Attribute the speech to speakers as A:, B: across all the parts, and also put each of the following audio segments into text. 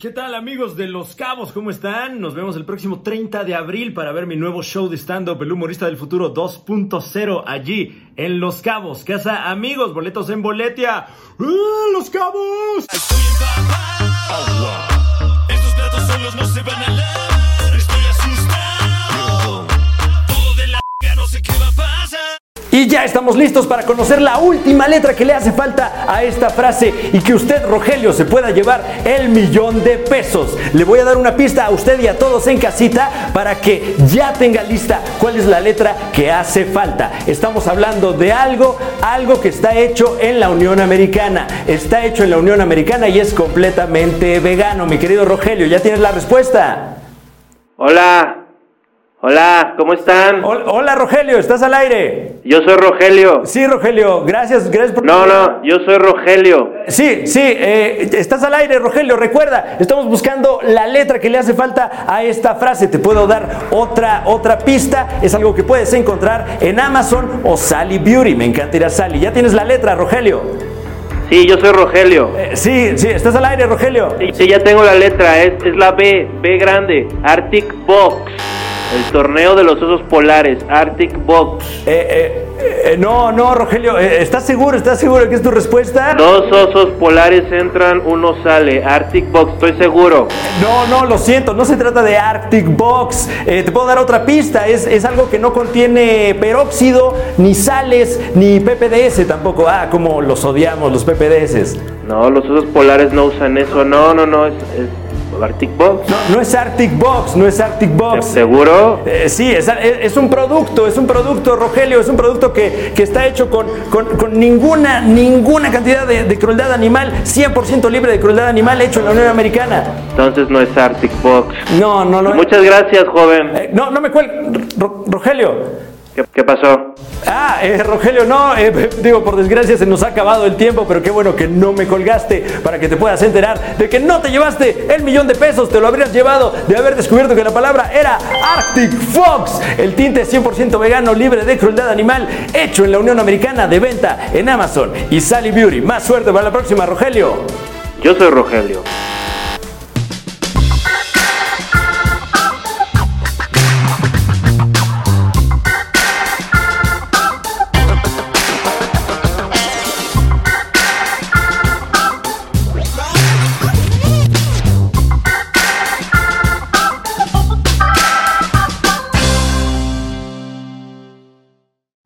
A: ¿Qué tal amigos de Los Cabos? ¿Cómo están? Nos vemos el próximo 30 de abril para ver mi nuevo show de stand-up, El Humorista del Futuro 2.0, allí en Los Cabos. Casa amigos, boletos en boletia. ¡Ah, ¡Los Cabos!
B: Estoy empapado. Estos platos solos no se van a lavar. Estoy asustado. Todo de la no sé qué va a pasar.
C: Y ya estamos listos para conocer la última letra que le hace falta a esta frase y que usted, Rogelio, se pueda llevar el millón de pesos. Le voy a dar una pista a usted y a todos en casita para que ya tenga lista cuál es la letra que hace falta. Estamos hablando de algo, algo que está hecho en la Unión Americana. Está hecho en la Unión Americana y es completamente vegano. Mi querido Rogelio, ¿ya tienes la respuesta?
D: Hola, hola, ¿cómo están?
C: Hol- Hola, Rogelio, ¿estás al aire?
D: Yo soy Rogelio.
C: Sí, Rogelio, gracias, gracias por...
D: No, no, yo soy Rogelio.
C: Sí, sí, eh, estás al aire, Rogelio. Recuerda, estamos buscando la letra que le hace falta a esta frase. Te puedo dar otra, otra pista. Es algo que puedes encontrar en Amazon o Sally Beauty. Me encanta ir a Sally. Ya tienes la letra, Rogelio.
D: Sí, yo soy Rogelio.
C: Eh, sí, sí, estás al aire, Rogelio. Eh,
D: Sí, sí, ya tengo la letra, es, es la B, B grande, Arctic Box. El torneo de los osos polares, Arctic Box.
C: Eh, eh, eh, no, no, Rogelio. eh, ¿Estás seguro? ¿Estás seguro que es tu respuesta?
D: Dos osos polares entran, uno sale, Arctic Box, estoy seguro.
C: No, no, lo siento, no se trata de Arctic Box. Eh, te puedo dar otra pista, es, es algo que no contiene peróxido, ni sales, ni PPDS tampoco. Ah, como los odiamos, los PPDS.
D: No, los osos polares no usan eso, no, no, no, es, es Arctic Box.
C: No, no es Arctic Box, no es Arctic Box.
D: ¿Seguro?
C: Eh, sí, es, es- es un producto, es un producto, Rogelio, es un producto que, que está hecho con, con- con ninguna, ninguna cantidad de, de crueldad animal, 100% libre de crueldad animal hecho en la Unión Americana.
D: Entonces no es Arctic Box.
C: No, no lo
D: Muchas gracias, joven.
C: Eh, no, no me cuelgues, Rogelio.
D: ¿Qué, qué pasó?
C: Ah, eh, Rogelio, no, eh, digo, por desgracia se nos ha acabado el tiempo, pero qué bueno que no me colgaste para que te puedas enterar de que no te llevaste el millón de pesos, te lo habrías llevado de haber descubierto que la palabra era Arctic Fox, el tinte 100% vegano, libre de crueldad animal, hecho en la Unión Americana, de venta en Amazon y Sally Beauty. Más suerte para la próxima, Rogelio.
D: Yo soy Rogelio.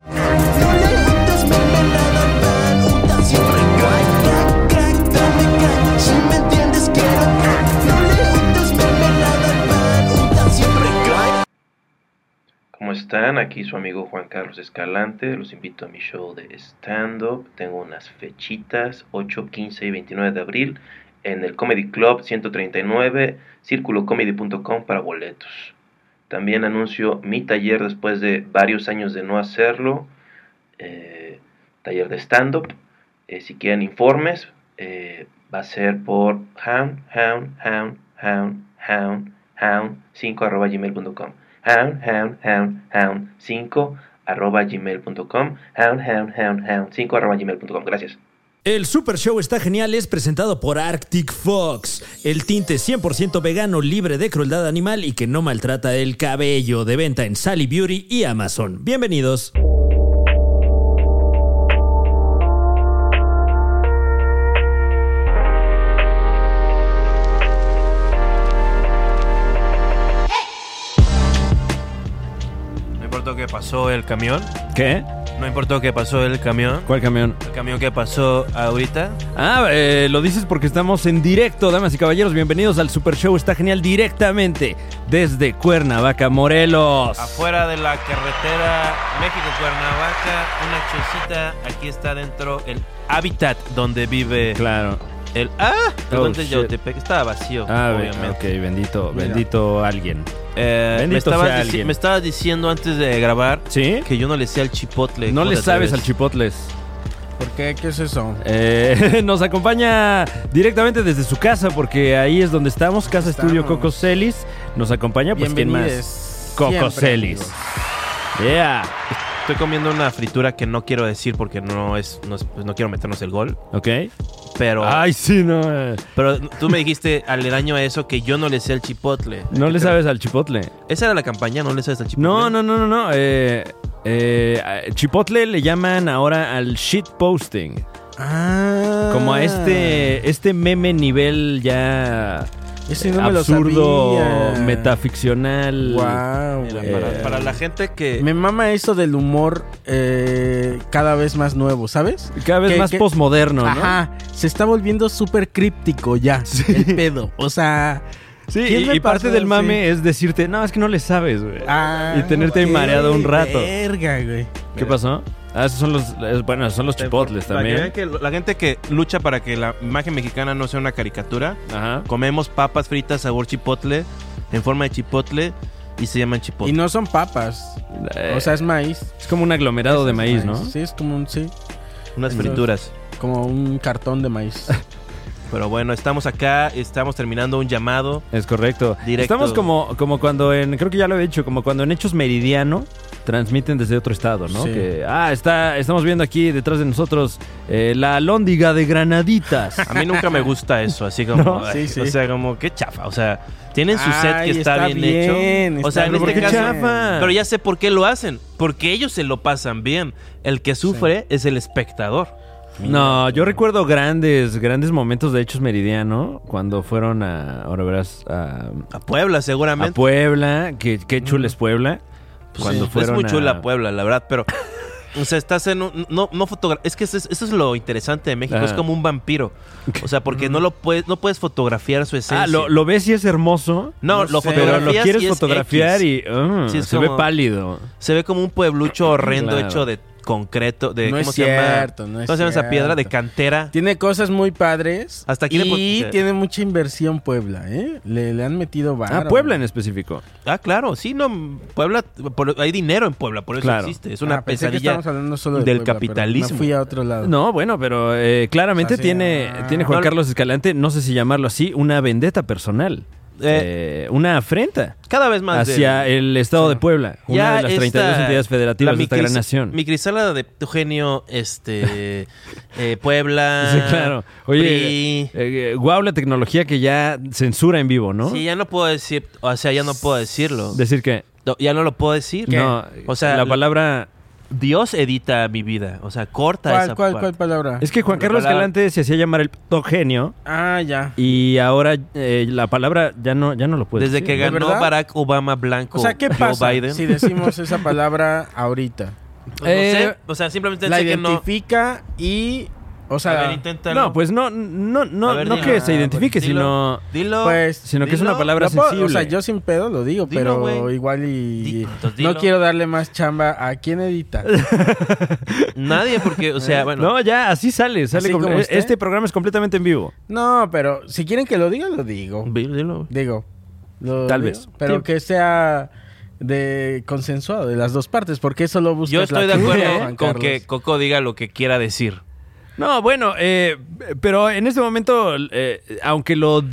E: No levantas me la siempre crack, crack, crack, dame crack, si me entiendes quiero crack. No levantas me la siempre crack.
F: ¿Cómo están? Aquí su amigo Juan Carlos Escalante. Los invito a mi show de stand-up. Tengo unas fechitas, 8, 15 y 29 de abril, en el Comedy Club 139, circulocomedy.com para boletos. También anuncio mi taller después de varios años de no hacerlo. eh, taller de stand-up. Eh, si quieren informes, eh, va a ser por hound, hound, hound, hound, hound, hound, 5 arroba gmail.com. Hound, hound, hound, hound, 5 arroba gmail.com. Hound, hound, hound, hound, 5 arroba gmail.com. Gracias.
G: El Super Show está genial es presentado por Arctic Fox, el tinte 100% vegano libre de crueldad animal y que no maltrata el cabello, de venta en Sally Beauty y Amazon. Bienvenidos.
H: No importó que pasó el camión.
I: ¿Qué?
H: No importó que pasó el camión.
I: ¿Cuál camión?
H: El camión que pasó ahorita.
I: Ah, eh, lo dices porque estamos en directo, damas y caballeros. Bienvenidos al Super Show. Está genial directamente desde Cuernavaca, Morelos.
H: Afuera de la carretera México-Cuernavaca, una chocita. Aquí está dentro el hábitat donde vive
I: Claro.
H: el... ¡Ah!
I: Oh,
H: Perdón, de
I: shit.
H: Yautepec. Estaba vacío,
I: Ah, ve-
H: obviamente.
I: ok, bendito, bendito alguien.
H: Eh, me,
I: Bendito
H: estabas
I: sea
H: dici-
I: alguien.
H: me estabas diciendo antes de grabar
I: ¿Sí?
H: que yo no le sé al chipotle.
I: No le
H: Joder,
I: sabes
H: otra
I: al
H: vez.
I: chipotles.
J: ¿Por qué? ¿Qué es eso?
I: Eh, nos acompaña directamente desde su casa porque ahí es donde estamos, Casa Estudio
J: Estamos.
I: Coco Celis. Nos acompaña, pues, ¿quién más?
J: Bienvenides.
I: Coco
J: Siempre,
I: Celis.
J: amigos.
C: Yeah.
H: Estoy comiendo una fritura que no quiero decir porque no es, no, es- pues no quiero meternos el gol,
C: Ok.
H: pero,
I: Ah,
C: Ay, sí, no. eh.
H: pero tú me dijiste aledaño a eso que yo no le sé al chipotle.
C: No le sabes al chipotle.
H: Esa era la campaña, no le sabes al chipotle.
C: No, no, no, no, no. eh, eh, a- chipotle le llaman ahora al shitposting.
J: Ah.
C: Como a este, este meme nivel ya
J: Ese no
C: eh,
J: me lo
C: absurdo,
J: sabía.
C: metaficcional.
J: Wow,
H: Mira,
J: güey.
H: para, para la gente que...
J: Eh, Me mama eso del humor eh, cada vez más nuevo, ¿sabes?
C: Cada vez
J: Que-
C: más
J: que-
C: posmoderno, ¿no?
J: Ajá, se está volviendo súper críptico ya el pedo. O sea,
C: Sí,
J: ¿Quién
C: y,
J: me
C: y parte
J: pasó?
C: del mame
J: Sí.
C: es decirte, no, es que no le sabes, güey.
J: ah,
C: y tenerte ahí
J: ok,
C: mareado un rato.
J: Verga, güey.
C: ¿Qué pasó? Ah, esos son los, es- bueno, esos son los chipotles
H: para que vean
C: también.
H: que la gente que lucha para que la imagen mexicana no sea una caricatura,
C: Ajá.
H: comemos papas fritas sabor chipotle, en forma de chipotle, y se llaman chipotle.
J: Y no son papas, o sea, es maíz.
C: Es como un aglomerado de
J: Es
C: maíz, ¿no?
J: Sí, es como un sí,
H: Unas
J: Eso es.
H: frituras.
J: como un cartón de maíz.
H: Pero bueno, estamos acá, estamos terminando un llamado.
C: Es correcto.
H: Directo.
C: Estamos como, como cuando en, creo que ya lo he dicho, como cuando en Hechos Meridiano transmiten desde otro estado, ¿no?
J: Sí.
C: Que, ah, está, estamos viendo aquí detrás de nosotros eh, la lóndiga de granaditas.
H: A mí nunca me gusta eso, así como,
C: No,
H: ay,
J: sí,
H: o
J: sí.
H: sea, como qué chafa, o sea, tienen su set que
J: Ay,
H: está,
J: está
H: bien,
J: bien,
H: hecho. O sea,
J: está
H: en este
J: bien.
H: caso,
C: chafa.
H: pero ya sé por qué lo hacen, porque ellos se lo pasan bien. El que sufre es el espectador.
C: No, yo recuerdo grandes, grandes momentos de Hechos Meridiano cuando fueron a, ahora verás, a,
H: A Puebla
C: a
H: seguramente.
C: Puebla, que, qué chula es Puebla.
H: Pues
C: cuando
H: sí.
C: fueron
H: es muy chula
C: a-
H: Puebla, la verdad, pero o sea, estás en un no no fotogra- es que eso es, eso es lo interesante de México,
C: Ajá.
H: es como un vampiro. O sea, porque no lo puedes no puedes fotografiar su esencia.
C: Ah, lo, lo ves y es hermoso.
H: no,
J: no
H: lo
J: sé.
C: Pero
H: fotografías
C: lo quieres
H: y es
C: fotografiar
H: X.
C: y mm,
H: Sí, es
C: se ve
H: como-
C: pálido.
H: Se ve como un pueblucho horrendo
C: Claro.
H: hecho de concreto, de
J: No
H: ¿cómo
J: es
H: se
J: cierto,
H: llama?
J: no es
H: ¿Cómo se llama esa
J: cierto.
H: piedra de cantera?
J: Tiene cosas muy padres.
H: Hasta aquí le
J: y
H: pon-
J: tiene mucha inversión Puebla, ¿eh? Le, le han metido
C: Ah,
J: varo.
C: Puebla en específico.
H: Ah, claro, sí, no, Puebla, por- hay dinero en Puebla, por eso
C: Claro.
H: existe. Es una
J: Ah, pensé que
H: pesadilla.
J: estábamos hablando solo de
H: del
J: Puebla, pero
H: capitalismo.
J: Me fui a otro lado.
C: No, bueno, pero eh, claramente
J: O sea, sí,
C: tiene,
J: ah.
C: tiene Juan
H: No,
C: Carlos Escalante, no sé si llamarlo así, una vendetta personal. Eh, una afrenta
H: Cada vez más de-
C: hacia el Estado de Puebla, una
H: Ya
C: de las
H: esta-
C: 32 entidades federativas
H: la
C: de esta gran
H: micris-
C: nación.
H: Mi crisálida de Eugenio, este, eh, Puebla.
C: Sí, claro. Oye,
H: PRI.
C: wow, la tecnología que ya censura en vivo, ¿no?
H: Sí, ya no puedo decir, o sea, ya no puedo decirlo.
C: Decir que
H: No, ya no lo puedo decir.
C: no,
H: o sea,
C: la palabra
H: Dios edita mi vida, o sea, corta
J: ¿Cuál,
H: esa
J: cuál,
H: parte.
J: cuál palabra?
C: es que Juan
H: la
C: Carlos
H: palabra-
C: Escalante se hacía llamar el puto genio
J: Ah, ya.
C: y ahora eh, la palabra ya no ya no lo puede.
H: Desde
C: decir.
H: que ganó
J: verdad?
H: Barack Obama blanco,
J: O sea, ¿qué
H: Joe
J: pasa
H: Biden.
J: si decimos esa palabra ahorita?
H: Pues no
C: Eh,
H: sé, o sea, simplemente
J: La
H: sé que no.
J: identifica y... O
H: A
J: sea,
H: ver, inténtalo.
C: no pues no no
H: A
C: no
H: ver,
C: no
H: dilo. Ah,
C: que se identifique
H: Dilo,
C: sino
H: Dilo.
J: Pues,
C: sino que es una
H: Dilo.
C: palabra
J: lo puedo-
C: sensible.
J: o sea, yo sin pedo lo digo,
H: Dilo,
J: pero
H: güey.
J: igual y...
H: Di- entonces dilo.
J: no quiero darle más chamba a quién edita.
H: Nadie, porque, o sea, bueno.
C: no ya así sale sale
J: Así
C: como-
J: como usted.
C: este programa es completamente en vivo.
J: No, pero si quieren que lo diga, lo digo.
H: Dilo, dilo.
J: Digo. lo
C: Tal
J: digo,
C: vez.
J: Pero
C: Sí.
J: que sea de consensuado de las dos partes, porque eso lo busca.
H: Yo estoy de acuerdo con que Coco diga lo que quiera decir.
C: No, bueno, eh, pero en este momento, eh, aunque lo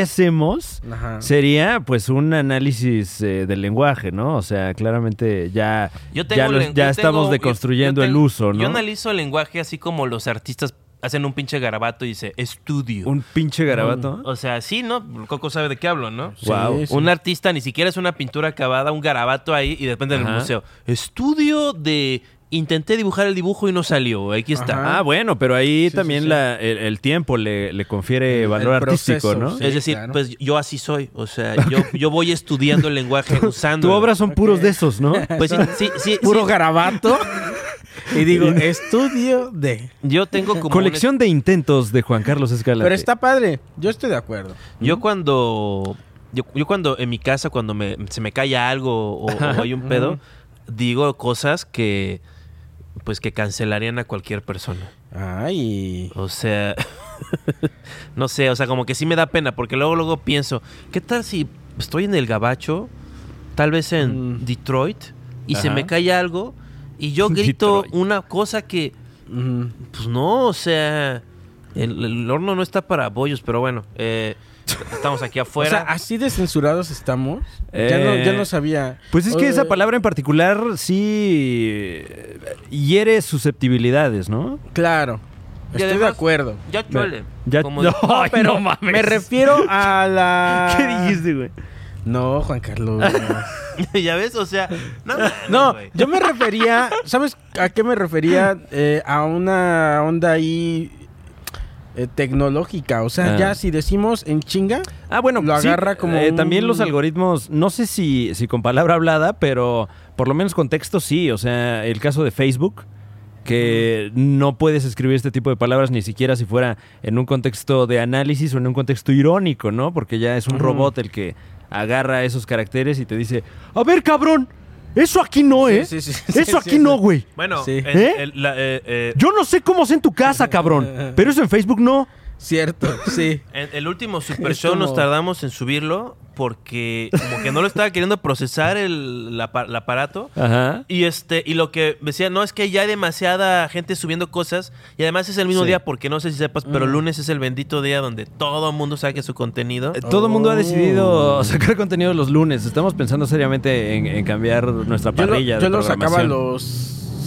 C: dijésemos,
J: Ajá.
C: sería pues un análisis eh, del lenguaje, ¿no? O sea, claramente ya,
H: Yo tengo
C: ya, los-
H: len-
C: ya
H: yo
C: estamos
H: tengo-
C: deconstruyendo
H: yo tengo-
C: el uso, ¿no?
H: Yo analizo el lenguaje así como los artistas hacen un pinche garabato y dice estudio.
C: Un pinche garabato.
H: O sea, sí, ¿no? Coco sabe de qué hablo, ¿no?
C: Wow.
J: sí.
H: Un artista ni siquiera es una pintura acabada, un garabato ahí y depende del
C: Ajá.
H: museo. Estudio de intenté dibujar el dibujo y no salió. Aquí está.
J: Ajá.
C: Ah, bueno, pero ahí
J: Sí,
C: también
J: sí, sí.
C: La, el, el tiempo le, le confiere
J: El-
C: valor
J: el
C: artístico,
J: proceso,
C: ¿no?
J: sí.
H: Es decir,
J: claro.
H: pues yo así soy. O sea, yo, yo voy estudiando el lenguaje usando.
C: Tu obra son puros de esos, ¿no?
H: Pues sí, sí, sí,
J: Puro
H: sí.
J: garabato. y digo, estudio de.
H: Yo tengo como. un-
C: Colección de intentos de Juan Carlos Escalante.
J: Pero está padre. Yo estoy de acuerdo.
H: Yo cuando. Yo, yo cuando en mi casa, cuando me, se me cae algo o, o hay un pedo, digo cosas que. Pues que cancelarían a cualquier persona.
J: Ay.
H: O sea. no sé, o sea, como que sí me da pena, porque luego, luego pienso, ¿qué tal si estoy en el gabacho? Tal vez en
J: Mm.
H: Detroit, y se
C: Ajá.
H: me cae algo, y yo grito
C: Detroit.
H: una cosa que.
J: Ujú.
H: Pues no, o sea. El, el horno no está para bollos, pero bueno. eh, Estamos aquí
J: O sea, ah,
H: afuera.
J: así de censurados estamos. Ya, no, ya no sabía.
C: Pues es que
J: Eh,
C: esa palabra en particular sí eh, hiere susceptibilidades, ¿no?
J: Claro.
H: Y
J: Estoy de
H: además- Pues
J: acuerdo.
H: ya chole.
C: Ya,
H: Como-
C: no,
J: No, pero
C: no mames.
J: me refiero a la...
C: ¿Qué dijiste, güey?
J: No, Juan Carlos.
H: ¿Ya ves? O sea, no, mames,
J: No,
H: güey.
J: yo me refería, ¿sabes a qué me refería? Eh, a una onda ahí eh, tecnológica. O sea,
C: Ah.
J: ya si decimos en chinga,
C: Ah, bueno,
J: Lo
C: sí,
J: agarra como
C: eh, También
J: un-
C: los algoritmos, no sé si, si con palabra hablada, pero por lo menos con texto sí. O sea, el caso de Facebook, que no puedes escribir este tipo de palabras ni siquiera si fuera en un contexto de análisis o en un contexto irónico, ¿no? Porque ya es un robot el que agarra esos caracteres y te dice: A ver, cabrón, eso aquí no, ¿eh?
J: sí, sí, sí,
C: eso
J: sí,
C: aquí
J: sí.
C: no, güey.
H: Bueno,
J: Sí.
H: en-
C: ¿Eh?
H: el- la- eh, eh,
C: Yo no sé cómo es en tu casa, cabrón, pero eso en Facebook no.
J: cierto, sí.
H: en el último Super
J: Es
H: Show nos
J: como-
H: tardamos en subirlo porque como que no lo estaba queriendo procesar el, la- el aparato.
C: Ajá.
H: Y este y lo que decía, no, es que ya hay demasiada gente subiendo cosas y además es el mismo
C: Sí.
H: día porque no sé si sepas, pero lunes es el bendito día donde todo mundo saque su contenido.
C: Eh, Todo el mundo ha decidido sacar contenido los lunes. Estamos pensando seriamente en, en cambiar nuestra
J: Yo, lo,
C: parrilla. de
J: yo lo sacaba
C: programación.
J: los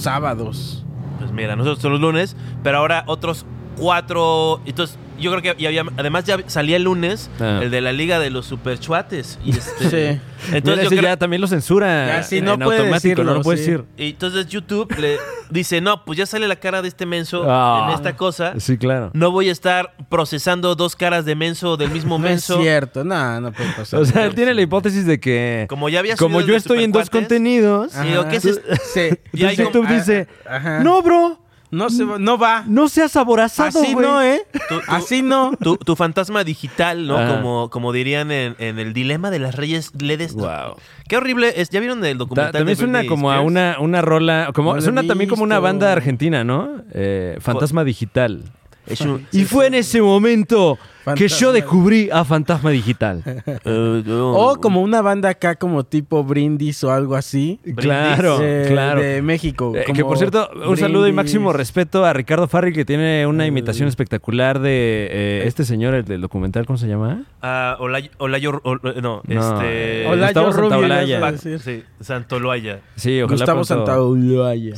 J: sábados.
H: Pues mira, nosotros son los lunes, pero ahora otros cuatro. Entonces, yo creo que ya había- además ya salía el lunes
C: Ah.
H: el de la Liga de los Superchuates. Y este,
J: Sí.
C: Mira,
H: Entonces, yo
C: ese
H: creo-
C: ya también lo censura.
J: Ya, sí,
C: en-
J: no
C: en
J: puede
C: automático, no lo
J: decirlo,
C: puede
J: sí.
C: decir.
H: y entonces YouTube le dice: No, pues ya sale la cara de este menso
C: Ah.
H: en esta cosa.
C: Sí, claro.
H: No voy a estar procesando dos caras de menso del mismo
J: No es
H: menso.
J: cierto, no, no puede pasar.
C: O sea, él tiene la hipótesis de que.
H: Como ya había
C: como
H: subido el
C: yo
H: de
C: estoy en dos
H: Supercuates,
C: contenidos.
J: ah,
H: Sí, digo, ¿qué es esto?
J: Sí.
H: Y ahí
C: entonces YouTube
H: como-
C: dice:
J: ah, Ajá.
C: No, bro,
J: No, se va, no va.
C: no seas aborazado.
J: Así
C: güey".
J: no, ¿eh?
H: Tú- tú-
C: Ah,
J: Así no.
H: Tu, tu fantasma digital, ¿no?
C: Ajá.
H: Como, como dirían en, en el dilema de las reyes ledes.
C: Wow.
H: Qué horrible es. ¿Ya vieron el
C: Ta-
H: documental?
C: también
H: de
C: suena
H: Britney
C: como a
H: Spears?
C: una, una rola. Como,
J: No lo he
C: suena también como una
J: visto.
C: banda argentina, ¿no? Eh, Fantasma Digital.
H: Es un-
C: Y fue en ese momento que yo
J: Fantasma.
C: descubrí a Fantasma Digital.
H: Eh, no.
C: oh,
J: O como una banda acá como tipo Brindis o algo así.
C: Claro,
J: de,
C: claro.
J: de México.
C: Eh,
J: como
C: que por cierto, un
J: Brindis.
C: saludo y máximo respeto a Ricardo Farri, que tiene una imitación espectacular de eh, este señor, el del documental, ¿cómo se llama?
H: Ah, Olay- Olayo- Ol- no,
C: No,
H: este.
C: eh,
J: Olayo
C: Gustavo
J: Rubio,
C: Santaolalla.
J: ya
H: Pa-
J: sabes. decir.
H: sí, Santoloaya.
C: Sí, ojalá
J: Gustavo
C: pronto.
J: Santaolalla.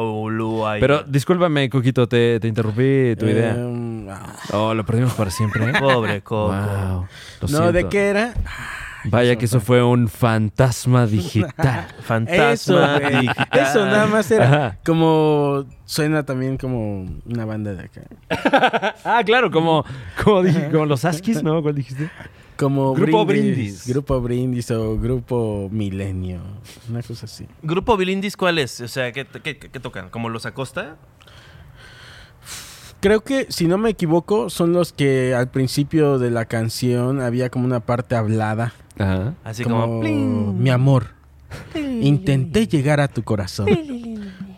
H: Santoloaya.
C: Pero discúlpame, Coquito, te, te interrumpí tu idea.
J: Em, ah,
C: Oh, lo perdimos para siempre.
H: Pobre Coco.
C: Wow, lo
J: no, ¿de
C: siento.
J: qué era?
C: Vaya que eso fue un fantasma digital.
H: Fantasma
J: Eso, güey.
H: digital.
J: Eso nada más era.
C: Ajá.
J: Como suena también como una banda de acá.
C: ah, claro, como, como, dije, como los Askis, ¿no? ¿Cuál dijiste?
J: Como
C: Grupo Brindis.
J: Grupo Brindis o Grupo Milenio. Una cosa así.
H: ¿Grupo Bilindis cuál es? O sea, ¿qué, qué- qué- qué tocan? ¿Como los Acosta?
J: Creo que, si no me equivoco, son los que al principio de la canción había como una parte hablada.
C: Ajá.
H: Así como.
J: como, mi amor, intenté llegar a tu corazón,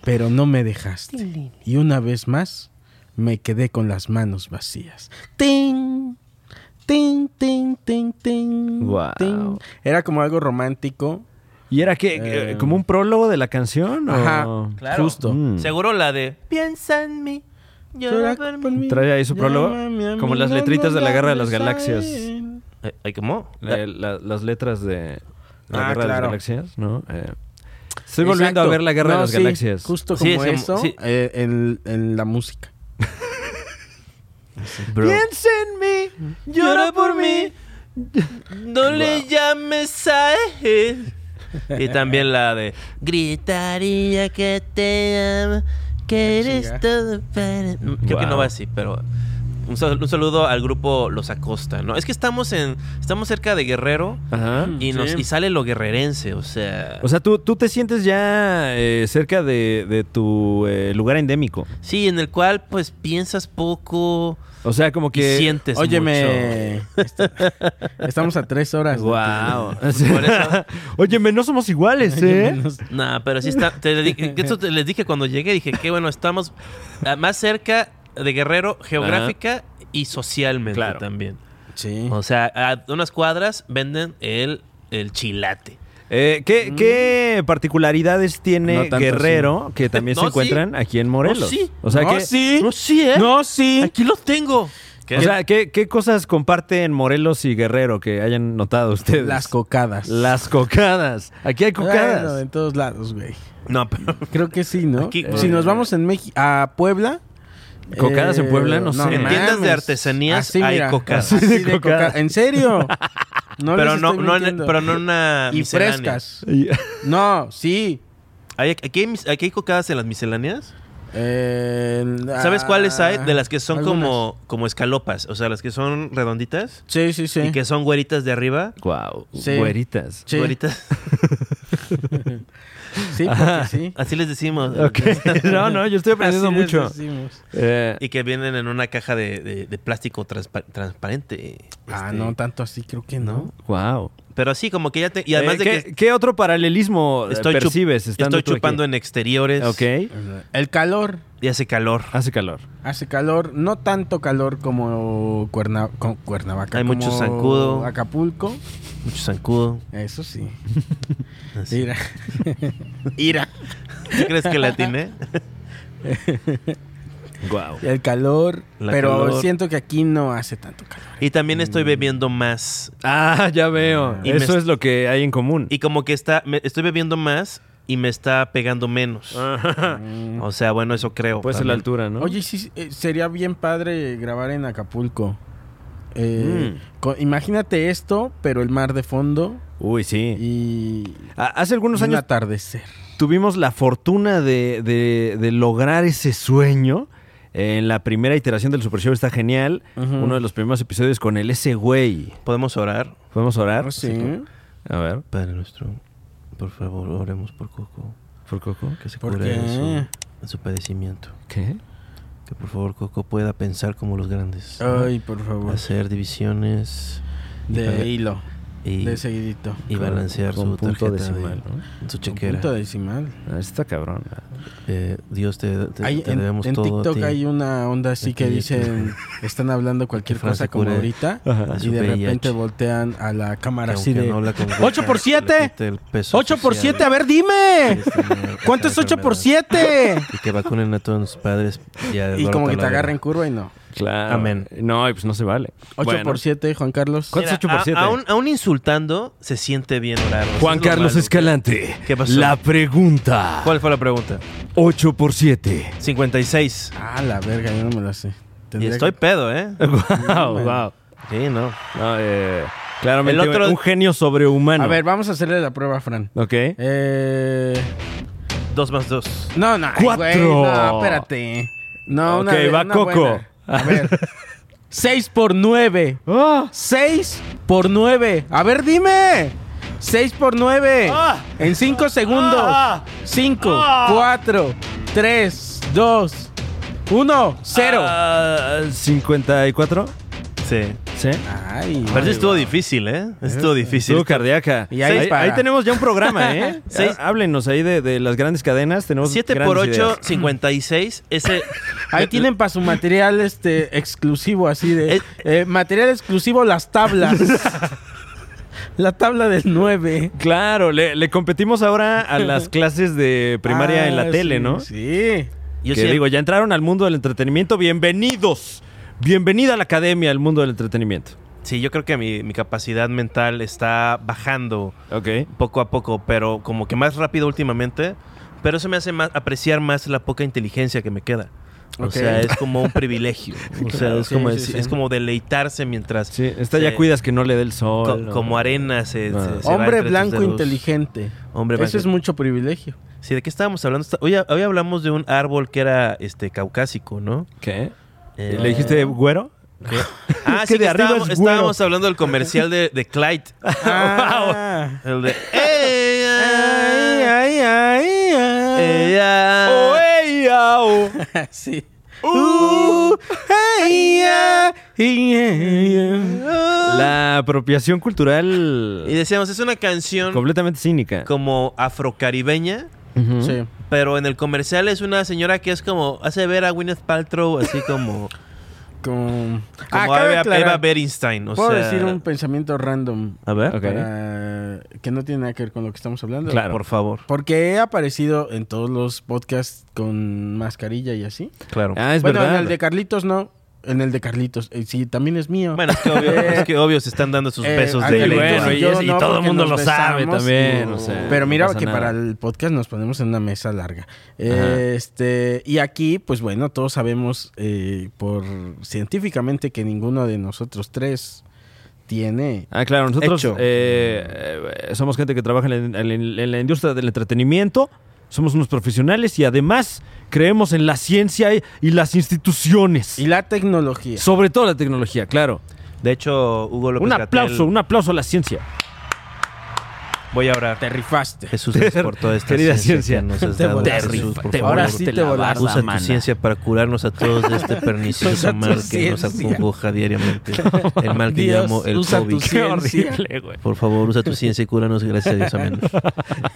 J: pero no me dejaste. Y una vez más, me quedé con las manos vacías. ¡Ting! ¡Ting, ting, ting, ting!
C: Guau.
J: ting. Era como algo romántico.
C: ¿Y era que que-
J: Eh.
C: como un prólogo de la canción? o-
J: Ajá,
H: Claro.
J: justo.
C: Mm.
H: Seguro la de. Piensa en mí. Llora por mí.
C: Trae ahí su prólogo,
J: Llámame a
C: como
J: mí,
C: las
J: no
C: letritas de la Guerra de las
J: llames a
C: Galaxias.
J: él.
H: Eh, eh, ¿Cómo?
C: Eh, la- las letras de la
J: Ah,
C: Guerra de las
J: claro.
C: Galaxias, ¿no? Eh, estoy volviendo a
J: Exacto.
C: ver la Guerra
J: No,
C: de las
J: sí,
C: Galaxias.
J: Justo
H: Sí,
J: como
H: es como-
J: eso
H: sí.
J: eh, en, en la música.
H: Bro.
C: Piensa en mí, llora por mí.
H: No le llames a él. Y también la de Gritaría que te amo, que eres
J: Chinga.
H: todo para. Mm, Creo
C: Wow.
H: que no va así, pero. Un sal- un saludo al grupo Los Acosta, ¿no? Es que estamos en. Estamos cerca de Guerrero
C: Ajá.
H: y nos y sale lo guerrerense, o sea.
C: Mm, O sea, tú, tú te sientes ya eh, cerca de, de tu eh, lugar endémico.
H: sí, en el cual pues piensas poco
C: O sea, como que...
H: y sientes mucho.
J: Óyeme, estamos a tres horas. ¿no?
C: Wow.
H: Por eso-
C: Óyeme, no somos iguales, ¿eh?
H: No, pero sí está. Te le dije- esto te les dije cuando llegué. Dije que bueno, estamos ah, más cerca de Guerrero geográfica y socialmente
C: Claro.
H: también.
J: Sí.
H: O sea, a unas cuadras venden el, el chilate.
C: Eh, ¿qué,
H: Mm.
C: qué particularidades tiene
J: No tanto,
C: Guerrero que también
H: No,
C: se
H: sí.
C: encuentran aquí en Morelos?
H: No, sí.
C: O sea
J: No,
C: que
J: sí.
H: No, sí, ¿eh?
J: No, sí.
H: Aquí lo tengo. ¿Qué?
C: O sea, ¿qué, qué cosas comparten Morelos y Guerrero que hayan notado ustedes?
J: Las cocadas.
C: Las cocadas. Aquí hay cocadas.
J: Bueno, en todos lados, güey.
H: No, pero.
J: Creo que sí, ¿no?
H: Aquí,
J: si
H: eh,
J: nos vamos en México a Puebla.
C: ¿Cocadas
J: eh,
C: en Puebla? No sé.
H: En tiendas de artesanías hay cocadas.
J: así
C: de
J: de coca-
C: cocadas.
J: ¿En serio? No
H: pero,
J: les
H: no,
J: estoy
H: no en-
J: mintiendo.
H: pero no en una.
J: y
H: miscelánea.
J: frescas.
C: Y-
J: No, sí.
H: Hay- aquí, hay, mis- aquí hay cocadas en las misceláneas.
J: Eh, la-
H: ¿Sabes cuáles hay? De las que son
J: algunas.
H: como, como escalopas. O sea, las que son redonditas
J: Sí, sí, sí.
H: y que son güeritas de arriba.
C: Guau,
J: Sí.
C: güeritas.
J: Sí,
H: Güeritas.
J: sí, porque sí.
H: Así les decimos.
C: Ok. No, no, yo estoy aprendiendo
J: Así les
C: mucho.
J: decimos.
C: Eh,
H: Y que vienen en una caja de, de- de plástico transpa- transparente.
J: Ah,
H: Este,
J: no, tanto así creo que no.
C: Guau.
H: Pero sí, como que ya te. Y además
C: Eh,
H: de
C: ¿qué,
H: que
C: ¿Qué otro paralelismo eh,
H: estoy, chup-
C: percibes estando
H: estoy chupando en exteriores.
C: Ok. Ah.
J: El calor.
H: Y hace calor.
C: Hace calor.
J: Hace calor, no tanto calor como Cuerna, co- Cuernavaca.
H: Hay
J: como
H: mucho zancudo.
J: Acapulco,
H: Mucho zancudo.
J: eso sí.
H: Así.
J: Ira. Ira.
H: ¿Sí crees que la atiné?
C: Guau.
J: El calor,
H: La
J: pero
H: calor.
J: siento que aquí no hace tanto calor.
H: Y también estoy bebiendo más.
C: Ah, ya veo.
H: Y me
C: Eso
H: est-
C: es lo que hay en común.
H: Y como que está. me- estoy bebiendo más y me está pegando menos. O sea, bueno, eso creo.
C: Puede ser la
H: también.
C: altura, ¿no?
J: Oye, sí, eh, sería bien padre grabar en Acapulco. Eh,
H: Mm.
J: co- imagínate esto, pero el mar de fondo
C: Uy, sí.
J: y
C: Ah, Hace algunos
J: y un
C: años
J: atardecer.
C: tuvimos la fortuna de, de- de lograr ese sueño. En la primera iteración del Super Show está genial. Uno de los primeros episodios con el ese güey.
H: Podemos orar.
C: ¿Podemos
H: Ah,
C: orar?
J: Sí.
C: A ver.
H: Padre nuestro, por favor, oremos por Coco.
C: ¿Por Coco?
H: Que se
J: ¿Por
H: cure
J: qué?
H: de su, de su padecimiento.
C: ¿Qué?
H: Que por favor Coco pueda pensar como los grandes.
J: Ay, por favor.
H: hacer divisiones
J: De hilo,
H: y,
J: de seguidito.
H: y balancear
C: Con
H: su
C: punto
H: tarjeta de-
C: decimal, ¿no?
H: su
J: Con
H: chequera.
J: Punto decimal.
C: Ah, Está cabrón.
H: Eh, Dios te, te-
J: Hay-
H: te
J: en,
H: debemos
J: en
H: todo a
J: TikTok
H: ti.
J: hay una onda así que
H: Aquí.
J: dicen, están hablando cualquier
H: Que Francia
J: cosa como
H: cure
J: ahorita
C: Ajá.
J: y
H: su
J: de
H: VIH.
J: repente voltean a la
H: Que
J: cámara
H: aunque
J: así de...
H: no habla con hueca,
J: 8 por
H: le
J: 7.
H: quita el peso este
J: 8 por
H: social.
J: 7, a ver, dime.
H: Quieres tener
J: ¿Cuánto es
H: esa
J: 8 por
H: enfermedad.
J: 7?
H: Y que vacunen a todos los padres. Y, a
J: Y
H: Eduardo
J: como que te
H: Talavera.
J: agarren curva y no.
C: Claro.
H: Amén.
C: No, y pues no se vale.
J: 8
C: Bueno,
J: por 7, Juan Carlos.
C: ¿Cuánto es
H: Mira,
C: 8 por
H: a-
C: 7?
H: Aún, aún insultando, se siente bien orar. Eso
C: Juan
H: es lo
C: Carlos
H: malo.
C: Escalante.
H: ¿Qué pasó?
C: La pregunta.
H: ¿Cuál fue la pregunta?
C: 8 por 7.
H: 56.
J: Ah, la verga, yo no me lo sé.
H: Y
J: Tendría que-
H: estoy pedo, ¿eh?
C: Wow, wow.
H: Sí, no.
C: No, eh, claramente
H: El otro-
C: un genio sobrehumano.
J: A ver, vamos a hacerle la prueba a Fran.
C: Ok.
J: Eh...
H: Dos más dos.
J: No, no, ay, güey,
C: Cuatro.
J: no, espérate. No, una
C: Ok,
J: de-
C: va
J: una
C: Coco.
J: buena. A ver. 6 por 9.
C: Ah,
J: 6 por 9. A ver, dime. 6 por 9.
C: Ah.
J: En 5 segundos.
C: Ah.
J: 5,
C: Ah.
J: 4, 3, 2, 1, 0.
C: ah, 54.
H: Sí.
C: ¿Sí?
J: Ay.
H: Pero eso estuvo difícil, ¿eh? Eso Estuvo difícil.
C: Estuvo cardíaca.
J: Y ahí
C: ahí,
J: para.
C: ahí tenemos ya un programa, ¿eh?
H: Seis-
C: Ah, Háblenos ahí de, de las grandes cadenas. Tenemos
H: 7
C: grandes
H: por 8,
C: ideas.
H: 56. Ese.
J: Ahí tienen para su material este exclusivo así de
H: Es-
J: eh, material exclusivo las tablas. La tabla del 9.
C: Claro, le, le competimos ahora a las clases de primaria en la tele, ¿no?
J: Ah, Sí.
C: que
H: Yo siempre-
C: digo, ya entraron al mundo del entretenimiento. Bienvenidos. Bienvenida a la academia al mundo del entretenimiento.
H: Sí, yo creo que mi, mi capacidad mental está bajando
C: Ok.
H: poco a poco, pero como que más rápido últimamente. Pero eso me hace más, apreciar más la poca inteligencia que me queda. O
J: Ok.
H: sea, es como un privilegio. O sea, es,
J: Sí,
H: como,
J: sí,
H: es,
J: sí.
H: es como deleitarse mientras.
C: Sí, esta
H: se-
C: ya cuidas que no le dé el sol.
H: co-
C: ¿no?
H: como arena se. se- se va entre
J: Hombre
H: tus
J: blanco
H: dedos.
J: inteligente.
H: Hombre blanco.
J: Eso es mucho privilegio.
H: Sí, ¿de qué estábamos hablando? Está- Hoy, hoy hablamos de un árbol que era este caucásico, ¿no?
C: ¿Qué?
H: Eh,
C: ¿Le dijiste güero?
H: Ah,
C: Es que
H: sí,
C: de
H: que
C: arriba
H: estábamos,
C: es güero.
H: estábamos hablando del comercial de, de Clyde.
J: Ah.
H: El de. "Ey,
J: Eh. Ay,
H: ah,
J: ay, ay, ay.
H: ey, ah".
C: ¡Oey, au!
J: Sí. Uh, ay, ay, ay, ay.
C: La apropiación cultural
H: Y decíamos, es una canción
C: completamente cínica.
H: como afrocaribeña,
C: Ujú.
J: Sí.
H: pero en el comercial es una señora que es como. Hace ver a Gwyneth Paltrow así como.
J: Como, Ah,
H: como
J: cabe
H: Eva,
J: aclarar,
H: Eva Bernstein. O
J: Puedo
H: sea,
J: decir un pensamiento random
C: A ver, ok.
J: Ah, para- que no tiene nada que ver con lo que estamos hablando.
C: Claro.
H: Por favor,
J: Porque he aparecido en todos los podcasts con mascarilla y así.
H: claro.
C: Ah, es
J: bueno,
C: verdad.
J: en el de Carlitos no. En el de Carlitos. Eh, sí, también es mío.
H: Bueno, es que obvio, es que obvio se están dando sus
J: Eh,
H: besos de
J: Ángel,
C: y
H: lengua.
C: bueno, y es- y todo el
J: porque
C: mundo
J: nos
C: lo sabe también, o sea,
J: pero
C: no
J: mira
C: pasa
J: que
C: nada.
J: para el podcast nos ponemos en una mesa larga. Eh, Este, y aquí, pues bueno, todos sabemos eh, por científicamente que ninguno de nosotros tres tiene.
C: Ah, claro, nosotros
J: Hecho.
C: eh, eh, somos gente que trabaja en la, en la- en la industria del entretenimiento, somos unos profesionales y además creemos en la ciencia y, y las instituciones,
J: Y la tecnología.
C: sobre todo la tecnología, claro.
H: De hecho, Hugo López
C: Un
H: Gatell-
C: aplauso, un aplauso a la ciencia.
H: Voy a orar.
J: Te rifaste.
H: Jesús, gracias por toda esta
C: Querida ciencia,
H: ciencia, que nos has dado.
J: volaste.
H: Jesús, por
J: Te
H: favor.
J: ahora sí te
H: la
J: volaste,
H: Usa tu
J: mana.
H: ciencia para curarnos a todos de este
J: Usa
H: pernicioso
J: tu
H: mal que nos
J: ciencia.
H: acongoja diariamente. El mal que
J: Dios,
H: llamo el
J: usa tu
H: COVID.
J: ciencia.
H: Por favor, usa tu ciencia y cúranos, gracias a Dios. Amén.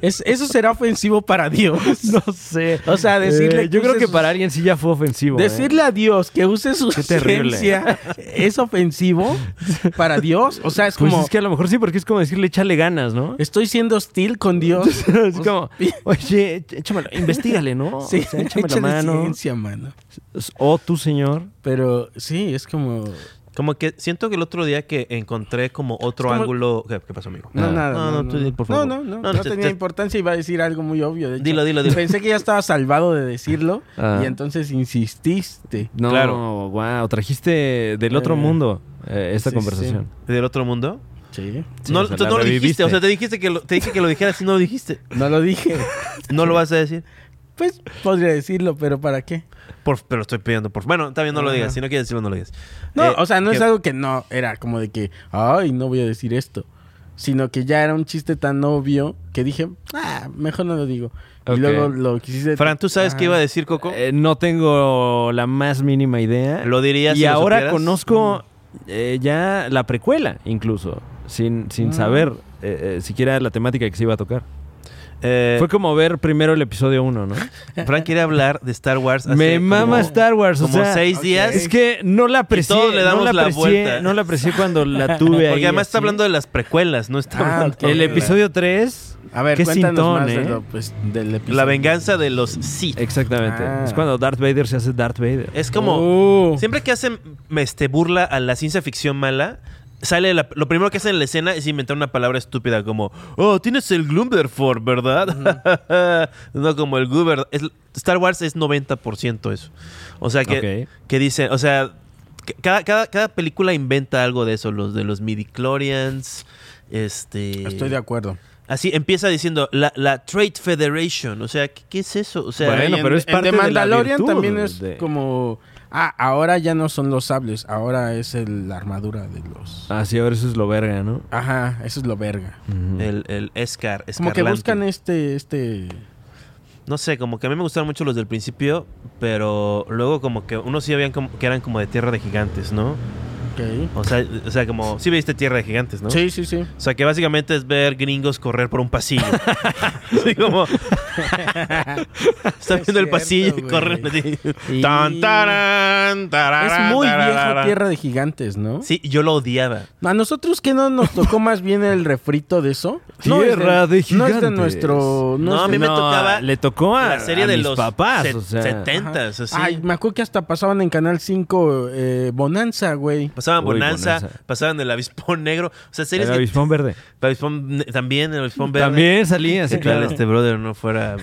J: Es- eso será ofensivo para Dios.
C: No sé.
J: O sea, decirle
C: Eh, yo
J: que
C: creo
J: use
C: que
J: sus-
C: para alguien sí ya fue ofensivo. ¿eh?
J: Decirle a Dios que use su
C: Qué terrible.
J: ciencia es ofensivo para Dios. O sea, es
C: Pues
J: como
C: es que a lo mejor sí, porque es como decirle échale ganas, ¿no?
J: estoy siendo hostil con Dios.
C: Es como, oye, échamelo, investigale, ¿no?
J: Pues, Sí,
C: o sea, échame la
J: échale
C: mano.
J: ciencia, mano.
C: O tú, señor.
J: Pero sí, es como.
H: Como que siento que el otro día que encontré como otro
J: como-
H: ángulo. ¿Qué, qué pasó, amigo?
J: No, nada.
H: No, no, tú di, por favor.
J: No, no, no.
H: No,
J: No,
H: te-
J: tenía
H: te-
J: importancia. Iba a decir algo muy obvio. De hecho.
H: Dilo, dilo, dilo.
J: Pensé que ya estaba salvado de decirlo.
C: Ah.
J: Y entonces insististe.
C: No,
H: Claro.
C: wow, trajiste del otro
J: Eh,
C: mundo eh, esta
J: sí,
C: conversación.
H: ¿Del otro mundo?
J: Sí.
C: Sí,
H: no,
C: o sea,
H: tú
C: la
H: no lo dijiste.
C: reviviste.
H: O sea, te, dijiste que lo, te dije que lo dijeras y no lo dijiste.
J: No lo dije.
H: No lo vas a decir.
J: Pues podría decirlo, pero ¿para qué?
H: Por, pero estoy pidiendo por. Bueno, está bien, no lo
J: Ajá.
H: digas. Si no quieres decirlo, no lo digas.
J: No,
H: Eh,
J: o sea, no
H: que-
J: es algo que no era como de que, ay, no voy a decir esto. Sino que ya era un chiste tan obvio que dije, ah, mejor no lo digo.
C: Ok.
J: Y luego lo quisiste.
H: Fran, ¿tú sabes qué iba a
J: Ajá.
H: decir, Coco?
C: Eh, no tengo la más mínima idea.
H: Lo dirías
C: Y
H: si lo
C: ahora
H: supieras. Mm.
C: conozco eh, ya la precuela, incluso, sin, sin
J: Mm.
C: saber eh, eh, siquiera la temática que se iba a tocar.
H: Eh,
C: Fue como ver primero el episodio 1, ¿no?
H: Fran quiere hablar de Star Wars. hace
C: Me
H: como-
C: mama Star Wars. o
H: Como
C: sea,
H: seis
J: ok.
H: días.
C: Es que no la aprecié.
H: todos le damos
C: no la,
H: la
C: aprecié,
H: vuelta.
C: No la aprecié cuando la tuve ahí.
H: Porque además está
C: así.
H: hablando de las precuelas, no está
J: Ah,
H: hablando.
C: El episodio 3.
J: A ver,
C: qué
J: cuéntanos
C: sintón,
J: más de
C: ¿eh?
J: lo, pues, del episodio.
H: La venganza de los Sith.
C: Exactamente.
J: Ah.
C: Es cuando Darth Vader se hace Darth Vader.
H: Es como.
J: Oh.
H: Siempre que hacen me, este, burla a la ciencia ficción mala, sale la- lo primero que hacen en la escena es inventar una palabra estúpida como. Oh, tienes el Glumberford, ¿verdad? no como el Goober. Es- Star Wars es 90% eso. O sea que.
C: Ok.
H: que dicen, o sea, ca- cada, cada, cada película inventa algo de eso, los de los midichlorians, este...
J: Estoy de acuerdo.
H: Así empieza diciendo la, la Trade Federation, o sea, ¿qué, qué es eso? O sea,
C: Bueno,
J: Y en-
C: pero es
J: en
C: parte
J: The
C: de la
J: Mandalorian
C: virtud
J: también es
C: de-
J: como. Ah, ahora ya no son los sables, ahora es el- la armadura de los.
C: Ah, sí, ahora eso es lo verga, ¿no?
J: Ajá, eso es lo verga.
H: el, el Escar,
J: Como que
H: Escarlante.
J: buscan este, este.
H: No sé, como que a mí me gustaron mucho los del principio, pero luego como que unos sí habían como, que eran como de Tierra de Gigantes, ¿no?
J: Ok.
H: O sea, o sea como, sí viste Tierra de Gigantes, ¿no?
J: Sí, sí, sí.
H: O sea, que básicamente es ver gringos correr por un pasillo. Así como. Están viendo el
J: cierto,
H: pasillo y
J: güey.
H: corren. así.
J: Y-
H: Tan, tarán,
J: Es
H: tararán,
J: muy viejo
H: tararán.
J: Tierra de Gigantes, ¿no?
H: Sí, yo lo odiaba.
J: A nosotros que no nos tocó más bien el refrito de eso.
C: Tierra
J: no
C: de
J: es No es de
C: Gigantes.
J: nuestro. No, es
H: No, a
J: de-
H: mí me tocaba
C: Le tocó a,
H: La serie
C: a
H: de
C: mis
H: los
C: papás,
H: set-
C: o sea.
H: 70s, así.
J: Ay, me acuerdo que hasta pasaban en Canal 5 eh, Bonanza, güey.
H: Pasaban
C: Uy,
H: Bonanza,
C: Bonanza.
H: pasaban El Avispón Negro. O sea, series
C: El
H: que-
C: avispón verde.
H: Avispón ne- también, El Avispón Verde.
C: También salía,
H: Si
C: sí, claro.
H: este brother no fuera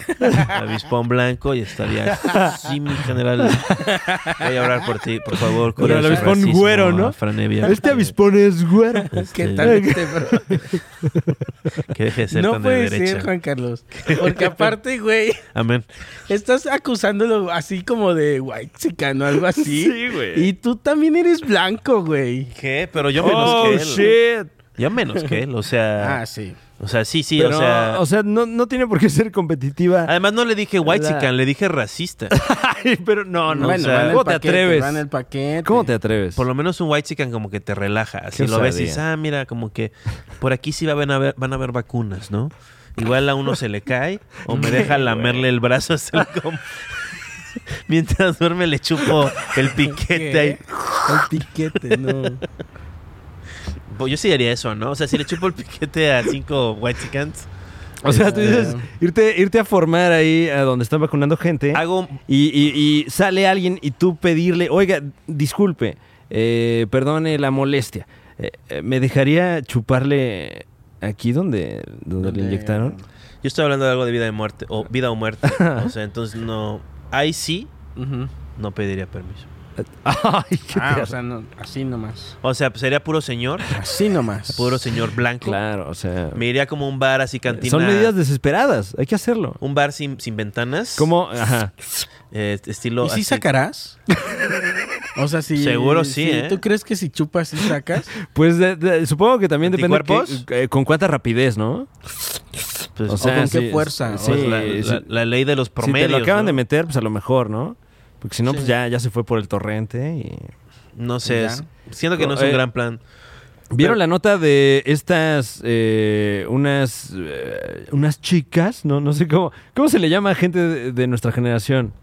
H: Avispón Blanco y estaría. Sí, mi general. Voy a hablar por ti, por favor.
C: Pero el
H: cura su
C: avispón
H: racismo
C: güero, ¿no?
H: a Fran Evia.
C: Este avispón es güero.
H: Este,
J: este, bro?
H: Que deje de ser
J: no
H: tan de
J: puede
H: derecha.
J: ser, Juan Carlos. Porque aparte, güey,
H: Amén.
J: estás acusándolo así como de white o algo así. Sí, güey. Y tú también eres blanco, güey.
H: ¿Qué? Pero yo menos
C: Oh,
H: que él.
C: shit.
H: Yo menos que él, o sea.
J: Ah, sí.
H: O sea, sí, sí,
C: Pero,
H: o sea.
C: no, no tiene por qué ser competitiva.
H: Además, no le dije white
C: La-
H: le dije racista.
C: Ay, pero no, no.
J: bueno,
C: o sea,
J: va en el
C: ¿Cómo te
J: paquete,
C: atreves?
J: va en el paquete.
C: ¿Cómo te atreves?
H: Por lo menos un white como que te relaja. Así
C: Qué
H: lo ves
C: osadía.
H: y dices, ah, mira, como que por aquí sí van a haber, van a haber vacunas, ¿no? Igual a uno se le cae o me deja lamerle el brazo así como- Mientras duerme le chupo el piquete ahí.
J: El piquete, no.
H: Pues yo sí haría eso, ¿no? O sea, si le chupo el piquete a cinco white
C: O sea, tú dices, irte, irte a formar ahí a donde están vacunando gente.
H: Hago-
C: Y, y- y sale alguien y tú pedirle, oiga, disculpe, eh, perdone la molestia. eh, eh, ¿Me dejaría chuparle aquí donde, donde le inyectaron?
H: Yo estoy hablando de algo de vida y muerte, o vida o muerte. o sea, entonces no. Ahí sí, no pediría permiso.
C: Ay, qué
J: Ah,
C: tierno.
J: o sea, no, así nomás.
H: O sea, pues, sería puro señor,
J: Así nomás.
H: puro señor blanco.
C: Claro, o sea.
H: Me iría como a un bar así cantina.
C: Son medidas desesperadas, hay que hacerlo.
H: Un bar sin, sin ventanas.
C: Como, ajá.
H: eh, estilo.
J: ¿Y si
H: así.
J: sacarás? O sea, si.
H: Seguro sí,
J: si-
H: ¿eh?
J: ¿Tú crees que si chupas y sacas?
C: Pues de- de- supongo que también depende
H: ¿Anticuerpos?
C: que- eh, con cuánta rapidez, ¿no?
H: Pues,
C: O
J: sea, con qué fuerza,
C: Sí,
J: o
H: pues, la,
C: sí.
H: la- la ley de los promedios.
C: si te lo acaban
H: ¿no?
C: de meter, pues a lo mejor, ¿no? Porque si no, pues ya, ya se fue por el torrente y...
H: No sé.
J: Ya.
H: es- siento que no es
C: Eh,
H: un gran plan.
C: ¿Vieron la nota de estas, eh, unas, eh, unas chicas? No, no sé cómo, cómo se le llama a gente de, de nuestra generación.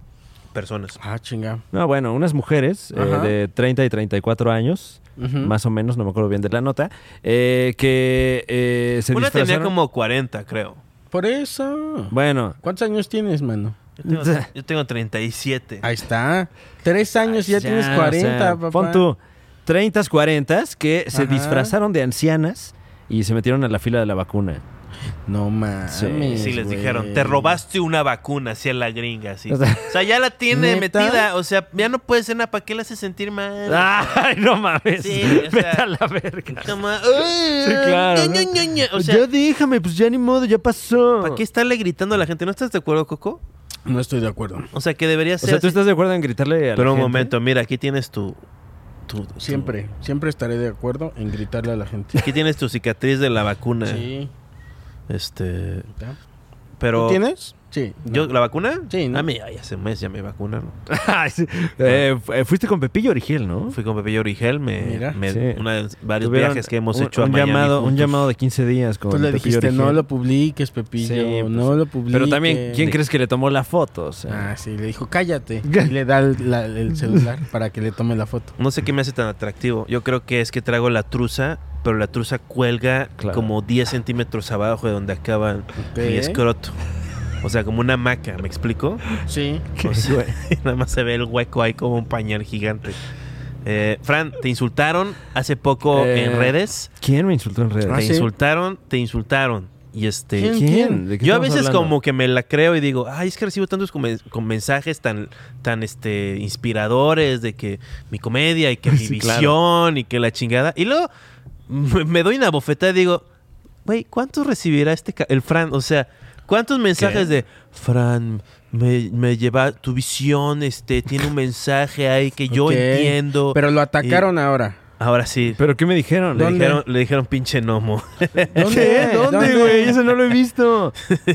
H: Personas.
J: Ah, chinga.
C: No, bueno, unas mujeres eh,
J: Ajá.
C: de 30 y 34 años,
J: Ujú.
C: más o menos, no me acuerdo bien de la nota, eh, que eh, se
H: Una tenía
C: disfrazaron.
H: como 40, creo.
J: Por eso.
C: Bueno,
J: ¿Cuántos años tienes, mano?
H: Yo tengo, yo tengo 37.
J: Ahí está. Tres años y ya,
C: Ah, Ya,
J: tienes
C: o
J: 40,
C: sea,
J: papá.
C: Pon tú, 30, 40 que se
J: Ajá.
C: disfrazaron de ancianas y se metieron a la fila de la vacuna.
J: No mames.
C: Sí,
H: Y sí, les
J: güey.
H: dijeron, te robaste una vacuna, así a la gringa, así.
C: O
H: O
C: sea-
H: sea, ya la tiene
J: ¿Neta?
H: metida, o sea, ya no puede ser nada, ¿para qué la hace sentir mal?
C: ¡Ay, no mames!
H: Sí, o
C: Ah, Vete
H: sea-
C: a la verga.
H: Como, "Ay,
C: Sí, claro,
H: ña,
C: ¿no?
H: ña, ña, ña". O sea,
C: ya déjame, pues ya ni modo, ya pasó.
H: ¿para qué estarle gritando a la gente? ¿No estás de acuerdo, Coco?
J: No estoy de acuerdo.
H: O sea, que debería
C: O
H: ser
C: sea, tú
H: así.
C: estás de acuerdo en gritarle a la
H: Pero un
C: gente?
H: momento, mira, aquí tienes tu... tu- tu-
J: Siempre, siempre estaré de acuerdo en gritarle a la gente.
H: Aquí tienes tu cicatriz de la vacuna.
J: Sí.
H: Este...
J: ¿Ya?
H: Pero...
J: ¿Tú tienes? Sí.
H: ¿Yo
J: no.
H: la vacuna?
J: Sí, ¿no?
H: A mí, ay, hace un mes ya me vacunaron.
C: Ay, sí. Eh, fu- eh, fuiste con Pepillo Origel, ¿no?
H: Fui con Pepe Origel, me,
J: Mira.
H: me-
C: Sí.
H: una de los varios
C: Tuvieron
H: viajes que hemos
C: un-
H: hecho a
C: un
H: Miami
C: llamado, un
H: juntos.
C: llamado de 15 días con
J: Tú Pues le
C: Pepillo
J: dijiste,
C: Origel".
J: no lo publiques, Pepillo.
C: Sí, pues,
J: no lo publiques.
C: Pero también, ¿quién crees que le tomó la foto? O sea,
J: Ah, sí, le dijo, cállate. Y le da el, la- el celular para que le tome la foto.
H: No sé qué me hace tan atractivo. Yo creo que es que traigo la truza, pero la truza cuelga
C: Claro.
H: como 10 centímetros abajo de donde acaba mi escroto. O sea, como una hamaca, ¿me explico?
J: Sí.
H: O sea, nada más se ve el hueco ahí como un pañal gigante. Eh, Fran, te insultaron hace poco
C: Eh,
H: en redes.
C: ¿quién me insultó en redes?
J: Ah,
H: Te
J: sí.
H: insultaron, te insultaron. Y
C: Ah,
H: este.
J: ¿Quién?
C: ¿De qué
H: Yo a
C: estamos
H: veces
C: hablando?
H: como que me la creo y digo, ay, es que recibo tantos comen- con mensajes tan, tan este, inspiradores de que mi comedia y que mi
C: Sí,
H: visión
C: claro.
H: y que la chingada. Y luego me, me doy una bofetada y digo, güey, ¿cuántos recibirá este ca- el Fran? O sea, ¿cuántos mensajes de Fran me, me lleva tu visión, este, tiene un mensaje ahí que yo
J: Ok.
H: entiendo?
J: Pero lo atacaron ahora.
H: Ahora sí.
C: ¿Pero qué me dijeron?
H: le
J: ¿Dónde?
H: dijeron, le dijeron pinche gnomo.
C: ¿Qué? ¿Dónde, güey? Eso no lo he visto.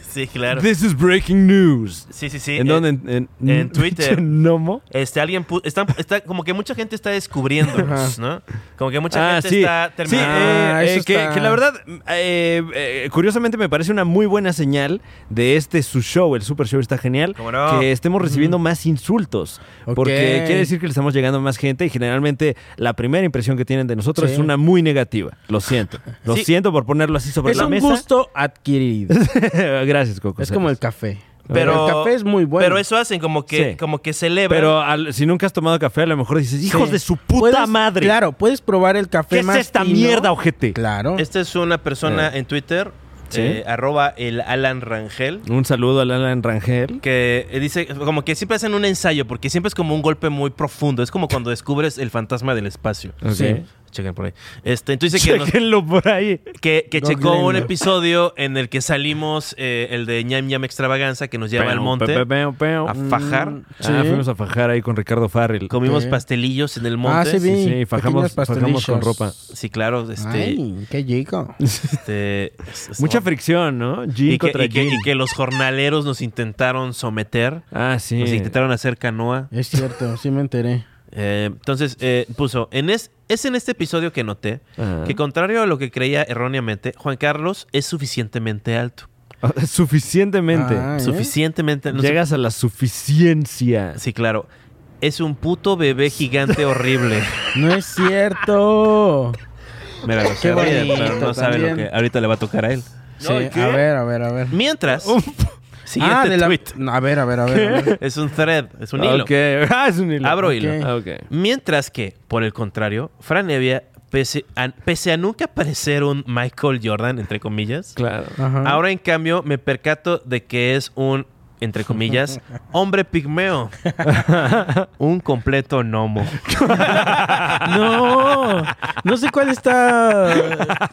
H: sí, claro.
C: This is breaking news.
H: Sí, sí, sí.
C: ¿En
H: Eh,
C: dónde? En,
H: en Twitter.
C: ¿Nomo?
H: Este, alguien pu- están- está como que mucha gente está descubriéndonos, ¿no? Como que mucha gente está
C: Ah, Sí,
H: terminando.
C: eh,
J: Ah,
C: eh,
J: eso
C: que,
J: está.
C: que la verdad, eh, eh, curiosamente me parece una muy buena señal de este su show, el Super Show está genial,
H: ¿Cómo no?
C: que estemos recibiendo más insultos,
J: Ok.
C: porque quiere decir que le estamos llegando a más gente y generalmente la primera impresión que tienen de nosotros
J: Sí.
C: es una muy negativa. Lo siento, lo
H: Sí.
C: siento por ponerlo así sobre
J: Es
C: la
J: un
C: mesa. Pues
J: gusto adquirido.
C: Gracias, Coco.
J: es como el café.
H: pero
J: el café es muy bueno.
H: Pero eso hacen como que
C: Sí.
H: como que celebran.
C: Pero al- si nunca has tomado café, a lo mejor dices, hijos
J: Sí.
C: de su puta
J: Puedes-
C: madre.
J: Claro, puedes probar el café
C: ¿Qué es
J: más
C: esta
J: fino.
C: mierda, ojete?
J: Claro.
H: esta es una persona en Twitter
C: Sí.
H: eh, arroba el Alan Rangel
C: Un saludo al Alan Rangel.
H: que eh, dice como que siempre hacen un ensayo porque siempre es como un golpe muy profundo, es como cuando descubres el fantasma del espacio.
J: Sí.
H: Chequen por ahí. Este, entonces dice que nos-
C: Chequenlo por ahí.
H: que, que checó
J: Googleenlo.
H: un episodio en el que salimos eh, el de ñam ñam extravaganza que nos lleva al monte a fajar.
C: Ah,
J: Mm, Sí.
C: fuimos a fajar ahí con Ricardo Farrell.
H: Comimos
J: Ok.
H: pastelillos en el
J: Ah,
H: monte.
J: sí, vi.
C: Sí, sí, fajamos,
J: Pequeños
C: fajamos con
J: pastelillos.
C: ropa.
H: Sí, claro, este,
J: Ay, qué rico.
H: este, es- es-
C: Mucha
H: no.
C: fricción, ¿no? Jean
H: y que,
C: contra
H: y que-
C: jean.
H: y que los jornaleros nos intentaron someter,
C: Ah, sí.
H: nos intentaron hacer canoa.
J: Es cierto, sí me enteré.
H: Eh, entonces eh, puso, en es, es en este episodio que noté
C: Ajá.
H: que contrario a lo que creía erróneamente, Juan Carlos es suficientemente alto.
C: Ah, Suficientemente.
J: Ah, ¿eh?
H: Suficientemente. no sé-
C: Llegas a la suficiencia.
H: Sí, claro. Es un puto bebé gigante horrible.
J: No es cierto.
H: Mira, lo
J: Qué
H: se ríe,
J: bonito
H: pero no sabe lo
J: también.
H: que ahorita le va a tocar a él.
J: Sí, a ver, a ver, a ver.
H: Mientras. Siguiente
J: Ah, de la...
H: tweet.
J: No, A ver, a ver, a ver. a ver.
H: Es un thread, es un hilo.
C: Ok. Ah, es un hilo.
H: Abro
C: Ok.
H: hilo.
C: Ah, ok.
H: Mientras que, por el contrario, Fran Evia, pese a, pese a nunca parecer un Michael Jordan, entre comillas,
C: Claro.
J: Ajá.
H: ahora en cambio me percato de que es un, entre comillas, hombre pigmeo. un completo gnomo.
J: No, no sé cuál está.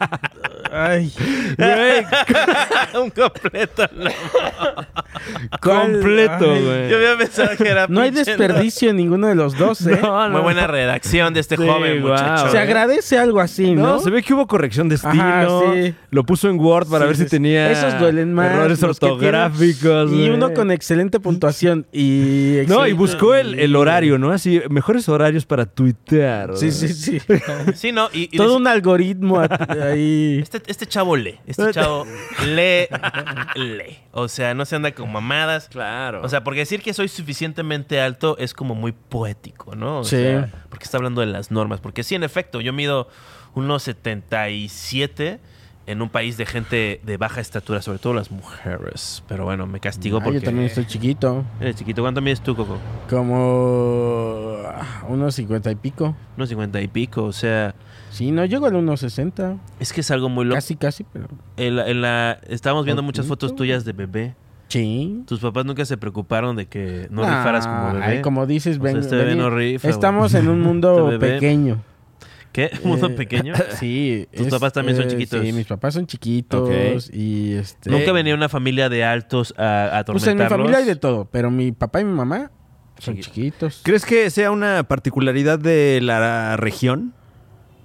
J: Ay,
C: Güey,
H: un completo gnomo.
J: ¿cuál?
C: completo,
J: Ay.
H: Yo
C: güey.
H: había pensado que era
J: No hay
H: pinche-
J: desperdicio en ninguno de los dos, ¿eh?
H: Muy buena redacción de este
C: Sí,
H: joven
C: guau.
H: muchacho.
J: Se
H: ¿eh?
J: agradece algo así,
C: No,
J: ¿no?
C: se ve que hubo corrección de estilo.
J: Ajá, sí.
C: Lo puso en Word para
J: Sí,
C: ver
J: sí,
C: si
J: sí.
C: tenía
J: Esos duelen más.
C: errores
J: los que tienen-
C: ortográficos.
J: Y uno
C: güey.
J: con excelente puntuación. Y
C: No, y
J: excelente-
C: buscó el, el horario, ¿no? Así, mejores horarios para tuitear.
J: Sí,
C: güey.
J: sí, sí.
H: Sí, no, y, y
J: Todo
H: des-
J: un algoritmo at- ahí.
H: Este, este chavo lee. Este chavo lee, lee. O sea, no se anda con mamadas.
C: Claro.
H: O sea, porque decir que soy suficientemente alto es como muy poético, ¿no? O
J: Sí.
H: sea, porque está hablando de las normas. Porque sí, en efecto, yo mido unos 77 en un país de gente de baja estatura, sobre todo las mujeres. Pero bueno, me castigo
J: Ah,
H: porque...
J: Yo también estoy chiquito.
H: Eres chiquito, ¿cuánto mides tú, Coco?
J: Como ah, unos cincuenta y pico.
H: Unos 50 y pico, o sea...
J: Sí, no llego al 1.60.
H: Es que es algo muy loco.
J: Casi, casi, pero.
H: En la- en la- estábamos viendo muchas fotos
J: Poquito.
H: tuyas de bebé.
J: Sí.
H: Tus papás nunca se preocuparon de que no
J: Ah,
H: rifaras como bebé.
J: ay, como dices,
H: O sea,
J: ven,
H: este bebé
J: ven-
H: no rifa, güey.
J: Estamos en un mundo
H: Este bebé-
J: pequeño.
H: ¿Qué? ¿Mundo
J: Eh,
H: pequeño?
J: Sí. eh,
H: Tus papás también son chiquitos.
J: Sí, mis papás son chiquitos.
C: Ok.
J: Y este.
H: Nunca venía una familia de altos a, a
J: Pues en mi
H: atormentarlos.
J: familia hay de todo, pero mi papá y mi mamá son chiquitos.
C: ¿Crees que sea una particularidad de la región?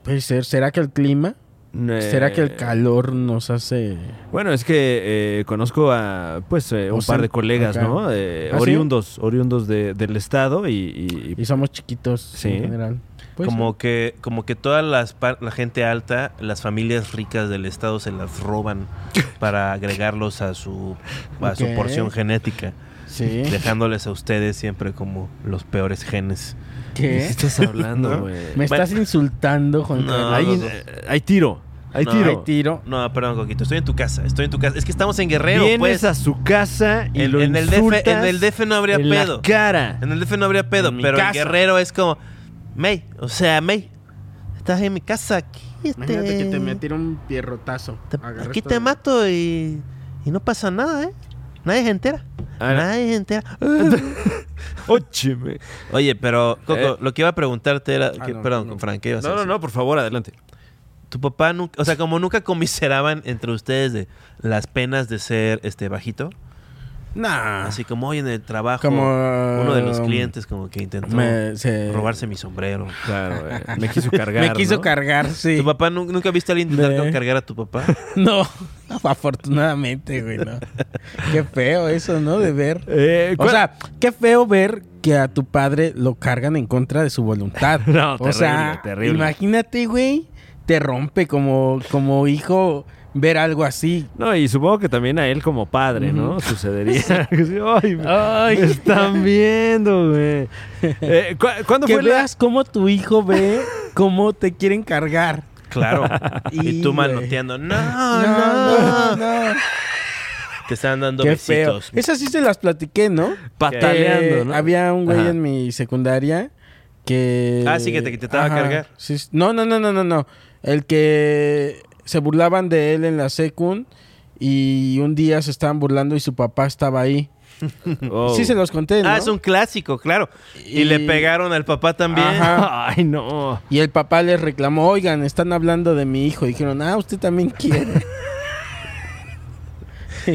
J: Puede ser. ¿Será que el clima? ¿Será que el
C: Eh,
J: calor nos hace.
C: Bueno, es que eh, conozco a pues eh,
J: O
C: un
J: sea,
C: par de colegas,
J: acá.
C: ¿no? Eh,
J: ¿Ah, sí?
C: oriundos, oriundos de- del estado y, y-
J: Y somos chiquitos
C: Sí.
J: en general. Puede
H: como que como que todas las par- la gente alta, las familias ricas del estado se las roban para agregarlos a su a su
J: Ok.
H: porción genética,
J: ser. Sí.
H: dejándoles a ustedes siempre como los peores genes.
C: ¿De
J: ¿Qué?
C: qué estás pues, hablando, güey?
J: Me
H: Bueno.
J: estás insultando, Juan
H: No,
J: Carlos.
C: hay,
H: no, no.
C: eh, hay tiro, hay
H: No,
C: tiro.
J: Hay tiro.
H: No, perdón, Coquito, estoy en tu casa, estoy en tu casa. Es que estamos en Guerrero,
C: Vienes
H: pues.
C: a su casa y
H: En-
C: lo
H: en el DF
C: insultas
H: en el DF no habría
C: en
H: pedo.
C: La cara.
H: En el DF no habría pedo,
C: En mi
H: pero
C: casa.
H: el guerrero es como, May, o sea, May, estás en mi casa aquí.
J: Imagínate que
H: este,
J: te metiera un pierrotazo.
H: te-
J: Agarras
H: aquí te
J: todo.
H: mato y, y no pasa nada, ¿eh? Nadie se entera.
C: Ah,
H: Nadie se entera.
C: ócheme.
H: Oye, pero, Coco,
C: Eh.
H: lo que iba a preguntarte era.
J: Ah,
H: que-
J: no,
H: perdón,
J: no.
H: Frank, ¿qué ibas a
C: No, no,
H: decir?
C: no, por favor, adelante.
H: Tu papá nunca. O sea, como nunca comiseraban entre ustedes de las penas de ser este bajito.
J: Nah.
H: Así como hoy en el trabajo.
J: Ah. Como, um,
H: uno de los clientes, como que intentó
J: me- se-
H: robarse mi sombrero.
C: Claro, eh, me quiso cargar.
J: Me quiso
C: ¿no?
J: cargar, sí.
H: ¿Tu papá nu- nunca viste a alguien intentar
J: Me-
H: cargar a tu papá?
J: No, afortunadamente, güey, no. Qué feo eso, ¿no? De ver.
C: Eh,
J: O
C: ¿cuál-
J: sea, qué feo ver que a tu padre lo cargan en contra de su voluntad.
C: No,
J: o sea,
C: terrible, terrible.
J: imagínate, güey, te rompe como, como hijo ver algo así.
C: No, y supongo que también a él como padre, ¿no? Sucedería. Sí, Ay, me-
J: Ay.
C: me están viendo, güey. Eh, ¿cu- ¿Cuándo
J: Que
C: fue la-
J: veas cómo tu hijo ve cómo te quieren cargar.
H: Claro. y
J: Y,
H: tú
J: güey.
H: manoteando. No, no,
C: Ah,
J: no, no. no.
H: Te están dando
J: Qué feo.
H: besitos.
J: Esas sí se las platiqué, ¿no?
H: Eh,
C: Pataleando,
J: Que
C: ¿no?
J: Había un güey
C: Ajá.
J: en mi secundaria que.
H: Ah, sí, que te intentaba
J: Ajá.
H: cargar.
J: Sí, sí. No, no, no, no, no, no. El que se burlaban de él en la secund y un día se estaban burlando y su papá estaba ahí.
C: Oh.
J: Sí, se los conté, ¿no?
H: Ah, es un clásico, claro. Y,
J: Y-
H: le pegaron al papá también.
J: Ajá.
C: Ay, no.
J: Y el papá les reclamó, oigan, están hablando de mi hijo. Y dijeron, ah, usted también quiere.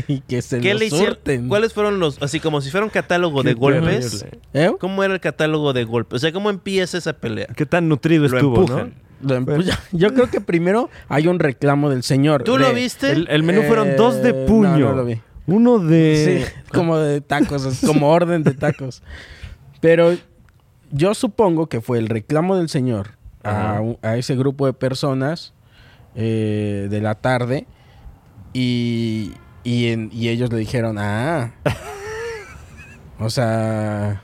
J: y que se
H: ¿Qué
J: lo
H: le hicieron?
J: surten.
H: ¿Cuáles fueron los, así como si fuera un catálogo de
C: Qué
H: golpes?
C: terrible.
J: ¿Eh?
H: ¿Cómo era el catálogo de golpes? O sea, ¿cómo empieza esa pelea?
C: ¿Qué tan nutrido
H: Lo
C: estuvo,
H: empujan.
C: no?
J: Lo empu- Pues, Yo creo que primero hay un reclamo del señor.
H: ¿Tú lo
J: de-
H: viste?
C: El, el menú
J: Eh,
C: fueron dos de
J: no,
C: puño.
J: no lo vi.
C: Uno
J: Sí,
C: de...
J: como de tacos, es como orden de tacos. Pero yo supongo que fue el reclamo del señor a, u- a ese grupo de personas eh, de la tarde y, y, en- y ellos le dijeron, ah, o sea,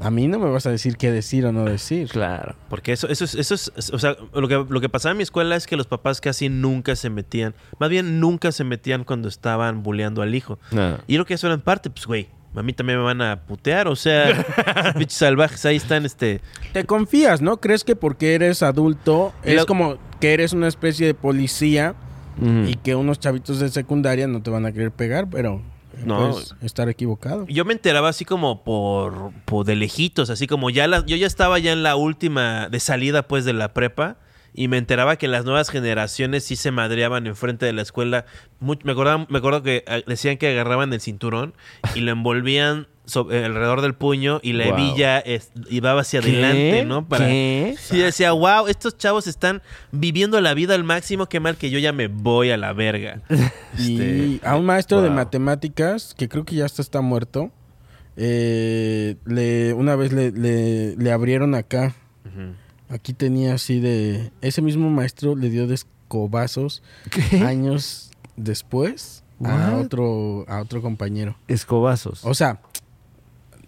J: A mí no me vas a decir qué decir o no decir.
C: Claro.
H: Porque eso, eso es, eso es, o sea, lo que, lo que pasaba en mi escuela es que los papás casi nunca se metían, más bien nunca se metían cuando estaban bulleando al hijo.
C: No.
H: Y yo creo que eso era en parte, pues, güey, a mí también me van a putear, o sea, esos pinches salvajes ahí están, este,
J: Te confías, ¿no? Crees que porque eres adulto
H: Y
J: es
H: la-
J: como que eres una especie de policía
C: Ujú.
J: y que unos chavitos de secundaria no te van a querer pegar, pero eh,
H: No.
J: puedes estar equivocado.
H: Yo me enteraba así como por, por de lejitos, así como ya la- yo ya estaba ya en la última de salida pues de la prepa y me enteraba que las nuevas generaciones sí se madreaban enfrente de la escuela. Much- me, acordaba, me acuerdo que ah, decían que agarraban el cinturón y lo envolvían so- eh, alrededor del puño y la
C: Wow.
H: hebilla es- iba hacia adelante, ¿no? Para,
C: ¿Qué?
H: Sí, yo decía, wow, estos chavos están viviendo la vida al máximo, qué mal que yo ya me voy a la verga. Este,
J: Y a un maestro de
C: wow.
J: matemáticas, que creo que ya hasta está muerto, eh, le, una vez le, le- le abrieron acá. Aquí tenía así de... Ese mismo maestro le dio de escobazos años después a
C: What?
J: otro, a otro compañero.
C: Escobazos.
J: O sea,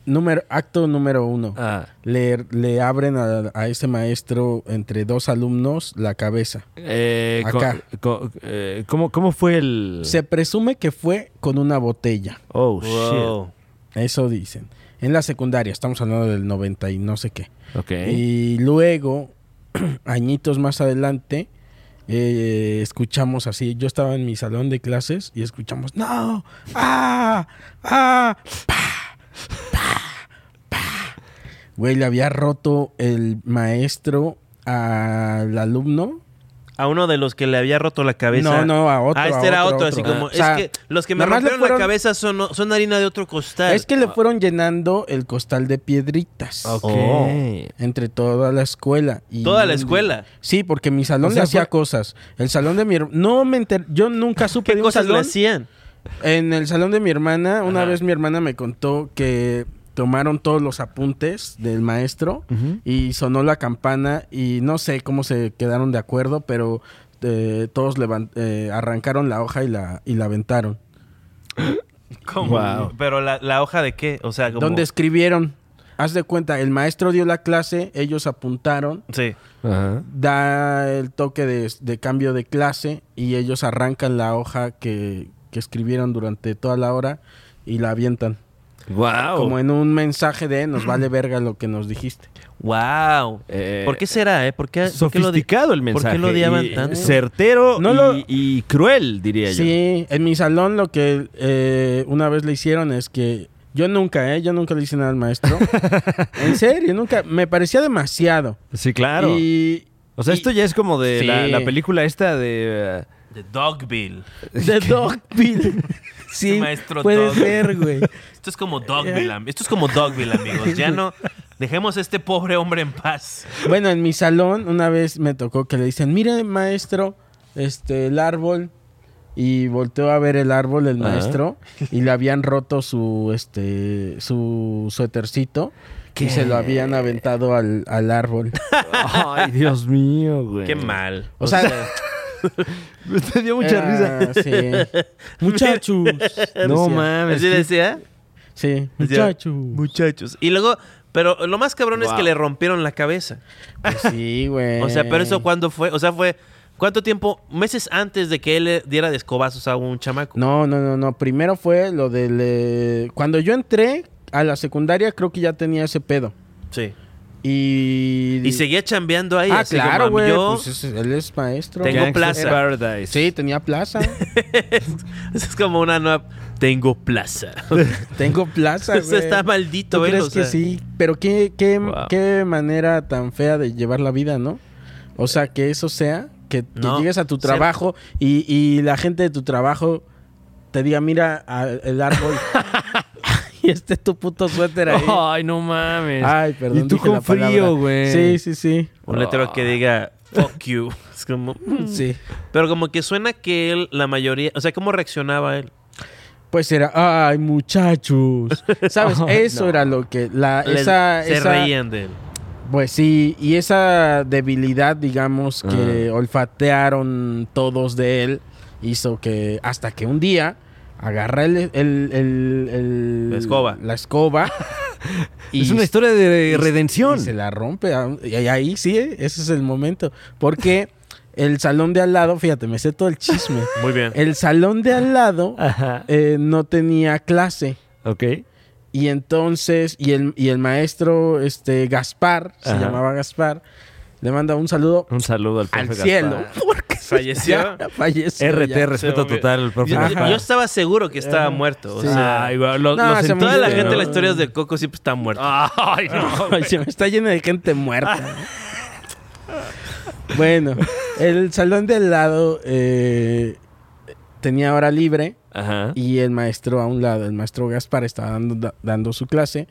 J: número, acto número uno.
C: Ah.
J: Le, le abren a, a ese maestro entre dos alumnos la cabeza.
C: Eh, co-
J: Acá.
C: co- eh, ¿cómo, ¿Cómo fue el...?
J: Se presume que fue con una botella.
C: Oh,
H: Wow.
J: Eso dicen. En la secundaria, estamos hablando del 90 y no sé qué.
C: shit. Ok.
J: Y luego, añitos más adelante, eh, escuchamos así. Yo estaba en mi salón de clases y escuchamos, no, ah, ah, pa, pa, pa". Güey, le había roto el maestro al alumno.
H: A uno de los que le había roto la cabeza.
J: No, no, a otro,
H: Ah,
J: a
H: este era
J: otro,
H: otro,
J: a
H: así
J: otro.
H: como.
J: O sea,
H: es que los que me
J: nada más le
H: rompieron
J: fueron-
H: la cabeza son, son harina de otro costal. Ah.
J: Es que le fueron llenando el costal de piedritas.
C: Ok.
J: Entre toda la escuela. y-
H: Toda la escuela.
J: Sí, porque mi
C: O
J: salón
C: sea,
J: le hacía
C: fue-
J: cosas. El salón de mi hermana. No me enter- Yo nunca supe
H: ¿Qué
J: de un
H: cosas le
J: salón.
H: hacían?
J: En el salón de mi hermana, una
H: Ajá.
J: vez mi hermana me contó que tomaron todos los apuntes del maestro y sonó la campana y no sé cómo se quedaron de acuerdo, pero eh, todos levan- eh, arrancaron la hoja y la, y la aventaron.
H: ¿Cómo? Pero la, la hoja de qué? O sea, como.
J: Donde escribieron, haz de cuenta, el maestro dio la clase, ellos apuntaron
H: Sí.
C: Ajá.
J: da el toque de, de cambio de clase y ellos arrancan la hoja que, que escribieron durante toda la hora y la avientan.
C: Wow.
J: Como en un mensaje de nos vale verga lo que nos dijiste.
H: ¡Wow!
C: Eh,
H: ¿Por qué será, eh? ¿Por qué, por qué lo di-
C: Sofisticado el mensaje.
H: ¿Por qué lo odiaban
C: y
H: tanto?
C: Certero
J: No
C: y,
J: lo-
C: y cruel, diría yo.
J: Sí, en mi salón lo que eh, una vez le hicieron es que yo nunca, ¿eh? Yo nunca le hice nada al maestro. en serio, nunca. Me parecía demasiado.
C: Sí, claro.
J: Y...
C: o sea,
J: y-
C: esto ya es como de la,
J: Sí.
C: la película esta de... eh,
H: De Dogville.
J: De Dogville. sí,
H: Este maestro
J: puede
H: Dog.
J: ser, güey.
H: Esto es como Dogville. am- Esto es como Dogville, amigos. Ya no. Dejemos a este pobre hombre en paz.
J: Bueno, en mi salón una vez me tocó que le dicen, mire maestro, este, el árbol. Y volteó a ver el árbol el
C: Ajá.
J: maestro y le habían roto su, este, su suétercito que se lo habían aventado al, al árbol.
C: Ay, Dios mío, güey.
H: Qué mal.
J: O sea,
C: Te dio mucha
J: era-
C: risa.
J: Eh, sí. Muchachos.
C: No
J: decía.
C: mames.
H: ¿Así
C: qué-
H: Ah, decía?
J: Sí, Pues
H: Decía,
J: muchachos.
H: Muchachos. Y luego. Pero lo más cabrón es
C: Wow.
H: que le rompieron la cabeza.
J: Pues sí, güey.
H: O sea, pero
J: Eh.
H: eso cuándo fue? O sea, fue ¿cuánto tiempo? Meses antes de que él le diera de escobazos a un chamaco.
J: No, no, no, no. Primero fue lo del... eh, Cuando yo entré a la secundaria creo que ya tenía ese pedo.
H: Sí.
J: Y...
H: Y seguía chambeando ahí.
J: Ah,
H: así como,
J: claro, güey.
H: Yo,
J: Pues es- él es maestro.
H: Tengo
C: Gangsta's
H: plaza.
C: Paradise.
J: Sí, tenía plaza.
H: es como una nueva. Tengo plaza.
J: tengo plaza,
H: o
J: güey.
H: sea, está
J: ¿Tú
H: maldito, él,
J: crees
H: o
J: que
H: sea.
J: sí? Pero qué, qué,
C: Wow.
J: qué manera tan fea de llevar la vida, ¿no? O sea, que eso sea, que, que
H: No,
J: llegues a tu
H: ser-
J: trabajo y, y la gente de tu trabajo te diga, mira a- el árbol. y este es tu puto suéter ahí.
H: Oh,
C: Ay, no mames.
J: Ay, perdón.
C: Y tú
J: dije la
C: con frío,
J: palabra.
C: güey.
J: Sí, sí, sí.
H: Un letrero que diga fuck you. Es como.
J: Sí.
H: Pero como que suena que él, la mayoría. O sea, ¿cómo reaccionaba él?
J: Pues era, ay, muchachos. ¿Sabes? Eso era lo que. La,
H: Les-
J: Ah, esa,
H: se
J: esa-
H: reían de él.
J: Pues sí, y esa debilidad, digamos, que
C: Ah.
J: olfatearon todos de él, hizo que hasta que un día agarra el, el- el- el-
H: La escoba.
J: la escoba
C: es una historia de
J: y-
C: redención.
J: y se la rompe. ah, Y ahí- ahí sí, eh, ese es el momento. Porque el salón de al lado, fíjate, me sé todo el chisme.
H: Muy bien.
J: El salón de
C: Ah.
J: al lado
C: Ajá.
J: eh, no tenía clase.
C: Ok.
J: Y entonces, y el, y el maestro este, Gaspar, se
C: Ajá.
J: llamaba Gaspar, le manda un saludo
C: Un saludo al profe
J: al
C: Gaspar.
J: cielo. Porque
H: Falleció.
J: ya falleció. ya.
C: RT, respeto
H: hombre.
C: total al profe
H: Yo,
C: Gaspar.
H: yo estaba seguro que estaba muerto. o
J: Eh, sí.
H: sea,
C: Ay, güey, lo-
J: No,
C: lo
J: se
C: sentí,
H: toda la
C: ¿no?
J: Pero-
H: gente en las historias de Coco siempre está muerta.
C: Ay, no.
J: Ay, se me está lleno de gente muerta. bueno, el salón de al lado eh, tenía hora libre
C: Ajá.
J: y el maestro a un lado, el maestro Gaspar, estaba dando, da- dando su clase.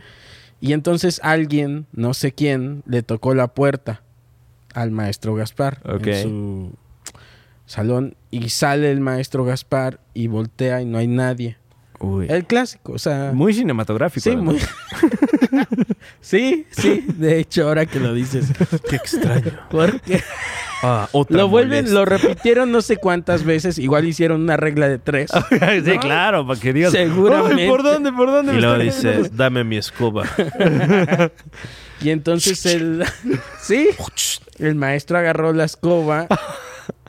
J: Y entonces alguien, no sé quién, le tocó la puerta al maestro Gaspar
C: Ok.
J: en su salón. Y sale el maestro Gaspar y voltea y no hay nadie.
C: Uy.
J: El clásico, o sea.
C: Muy cinematográfico.
J: Eh, Sí,
C: además.
J: muy- sí, sí, de hecho, ahora que lo dices.
H: Qué extraño.
J: Porque
H: Ah, otra
J: lo vuelven,
H: molestia.
J: lo repitieron no sé cuántas veces, igual hicieron una regla de tres.
C: sí, claro, para que digas.
J: Seguramente.
C: "Ay, ¿Por dónde? ¿Por dónde?
H: Y
C: me
H: luego
C: están haciendo
H: dices, dame mi escoba.
J: Y entonces el sí, el maestro agarró la escoba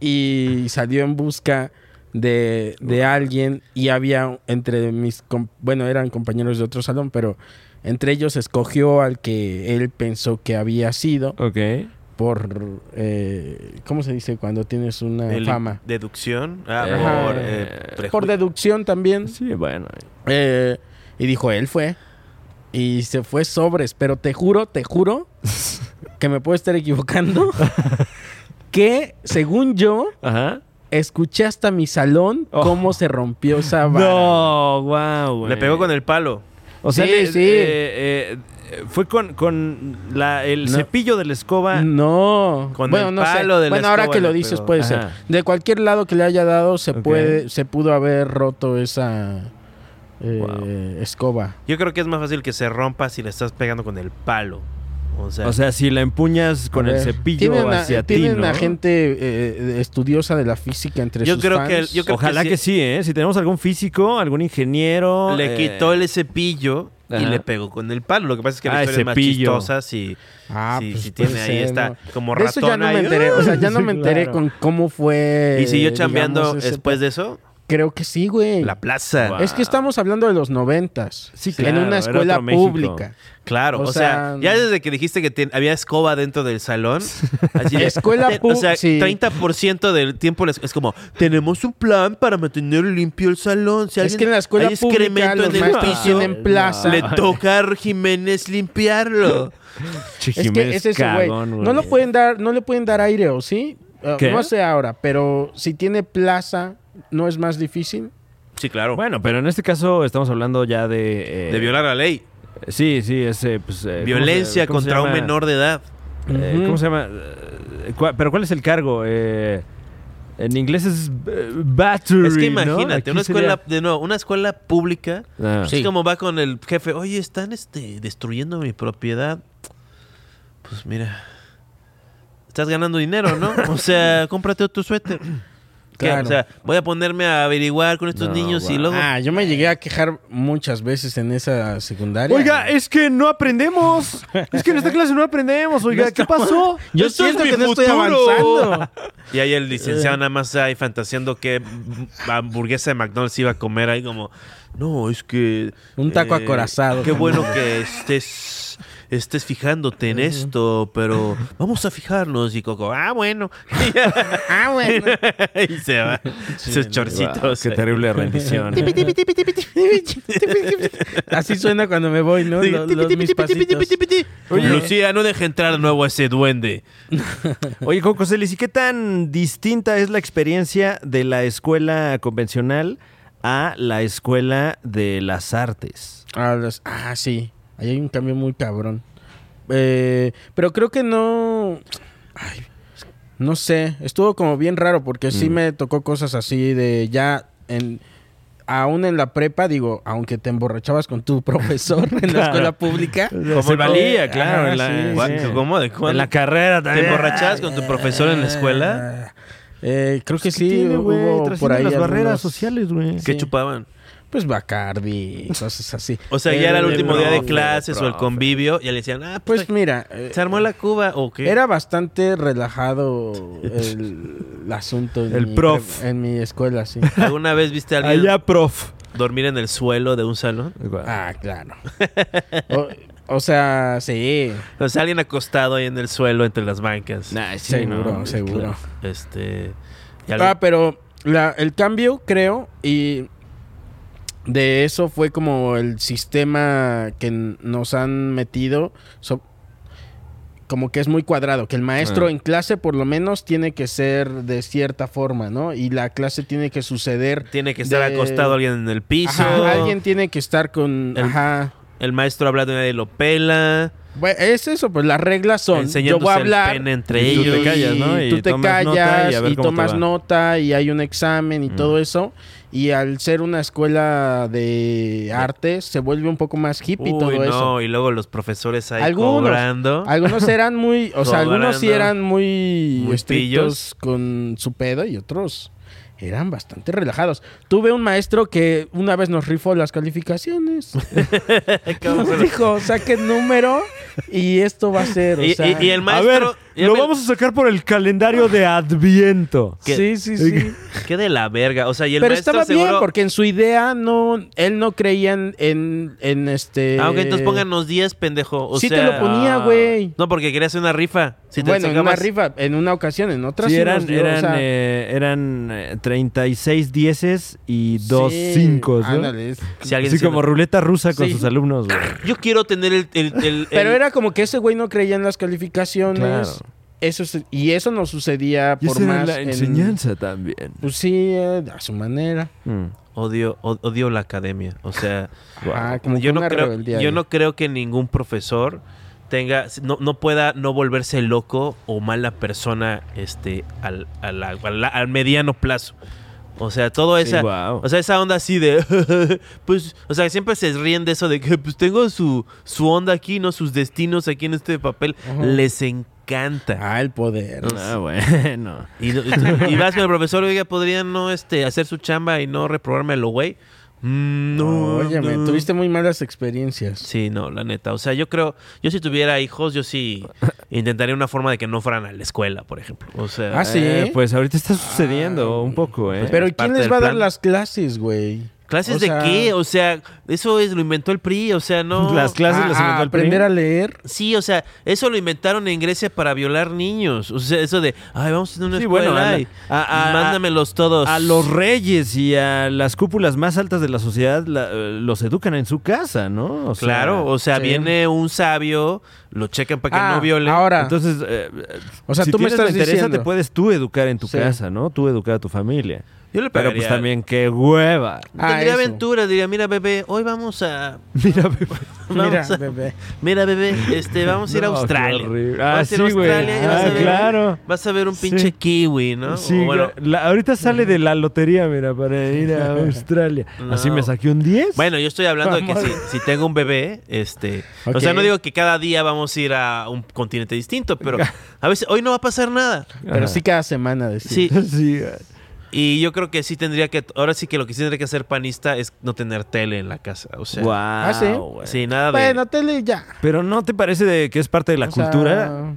J: y salió en busca de, de alguien y había entre mis com- bueno, eran compañeros de otro salón, pero entre ellos escogió al que él pensó que había sido
C: Ok.
J: por eh, ¿cómo se dice cuando tienes una
H: El-
J: fama?
H: Deducción. Ah,
J: Ajá.
H: por, eh, preju-
J: Por deducción también.
C: Sí, bueno.
J: Eh, y dijo, él fue. Y se fue sobres. Pero te juro, te juro que me puedo estar equivocando. que según yo,
C: Ajá.
J: escuché hasta mi salón
C: Oh.
J: cómo se rompió esa vara.
C: No, wow, güey.
H: Le pegó con el palo.
C: O sea,
J: Sí,
C: le-
J: sí.
C: eh, eh, fue con, con la, el
J: No.
C: cepillo de la escoba.
J: No.
H: Con
J: bueno,
H: el
J: no sé.
H: palo de la
J: Bueno, ahora
H: escoba
J: que
H: le
J: lo dices
H: pegó.
J: puede
C: Ajá.
J: ser. De cualquier lado que le haya dado se
C: Ok.
J: puede se pudo haber roto esa eh,
C: Wow.
J: escoba.
H: Yo creo que es más fácil que se rompa si le estás pegando con el palo. O sea,
C: O sea, si la empuñas con
J: A
C: el
J: ver.
C: cepillo
J: Tienen a-
C: hacia ti,
J: tienen
C: ¿no?
J: a gente eh, estudiosa de la física entre
H: Yo
J: sus
H: creo que el-
J: fans.
H: yo creo-
C: Ojalá
H: que
C: que,
H: sí.
C: sí, ¿eh? Si tenemos algún físico, algún ingeniero.
H: le
C: eh,
H: quitó el cepillo y
C: Ajá.
H: le pegó con el palo. Lo que pasa es que
C: Ah,
H: la
C: el
H: historia es más
C: cepillo.
H: chistosa si,
J: Ah,
H: si, si
J: puede
H: tiene ahí
J: ser,
H: está
J: ¿no?
H: como
J: De eso ya
H: ratona.
J: no me
H: ahí,
J: enteré, o sea, ya no me
C: Sí,
J: enteré
C: claro.
J: con cómo fue.
H: y siguió
J: Eh, digamos,
H: chambeando
J: ese-
H: después de eso.
J: Creo que sí, güey.
H: La plaza.
C: Guau.
J: Es que estamos hablando de los noventas.
C: Sí,
J: En
C: claro,
J: una
C: era
J: escuela
C: otro México.
J: pública.
H: Claro,
J: O
H: o, sea,
J: sea,
H: ya desde que dijiste que ten- había escoba dentro del salón, así de-
J: Escuela
H: o
J: pu-
H: sea,
J: sí.
H: 30% del tiempo les- es como, tenemos un plan para mantener limpio el salón. Si
J: es
H: alguien-
J: que en la escuela
H: hay
J: pública
H: excremento
J: los
H: en el
J: maestros
H: piso,
J: tienen plaza.
H: le toca a Jiménez limpiarlo. Pues
J: es que
C: Jiménez
J: es eso, güey.
C: Cagón,
J: No lo pueden dar, no le pueden dar aire, ¿o sí? Uh,
C: ¿Qué?
J: No sé ahora, pero si tiene plaza, ¿no es más difícil?
H: Sí, claro.
C: Bueno, pero en este caso estamos hablando ya de. eh,
H: de violar la ley.
C: Sí, sí, es. eh, pues, eh, ¿cómo se-
H: Violencia
C: cómo se
H: contra un
C: llama?
H: menor de edad.
C: Eh,
J: Ujú.
C: ¿Cómo se llama? Eh, ¿cuál- ¿Pero cuál es el cargo? Eh, en inglés es eh, battery.
H: Es que
C: ¿no?
H: imagínate,
C: Aquí
H: una
C: sería-
H: escuela, de nuevo, una escuela pública
C: Ah.
H: Es como va con el jefe, oye, están este, destruyendo mi propiedad. Pues mira, estás ganando dinero, ¿no? O sea, cómprate otro suéter. ¿Qué?
J: Claro.
H: O sea, voy a ponerme a averiguar con estos
C: No,
H: niños y
C: guau.
H: luego...
J: Ah, yo me llegué a quejar muchas veces en esa secundaria.
C: Oiga, eh, es que no aprendemos. Es que en esta clase no aprendemos. Oiga,
J: No
C: ¿qué
J: estamos-
C: pasó?
J: Yo
H: ¡Esto es
J: siento
H: mi
J: que no estoy
H: futuro!
J: avanzando.
H: Y ahí el licenciado nada más ahí fantaseando que hamburguesa de McDonald's iba a comer ahí como... No, es que... eh,
J: Un taco acorazado
H: Qué
J: también.
H: bueno que estés... Estés fijándote en esto, pero vamos a fijarnos. Y Coco, ah, bueno.
J: Ah, bueno.
H: y se va. Sus chorcitos.
C: Qué terrible
J: ¿eh?
C: rendición.
J: Así suena cuando me voy, ¿no? Los, los- mis pasitos.
H: Lucía, no deje entrar de nuevo a ese duende.
C: Oye, Coco Celis, ¿y qué tan distinta es la experiencia de la escuela convencional a la escuela de las artes?
J: Ah, los- ah, sí. Ahí hay un cambio muy cabrón. Eh, pero creo que no... Ay, no sé. Estuvo como bien raro porque sí
C: Mm.
J: me tocó cosas así de ya en... Aún en la prepa, digo, aunque te emborrachabas con tu profesor en la escuela pública.
C: Se valía,
J: Ah,
C: claro. en,
J: sí,
C: la,
H: Guau,
J: sí.
H: ¿Cómo? ¿De
C: en
H: cuándo?
C: la carrera
H: ¿Te
C: también.
H: emborrachabas con tu profesor en la escuela? Pues,
J: Eh, creo que
C: ¿Qué
J: sí,
C: tiene, güey?
J: hubo
C: Trasciende
J: por ahí
C: las barreras
J: algunos-
C: sociales, güey.
H: ¿Qué
J: Sí.
H: chupaban?
J: pues Bacardi, cosas así.
H: O sea, ya era el
C: Eh,
H: último día de
C: profe,
H: clases o el
C: profe.
H: convivio y le decían, ah, pues,
J: Pues mira, eh,
H: se armó la Cuba o qué.
J: era bastante relajado el, el asunto en,
C: El
J: mi,
C: prof.
J: en mi escuela, sí.
H: ¿Alguna vez viste a alguien
C: Allá, prof.
H: dormir en el suelo de un salón?
J: Ah, claro. O, o sea, sí,
H: O sea, alguien acostado ahí en el suelo entre las bancas.
J: seguro, seguro.
H: Este. y algo-
J: Ah, pero la- el cambio, creo, y de eso fue como el sistema que n- nos han metido. so- como que es muy cuadrado, que el maestro
H: Ah.
J: en clase por lo menos tiene que ser de cierta forma, ¿no? Y la clase tiene que suceder.
H: tiene que estar
J: de-
H: acostado alguien en el piso.
J: Ajá, alguien tiene que estar con...
H: El-
J: Ajá.
H: El maestro habla de nadie lo pela.
J: Bueno, es eso, pues las reglas son. Yo
H: Enseñándose
J: voy a
H: el
J: hablar.
H: pene entre
J: y
H: ellos.
J: tú te callas, ¿no? Y tú te Mm.
C: tomas nota
J: callas
C: y a ver
J: y
C: cómo te
J: tomas
C: va.
J: nota y hay un examen y todo eso. Y al ser una escuela de artes, se vuelve un poco más hippie
H: Uy,
J: todo
H: no,
J: eso.
H: y luego los profesores ahí
J: Algunos.
H: cobrando.
J: Algunos eran muy, o sea, algunos sí
H: Cobrando.
J: eran muy,
H: Muy
J: estrictos con su pedo y otros eran bastante relajados. Tuve un maestro que una vez nos rifó las calificaciones. Nos dijo, saque el número y esto va a ser. o
H: Y,
J: sea,
H: y- y el
C: A ver,
H: maestro. y el
C: lo
H: ma-
C: vamos a sacar por el calendario de Adviento.
H: que-
J: Sí, sí, sí.
H: Qué de la verga. O sea, y el
J: Pero
H: maestro
J: estaba bien
H: seguro-
J: porque en su idea no, él no creía en, en, en este.
H: Ah, ok, entonces pónganos 10, pendejo. O
J: Sí te
H: sea,
J: lo ponía, güey.
H: No, porque quería hacer una rifa. Si te
J: bueno, en una
H: sacabas-
J: rifa, en una ocasión, en otra
C: Sí,
J: sí
C: eran,
J: nos dio, o
C: eran,
J: sea,
C: eh, eran eh, 36 dieces y 2
J: sí,
C: cincos, ¿no?
J: ándale, es-
H: Si alguien
C: Así
H: se-
C: como ruleta rusa con
J: Sí.
C: sus alumnos, güey.
H: Yo quiero tener el. el- el-
J: Pero
H: el-
J: era como que ese güey no creía en las calificaciones.
C: Claro.
J: Eso se- y eso nos sucedía
C: Y
J: por
C: esa era
J: más.
C: la
J: en-
C: enseñanza también.
J: pues sí, eh, a su manera.
C: Mm.
H: Odio, o- odio la academia. O sea,
J: Ajá, Ah, como que
H: yo, no
J: una
H: creo,
J: rebeldía
H: yo
J: ahí.
H: no creo que ningún profesor tenga no, no pueda no volverse loco o mala persona este al, a la- a la- al mediano plazo. O sea, todo
C: Sí,
H: esa
C: guau.
H: o sea, esa onda así de pues o sea, siempre se ríen de eso de que pues tengo su su onda aquí, no sus destinos aquí en este papel
J: Ajá.
H: les encanta.
J: Ah, el poder.
C: Ah, bueno.
H: Y, lo- y vas con el profesor, oiga, podrían no este hacer su chamba y no reprobarme a lo güey. Mm, no.
J: Óyeme,
H: no.
J: tuviste muy malas experiencias.
H: Sí, no, la neta. O sea, yo creo, yo si tuviera hijos, yo sí intentaría una forma de que no fueran a la escuela, por ejemplo. O sea,
J: Ah, sí.
C: Eh, pues ahorita está sucediendo un poco, ¿eh?
J: Pero ¿y
H: parte
J: ¿quién les
H: del
J: va a dar
H: plan.
J: las clases, güey?
H: ¿clases
J: o sea-
H: de qué? O sea, eso es, lo inventó el PRI, o sea, no.
C: Las clases
J: Ah,
C: las
J: ah,
C: inventó el PRI.
J: aprender a leer.
H: Sí, o sea, eso lo inventaron en Grecia para violar niños. O sea, eso de, ay, vamos a tener una
C: Sí,
H: escuela
C: bueno, a la-
H: y
C: a- a-
H: mándamelos todos.
C: A los reyes y a las cúpulas más altas de la sociedad la- eh, los educan en su casa, ¿no? O sea,
H: Claro, o sea,
J: sí.
H: viene un sabio, lo checan para que
J: Ah,
H: no violen.
J: Ahora,
C: Entonces, eh,
J: O sea,
C: si
J: tú me
C: tienes
J: estás
C: la interesa,
J: diciendo.
C: te puedes tú educar en tu
J: Sí.
C: casa, ¿no? Tú educar a tu familia.
H: yo le
C: Pero
H: pagaría-
C: pues también qué hueva.
J: Ah,
H: Tendría
J: eso.
H: aventuras, diría, mira, bebé, hoy vamos a.
C: Mira, bebé.
H: vamos
J: mira,
H: a-
J: bebé.
H: Mira, bebé, este, vamos a ir a
C: No, qué
H: Australia.
C: horrible. Ah,
H: Vamos a ir a
C: sí, güey.
H: Australia y vas
C: Ah,
H: a ver-
C: claro.
H: Vas a ver un pinche
C: Sí.
H: kiwi, ¿no?
C: Sí,
H: O bueno,
C: la- ahorita sale de la lotería, mira, para ir a Australia.
H: No.
C: Así me saqué un 10.
H: bueno, yo estoy hablando de que si, si tengo un bebé, este... O sea,
J: Ok.
H: no digo que cada día vamos a ir a un continente distinto, pero a veces hoy no va a pasar nada.
J: Pero sí cada semana
H: Sí,
J: decir.
C: Sí.
H: y yo creo que sí tendría que... Ahora sí que lo que sí tendría que hacer panista es no tener tele en la casa, o sea...
C: Wow,
J: Ah, sí.
C: güey.
H: Sí, nada de...
J: Bueno, tele ya.
C: Pero ¿no te parece de que es parte de la
J: O sea,
C: cultura?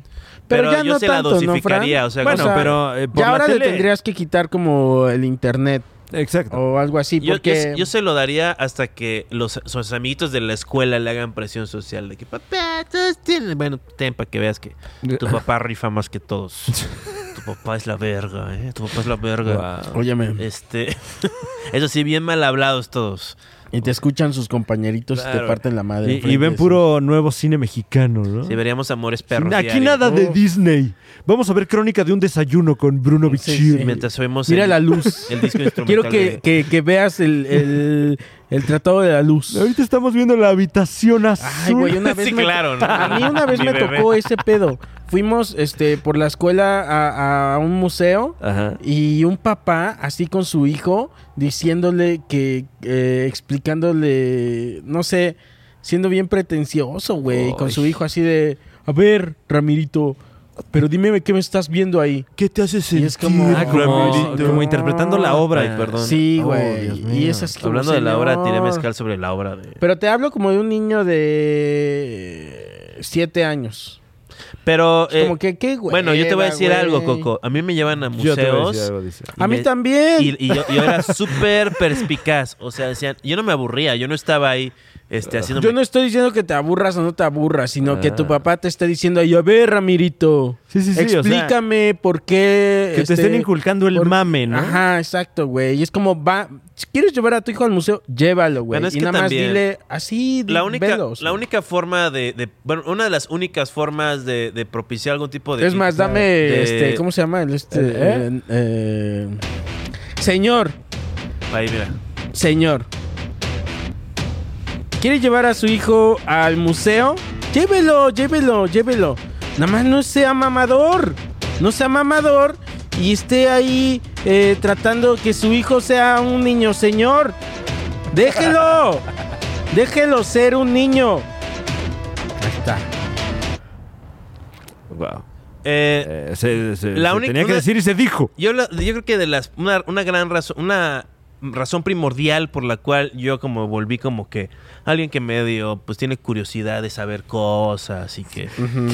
H: Pero
J: pero, ya
H: yo
J: no
H: se la
J: tanto,
H: dosificaría, o
J: ¿no, Fran?
H: sea,
C: bueno,
H: o sea,
C: pero eh, por
J: ya
C: la
J: ahora le
C: tele-
J: tendrías que quitar como el internet
C: Exacto.
J: o algo así
H: Yo,
J: porque
H: yo- yo se lo daría hasta que los, sus amiguitos de la escuela le hagan presión social de que papá, todos tienen. Bueno, ten para que veas que tu papá rifa más que todos. tu papá es la verga, ¿eh? Tu papá es la verga.
C: Wow.
J: Óyeme,
H: Este. Eso sí, bien mal hablados todos.
J: y te escuchan sus compañeritos y
H: Claro.
J: te parten la madre.
C: Y, y
J: enfrente
C: ven
J: de
C: puro nuevo cine mexicano, ¿no?
H: Si veríamos amores perros.
C: Aquí
H: diario.
C: nada de
J: Uf.
C: Disney. Vamos a ver Crónica de un desayuno con Bruno
J: Sí,
C: Bichir.
J: sí.
H: Mientras
J: su-
H: oímos
J: Mira
H: el,
J: la luz.
H: el disco instrumental.
J: Quiero que,
H: de-
J: que- que veas el, el, el tratado de la luz.
C: Ahorita estamos viendo la habitación azul.
J: Ay, güey, una vez
H: Sí,
J: me-
H: claro, ¿no?
J: A mí una vez
H: Mi
J: me
H: bebé.
J: tocó ese pedo. Fuimos este por la escuela a, a un museo
C: Ajá.
J: y un papá así con su hijo diciéndole que eh, explicándole, no sé, siendo bien pretencioso, güey, con su
C: Ay.
J: hijo así de, a ver, Ramirito, Pero dime qué me estás viendo ahí.
H: ¿Qué te hace
J: Y
H: sentir?
J: es como-
C: Ah, como,
H: Ramirito?
C: como interpretando la obra.
H: Ay, perdón.
J: Sí,
H: Oh,
J: güey.
H: Dios
J: y
H: mío.
J: esas como,
H: Hablando de la obra, tiré
J: señor.
H: mezcal sobre la obra. De...
J: Pero te hablo como de un niño de siete años.
H: Pero.
J: Es
H: eh,
J: como que, ¿qué, güey?
H: bueno, yo te voy a decir algo, Coco. A mí me llevan a museos.
J: A
H: y
J: mí
H: me-
J: también.
H: Y, y yo, yo era súper perspicaz. O sea, decían, yo no me aburría, yo no estaba ahí este, haciendo.
J: Yo no estoy diciendo que te aburras o no te aburras, sino que
H: Ah.
J: tu papá te está diciendo, ay, a ver, Ramirito,
C: Sí, sí, sí, o sea,
J: explícame por qué...
C: Que te
J: este,
C: estén inculcando el
J: por-
C: mame, ¿no?
J: Ajá, exacto, güey. Y es como, va, si quieres llevar a tu hijo al museo, llévalo, güey.
H: Bueno, es
J: y
H: que
J: nada
H: también-
J: más dile, así,
H: La única,
J: velos,
H: la
J: güey.
H: única forma de, de- Bueno, una de las únicas formas de, de propiciar algún tipo de.
J: Es más, dame,
H: de-
J: este, ¿cómo se llama? El Este,
C: ¿Eh?
J: eh, eh, señor,
H: Ahí, mira.
J: señor. ¿Quiere llevar a su hijo al museo? Llévelo, llévelo, llévelo. Nada más no sea mamador. No sea mamador y esté ahí eh, tratando que su hijo sea un niño, señor. Déjelo. Déjelo ser un niño. Ahí está.
C: Wow.
H: Eh,
C: Eh, se, se-
H: La
C: se
H: única-
C: tenía que
H: una-
C: decir y se dijo.
H: Yo, la- yo creo que de las una, una gran razón, una razón primordial por la cual yo como volví como que alguien que medio pues tiene curiosidad de saber cosas y que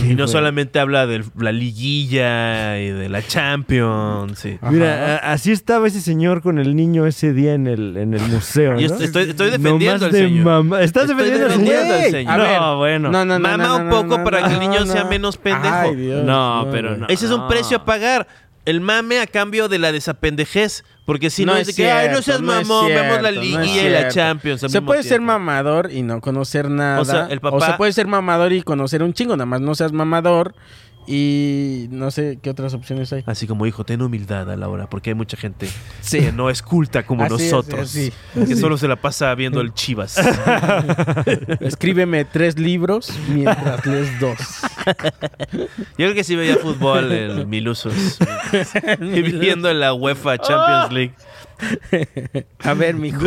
H: y no solamente habla de la liguilla y de la Champions. sí.
C: Mira, a- así estaba ese señor con el niño ese día en el, en el museo. ¿no?
H: Yo estoy- estoy- estoy defendiendo
C: Nomás
H: al
C: de
H: señor.
C: mamá. ¿Estás
H: Estoy
C: defendiendo al
H: defendiendo
C: señor?
H: al señor.
J: A ver,
C: No, bueno.
J: No, no, no,
H: Mama
J: no,
H: un
J: no,
H: poco
J: no,
H: para que el
J: no,
H: niño
J: no.
H: sea menos pendejo.
J: Ay, Dios,
C: No, pero
J: güey.
C: no.
H: Ese es un precio a pagar. El mame a cambio de la desapendejez. Porque si no,
J: No
H: es de
J: es
H: que, ay, no
J: cierto,
H: seas
J: no es
H: mamón, vemos la
J: cierto, no
H: liguilla
J: es
H: y la
J: cierto.
H: Champions. al
J: Se
H: mismo
J: puede ser
H: tiempo.
J: mamador y no conocer nada.
H: O
J: O,
H: sea, el papá-
J: se puede ser mamador y conocer un chingo, nada más no seas mamador y no sé qué otras opciones hay.
H: Así como hijo, ten humildad a la hora, porque hay mucha gente
J: Sí.
H: que no es culta como
J: Así es,
H: nosotros,
J: así,
H: que solo se la pasa viendo el Chivas.
J: Escríbeme tres libros mientras lees dos.
H: Yo creo que sí veía fútbol en Milusos y viendo la UEFA
J: Ah.
H: Champions League.
J: A ver, mijo.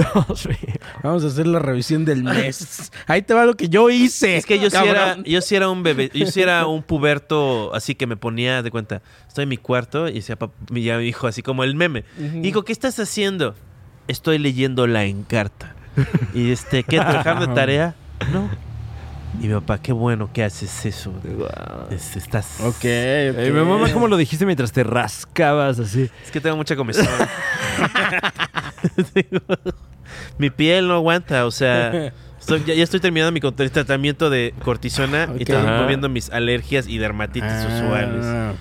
J: Vamos a hacer la revisión del mes. Ahí te va lo que yo hice.
H: Es que yo sí,
J: cabrón.
H: era, yo sí era un bebé, yo sí era un puberto, así que me ponía de cuenta, estoy en mi cuarto y decía, pap- mi- ya mi hijo, así como el meme. Digo, ¿qué estás haciendo? Estoy leyendo la encarta. Y este, ¿qué? ¿Trabajando de tarea? No. Y mi papá, qué bueno que haces eso. Es- estás.
J: Ok.
C: Ey, mi mamá, ¿cómo lo dijiste mientras te rascabas así?
H: Es que tengo mucha comezón. Digo, mi piel no aguanta, o sea. estoy- ya, ya estoy terminando mi cont- el tratamiento de cortisona
J: Ok.
H: y estoy
C: Ajá.
H: moviendo mis alergias y dermatitis usuales.
J: Ah.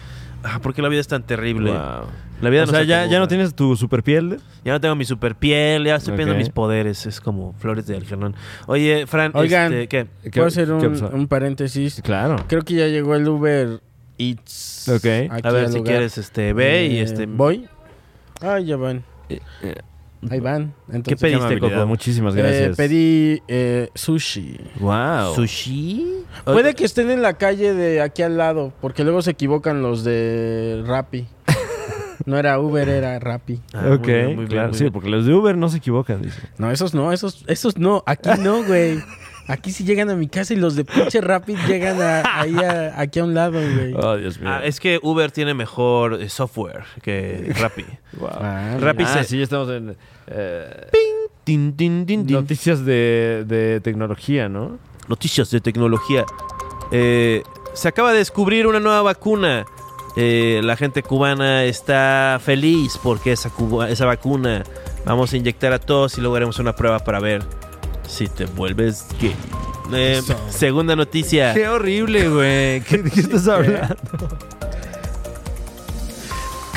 H: Ah, ¿Por qué la vida es tan terrible?
C: Wow.
H: La vida
C: O sea, ya, ya no
H: tiene
C: tienes tu superpiel.
H: ya no tengo mi super piel, ya estoy perdiendo
C: Ok.
H: mis poderes. Es como flores de algernón. Oye, Fran,
J: Oigan.
H: este, ¿qué?
J: Puedo hacer un,
C: pasó?
J: un paréntesis.
C: Claro.
J: Creo que ya llegó el Uber Eats.
C: Ok.
J: aquí
H: A ver,
J: al
H: si
J: lugar.
H: quieres, este, ve y
J: Eh,
H: este. Eh,
J: ¿Voy? Ah, ya van. Ahí van.
H: ¿Qué
J: Entonces,
H: pediste,
C: amabilidad,
H: Coco?
C: Muchísimas
J: eh,
C: gracias.
J: pedí eh, sushi.
H: Ah,
C: Wow.
H: ¿Sushi?
J: Puede que estén en la calle de aquí al lado, porque luego se equivocan los de Rappi. No era Uber, era Rappi.
H: Ah, muy
C: ok,
H: bien, muy bien,
C: claro.
H: muy
C: sí,
H: bien.
C: porque los de Uber no se equivocan, dice.
J: No, esos no, esos, esos no. Aquí no, güey. Aquí sí llegan a mi casa y los de pinche Rappi llegan a- ahí a- aquí a un lado, güey.
C: Oh, Dios mío.
H: Ah, es que Uber tiene mejor eh, software que Rappi.
J: Ah,
H: Rappi
C: Ah,
H: se-
C: sí, ya estamos en eh,
H: Tin, tin, tin, tin.
C: noticias de, de tecnología, ¿no?
H: Noticias de tecnología. Eh, se acaba de descubrir una nueva vacuna. Eh, la gente cubana está feliz porque esa, cuba- esa vacuna vamos a inyectar a todos y luego haremos una prueba para ver si te vuelves gay. Eh, segunda noticia.
C: horrible, güey. Eh, ¿Qué, qué estás hablando?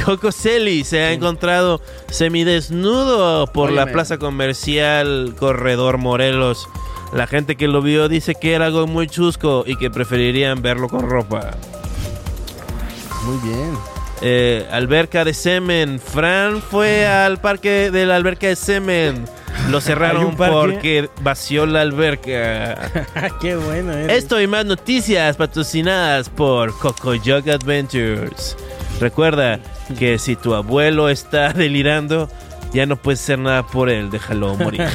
H: Coco Celis se ha encontrado semidesnudo por la
J: Óyeme.
H: plaza comercial Corredor Morelos. La gente que lo vio dice que era algo muy chusco y que preferirían verlo con ropa.
J: Muy bien.
H: Eh, alberca de semen. Fran fue al parque de la alberca de semen. Lo
C: ¿Hay
H: cerraron
C: un parque?
H: porque vació la alberca.
J: Qué bueno, eh.
H: Esto y más noticias patrocinadas por Coco Jog Adventures. Recuerda que si tu abuelo está delirando, ya no puedes hacer nada por él, déjalo morir.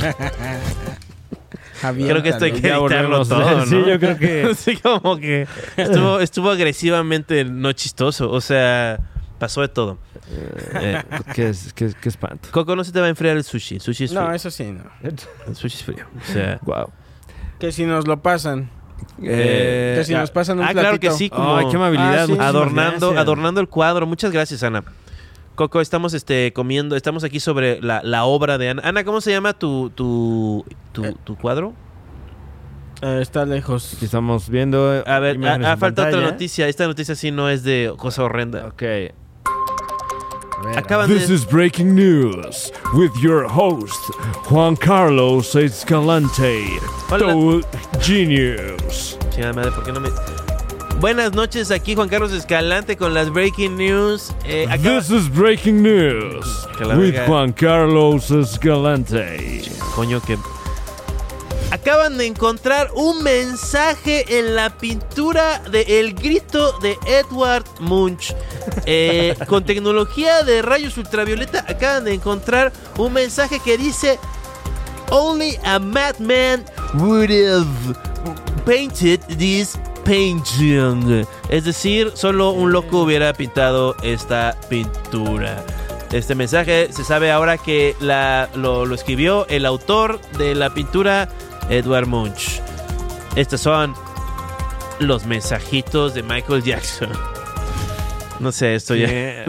H: Creo que esto hay que
C: Ya
H: editarlo
C: volvemos.
H: todo, ¿no?
C: Sí, yo creo que-
H: Sí, como que estuvo, estuvo agresivamente no chistoso. O sea, pasó de todo.
C: Eh, qué, es- qué- qué espanto.
H: Coco, no se te va a enfriar el sushi. El sushi es frío.
J: No, eso sí, no.
H: El sushi es frío. O sea...
C: Wow.
J: Que si nos lo pasan.
C: eh,
J: Eh, Que si nos pasan un
H: ah, claro que
J: platito.
H: sí. como-
C: Ay, qué amabilidad.
J: Ah, sí.
C: muchísimas
H: adornando,
C: gracias.
H: adornando el cuadro. Muchas gracias, Ana. Coco, estamos este, comiendo, estamos aquí sobre la, la obra de Ana. Ana, ¿cómo se llama tu, tu, tu, tu cuadro?
J: Eh, está lejos.
C: Aquí estamos viendo. eh,
H: A ver,
C: imágenes
H: ha
C: en
H: falta otra
C: pantalla.
H: noticia. Esta noticia sí no es de cosa horrenda.
C: Ok.
H: Acaban
C: This
H: de...
C: is breaking news with your host, Juan Carlos Escalante,
H: Hola.
C: Toad Genius.
H: Chingada madre, ¿por qué no me- Buenas noches, aquí Juan Carlos Escalante con las Breaking News. Eh, acaba-
C: This is breaking news
H: Que la
C: with
H: verga.
C: Juan Carlos Escalante.
H: Coño, que... Acaban de encontrar un mensaje en la pintura de El Grito de Edward Munch. Eh, con tecnología de rayos ultravioleta acaban de encontrar un mensaje que dice... Only a madman would have painted this painting. Es decir, solo un loco hubiera pintado esta pintura. Este mensaje se sabe ahora que la- lo, lo escribió el autor de la pintura, Edward Munch. Estos son los mensajitos de Michael Jackson. No sé, esto ya,
J: Eh.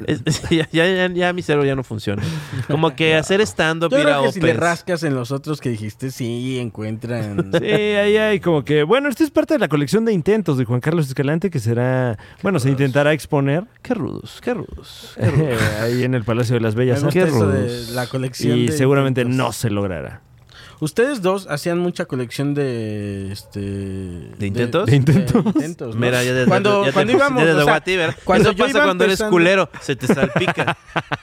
H: ya, ya, ya- ya mi cerebro ya no funciona. Como que hacer stand-up
J: Yo
H: ir a
J: creo que si le
H: opens.
J: rascas en los otros que dijiste, sí, encuentran.
C: Sí, ahí hay como que. Bueno, esta es parte de la colección de intentos de Juan Carlos Escalante que será. Bueno, se intentará exponer
H: Qué rudos, qué rudos.
C: eh, ahí en el Palacio de las Bellas
J: Me gusta
C: Artes.
J: eso de la colección
C: Y
J: de
C: seguramente
J: intentos.
C: no se logrará.
J: Ustedes dos hacían mucha colección de este de
H: intentos?
C: ¿De intentos?
J: de intentos, ¿no?
H: Mira, ya te-
J: cuando
H: ya te-
J: cuando
H: ya
J: íbamos,
H: te
J: o
H: tocó
J: sea,
H: a ti, ¿verdad?
J: cuando
H: Eso
J: yo
H: pasa
J: iba
H: cuando eres
J: empezando-
H: culero, se te salpica.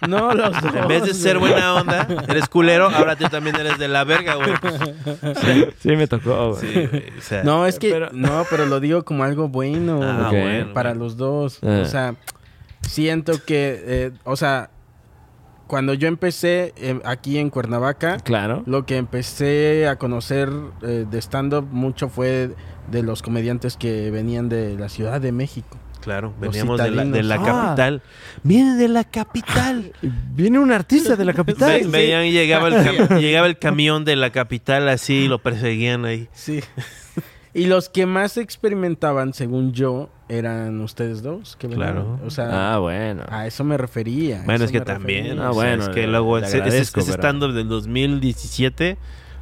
J: No, los dos.
H: En vez de ser
J: güey.
H: buena onda, eres culero, ahora tú también eres de la verga, güey. O sea,
C: Sí, me tocó. güey.
H: sí, güey, o sea,
J: No, es que
C: Pero-
J: no, pero lo digo como algo bueno,
H: Ah,
J: güey,
H: bueno.
J: para los dos.
C: Ah.
J: O sea, siento que eh, o sea, cuando yo empecé eh, aquí en Cuernavaca,
C: Claro.
J: Lo que empecé a conocer eh, de stand-up mucho fue de los comediantes que venían de la Ciudad de México.
H: Claro,
J: Los
H: veníamos de la, de la
C: citadinos. Ah.
H: capital. Viene de la capital.
C: Viene un artista de la capital.
H: Ve- Veían y llegaba el, cam- llegaba el camión de la capital así y lo perseguían ahí.
J: Sí. y los que más experimentaban, según yo, eran ustedes dos. Que venían.
H: Claro.
J: O sea,
C: Ah, bueno.
J: a eso me refería. a
H: Bueno,
J: eso
H: es que
J: me
H: también.
J: refería.
C: Ah,
H: o sea,
C: bueno,
H: es que
C: le-
H: luego
C: le
H: ese, ese-
C: agradezco,
H: ese
C: pero-
H: stand-up del 2017,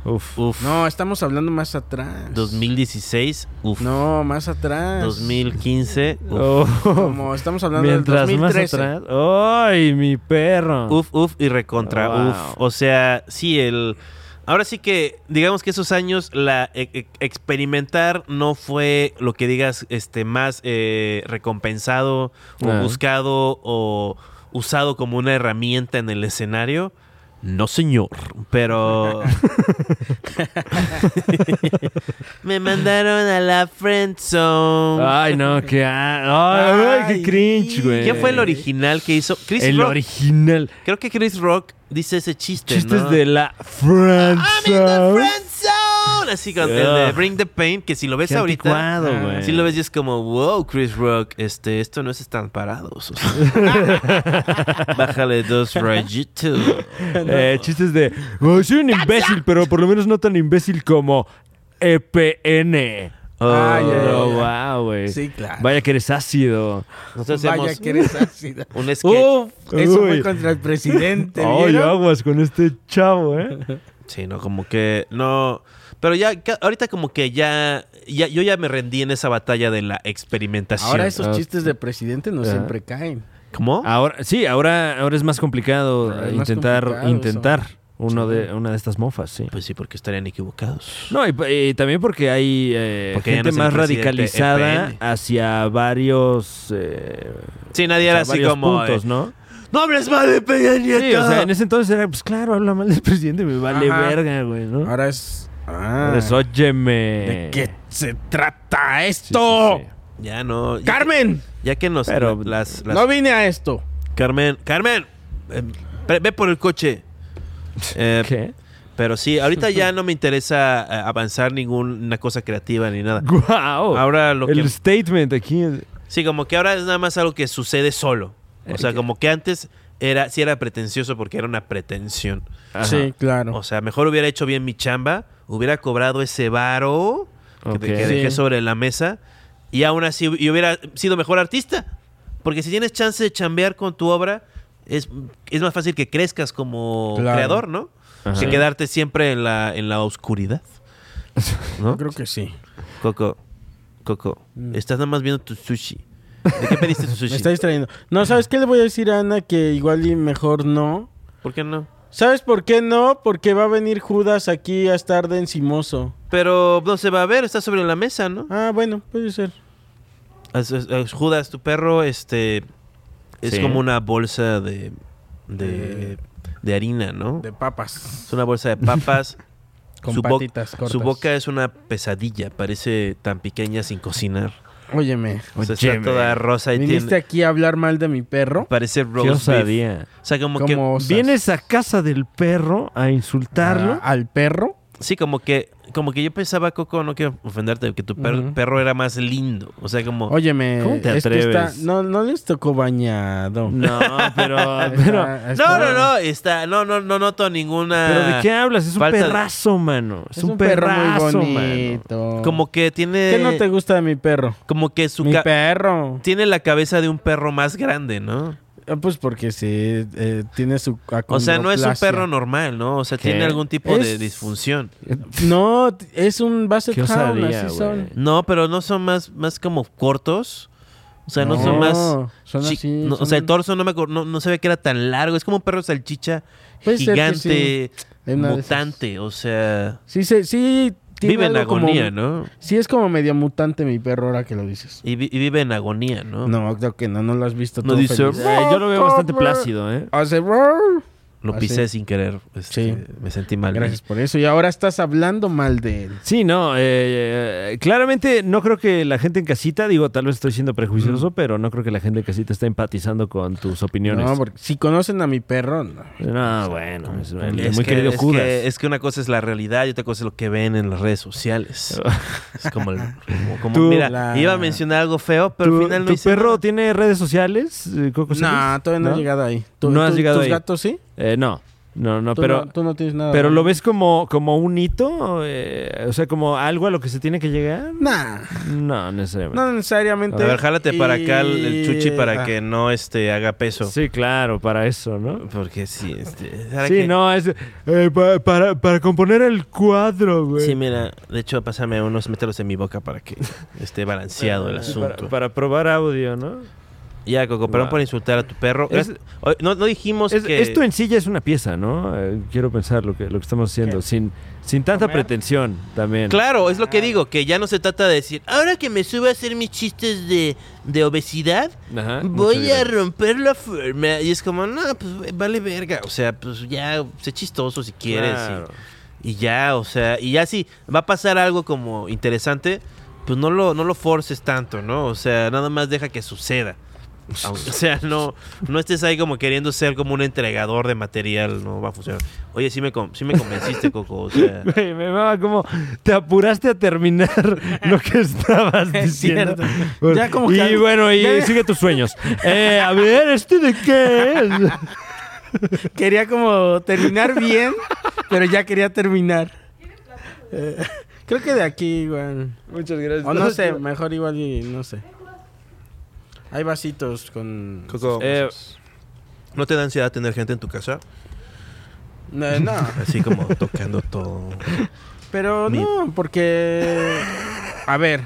C: Uf.
H: uff.
J: No, estamos hablando más atrás.
H: 2016, uff.
J: No, más atrás.
H: 2015, uff.
C: Oh.
J: Como estamos hablando
C: Mientras
J: del
C: más
J: 2013.
C: atrás. ¡Ay, mi perro!
H: Uf, uf y recontra,
C: Wow.
H: uf. O sea, sí, el... Ahora sí que, digamos que esos años, la e- e- experimentar no fue lo que digas este más eh, recompensado o
C: Ah.
H: buscado o usado como una herramienta en el escenario. No, señor. Pero... Me mandaron a la friend zone.
C: Ay, no, qué, a- ay, ay, qué cringe, güey.
H: ¿Quién fue el original que hizo? Chris
C: El
H: Rock.
C: original.
H: Creo que Chris Rock dice ese chiste,
C: Chistes
H: ¿no?
C: de la France.
H: I'm in the friend zone. Así con el de
C: Ugh.
H: Bring the Pain, que si lo ves
C: Qué
H: ahorita.
C: anticuado,
J: Ah,
C: güey.
H: Si lo ves y es como, wow, Chris Rock, este, esto no es tan parados. o sea. Bájale dos rayitos.
C: Eh, chistes de. "Oh, soy un imbécil, pero por lo menos no tan imbécil como EPN.
J: Ah,
C: Oh,
J: ya, ya, ya.
C: wow, güey.
J: Sí, claro.
C: eh, Vaya que eres ácido.
H: Nosotros
J: Vaya
H: hacemos
J: que eres ácida.
H: un sketch.
C: Uh.
J: Uf, eso
C: Uy.
J: fue contra el presidente.
C: Ay,
J: ¿vieron?
C: aguas con este chavo, ¿eh?
H: Sí, no, como que no. Pero ya, ca- ahorita como que ya, ya, yo ya me rendí en esa batalla de la experimentación.
J: Ahora esos
C: Ah,
J: chistes de presidente no
C: ah.
J: siempre caen.
H: ¿Cómo?
C: Ahora, sí, ahora, ahora es más complicado
J: Ahora
C: eh,
J: es más
C: intentar,
J: complicado,
C: intentar
J: son-
C: uno
J: sí.
C: de, una de estas mofas, sí.
H: Pues sí, porque estarían equivocados.
C: No, y, y también porque hay eh,
H: Porque ya
C: gente
H: no es el
C: más
H: presidente
C: radicalizada
H: EPN.
C: hacia varios, eh,
H: Sí,
C: o
H: nadie
C: sea,
H: era así
C: varios
H: como.
C: puntos,
H: eh,
C: ¿no?
H: ¡No hables mal de Peña Nieto!
C: Sí, o sea, en ese entonces era, pues claro, habla mal del presidente, me vale
J: Ajá.
C: verga, güey, ¿no?
J: Ahora es. Ah,
C: Pues, óyeme.
J: ¿De qué se trata
C: Sí, sí,
J: esto?
C: sí.
H: Ya no. ya-
J: ¡Carmen!
H: Ya que nos.
C: Pero-
H: la- las, las-
J: No vine a esto.
H: Carmen. ¡Carmen! eh, pre- ve por el coche. Eh,
C: ¿Qué?
H: Pero sí, ahorita ya no me interesa eh, avanzar ninguna cosa creativa ni nada.
C: ¡Guau!
H: Ahora lo
C: El
H: que-
C: statement aquí. es-
H: Sí, como que ahora es nada más algo que sucede solo.
C: Eh,
H: O sea, como que antes era, sí era pretencioso porque era una pretensión.
J: Sí, claro.
H: O sea, mejor hubiera hecho bien mi chamba, hubiera cobrado ese varo que,
C: Ok.
H: que dejé
J: Sí.
H: sobre la mesa y aún así hub- y hubiera sido mejor artista. Porque si tienes chance de chambear con tu obra, es, es más fácil que crezcas como
J: Claro.
H: creador, ¿no?
C: Ajá.
H: Que quedarte siempre en la, en la oscuridad.
J: Yo creo que sí.
H: Coco, Coco, estás nada más viendo tu sushi. ¿De qué pediste tu
J: Me
H: sushi?
J: está distrayendo. No, ¿sabes qué le voy a decir a Ana? Que igual y mejor no.
H: ¿Por qué no?
J: ¿Sabes por qué no? Porque va a venir Judas aquí a estar de encimoso.
H: Pero no se va a ver, está sobre la mesa, ¿no?
J: Ah, bueno, puede ser.
H: As- as- as- Judas, tu perro, este es
C: Sí.
H: como una bolsa de de, de harina, ¿no?
J: Eh. De papas.
H: Es una bolsa de papas.
J: Con
H: su, bo-
J: patitas cortas.
H: su boca es una pesadilla, parece tan pequeña sin cocinar.
J: Óyeme.
H: O sea, está toda rosa y
J: Viniste
H: tiene,
J: aquí a hablar mal de mi perro.
H: parece roast
C: Qué
H: beef.
C: osadía.
H: O sea, como,
J: Como
H: que
J: osas.
C: Vienes a casa del perro a insultarlo.
J: Ah, al perro.
H: sí, como que como que yo pensaba Coco, no quiero ofenderte, que tu per-
J: Ujú.
H: perro era más lindo, o sea, como
J: Óyeme.
C: ¿Cómo te
J: es que
C: atreves?
J: está- No, no les tocó bañado.
C: No, pero,
J: Está-
C: pero,
J: está-
H: No, no, no, está no no no noto ninguna
C: pero ¿de qué hablas? Es un
H: ah, Falta de-
C: perrazo, mano. Es,
J: Es un, perro muy bonito.
H: Como que tiene
J: ¿Qué no te gusta de mi perro?
H: Como que su
J: Mi
H: ca-
J: perro.
H: tiene la cabeza de un perro más grande, ¿no?
J: Ah, Pues porque sí, eh, tiene su
H: O sea, no es un
J: acondroplasia.
H: perro normal, ¿no? O sea, tiene algún tipo de
J: Es-
H: disfunción.
J: No, t- es un Basset
C: Qué
J: Hound,
C: osadía,
J: así
C: güey.
J: son.
H: No, pero no son más, más como cortos. O sea, no, son más.
J: Son
H: chi-
J: así.
H: no, O
J: son-
H: sea, el torso no me acuer- no, no se ve que era tan largo. Es como un perro salchicha
J: Puede ser que
H: gigante,
J: sí. En una de
H: mutante. O sea,
J: Sí, se- sí. tiene
H: vive en
J: algo como-
H: agonía, ¿no?
J: Sí, es como medio mutante mi perro ahora que lo dices.
H: Y, vi- y vive en agonía, ¿no?
J: No, creo que no, no lo has visto.
H: No
J: todo
H: dice-
J: feliz.
C: Eh, yo lo veo bastante plácido, ¿eh?
J: Hace. "Brr".
H: Lo
J: Ah,
H: pisé
J: sí.
H: sin querer. este,
J: Sí.
H: Me sentí mal.
J: Gracias por eso. Y ahora estás hablando mal de él.
C: Sí, no, eh, eh, claramente no creo que la gente en casita, digo, tal vez estoy siendo prejuicioso, pero no creo que la gente en casita esté empatizando con tus opiniones.
J: No, porque si conocen a mi perro, no.
C: No, bueno, es el
H: Es
C: muy
H: que-
C: querido
H: es
C: Judas.
H: Que, es que una cosa es la realidad y otra cosa es lo que ven en las redes sociales. es como, el- como- como-
C: Tú-
H: mira,
J: la-
H: iba a mencionar algo feo, pero
C: ¿Tu,
H: al final no
C: tu
H: hice
C: perro
H: nada.
C: tiene redes sociales, eh, Coco
J: No,
C: Celis?
J: todavía no, he llegado ahí. ¿Tú-
C: No has
J: tú-
C: llegado
J: ¿Tus
C: ahí.
J: gatos sí?
C: Eh, no, no, no,
J: Tú
C: pero,
J: no- tú no tienes nada.
C: pero lo ves como, como un hito, eh, o sea, como algo a lo que se tiene que llegar.
J: Nah,
C: No, necesariamente.
J: no necesariamente.
H: A ver, jálate para acá el, el chuchi para
J: Ah,
H: que no este, haga peso.
C: Sí, claro, para eso, ¿no?
H: Porque sí, este, ¿sabes
C: Sí,
H: qué?
C: no, es eh, pa- para, para componer el cuadro, güey.
H: Sí, mira, de hecho, pásame unos mételos en mi boca para que esté balanceado el
C: Sí, para,
H: asunto.
C: para probar audio, ¿no?
H: Ya, Coco, perdón
C: Va.
H: por insultar a tu perro.
C: Es-
H: Gracias- Oye, no, no dijimos
C: Es-
H: que...
C: Esto en sí ya es una pieza, ¿no? Eh, quiero pensar lo que, lo que estamos haciendo, sin, sin tanta pretensión también.
H: Claro, es lo que digo, que ya no se trata de decir, ahora que me sube a hacer mis chistes de, de obesidad,
C: Ajá, muchas
H: voy a
C: gracias.
H: romper la forma. Y es como, no, pues vale verga. O sea, pues ya, sé chistoso si quieres. y-
C: Claro.
H: Y, ya, o sea, y ya si va a pasar algo como interesante, pues no lo, no lo forces tanto, ¿no? O sea, nada más deja que suceda. Aunque- O sea, no, no estés ahí como queriendo ser como un entregador de material, no va a funcionar. Oye, sí me, con- sí me convenciste, Coco. O sea,
C: Güey, me mama como te apuraste a terminar lo que estabas diciendo.
J: cierto.
C: Bueno,
J: Ya como
C: y
J: que-
C: bueno, y
J: ya-
C: sigue tus sueños. Eh, a ver, ¿este de qué es?
J: Quería como terminar bien, pero ya quería terminar. Eh, creo que de aquí igual.
C: Muchas gracias.
J: O no sé, mejor igual y no sé. Hay vasitos con...
H: Coco,
C: Eh,
H: ¿no te da ansiedad tener gente en tu casa?
J: Eh, No, no,
H: Así como tocando todo.
J: pero
H: Mi-
J: no, porque... A ver,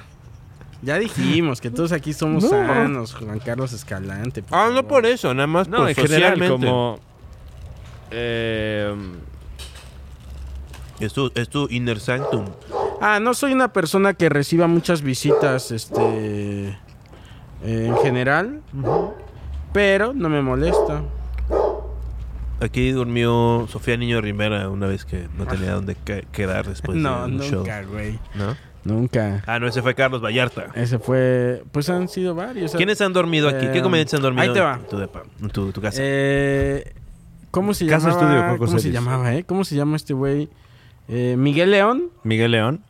J: ya dijimos que todos aquí somos
C: No.
J: sanos, Juan Carlos Escalante. por
H: Ah, no
J: favor.
H: por eso, nada más
C: No,
H: por
C: en general,
H: socialmente.
C: como. eh,
H: Es tu, es tu inner sanctum.
J: Ah, no soy una persona que reciba muchas visitas, este, eh, en general, pero no me molesta.
H: Aquí durmió Sofía Niño Rivera una vez que no tenía dónde que- quedar después
J: Ah. no,
H: de un show.
J: nunca, güey.
H: ¿No?
J: Nunca.
H: Ah, no, ese fue Carlos Vallarta.
J: Ese fue, pues han sido varios.
H: ¿Quiénes han dormido aquí? ¿Qué
J: Eh,
H: comediantes han dormido
J: ahí te va.
H: en tu, depa- en tu- tu casa?
J: Eh, ¿Cómo se
C: Casa
J: llamaba?
C: Estudio, Coco
J: ¿Cómo se
C: Celis.
J: llamaba, eh? ¿Cómo se llama este güey? Eh, Miguel León.
C: Miguel León.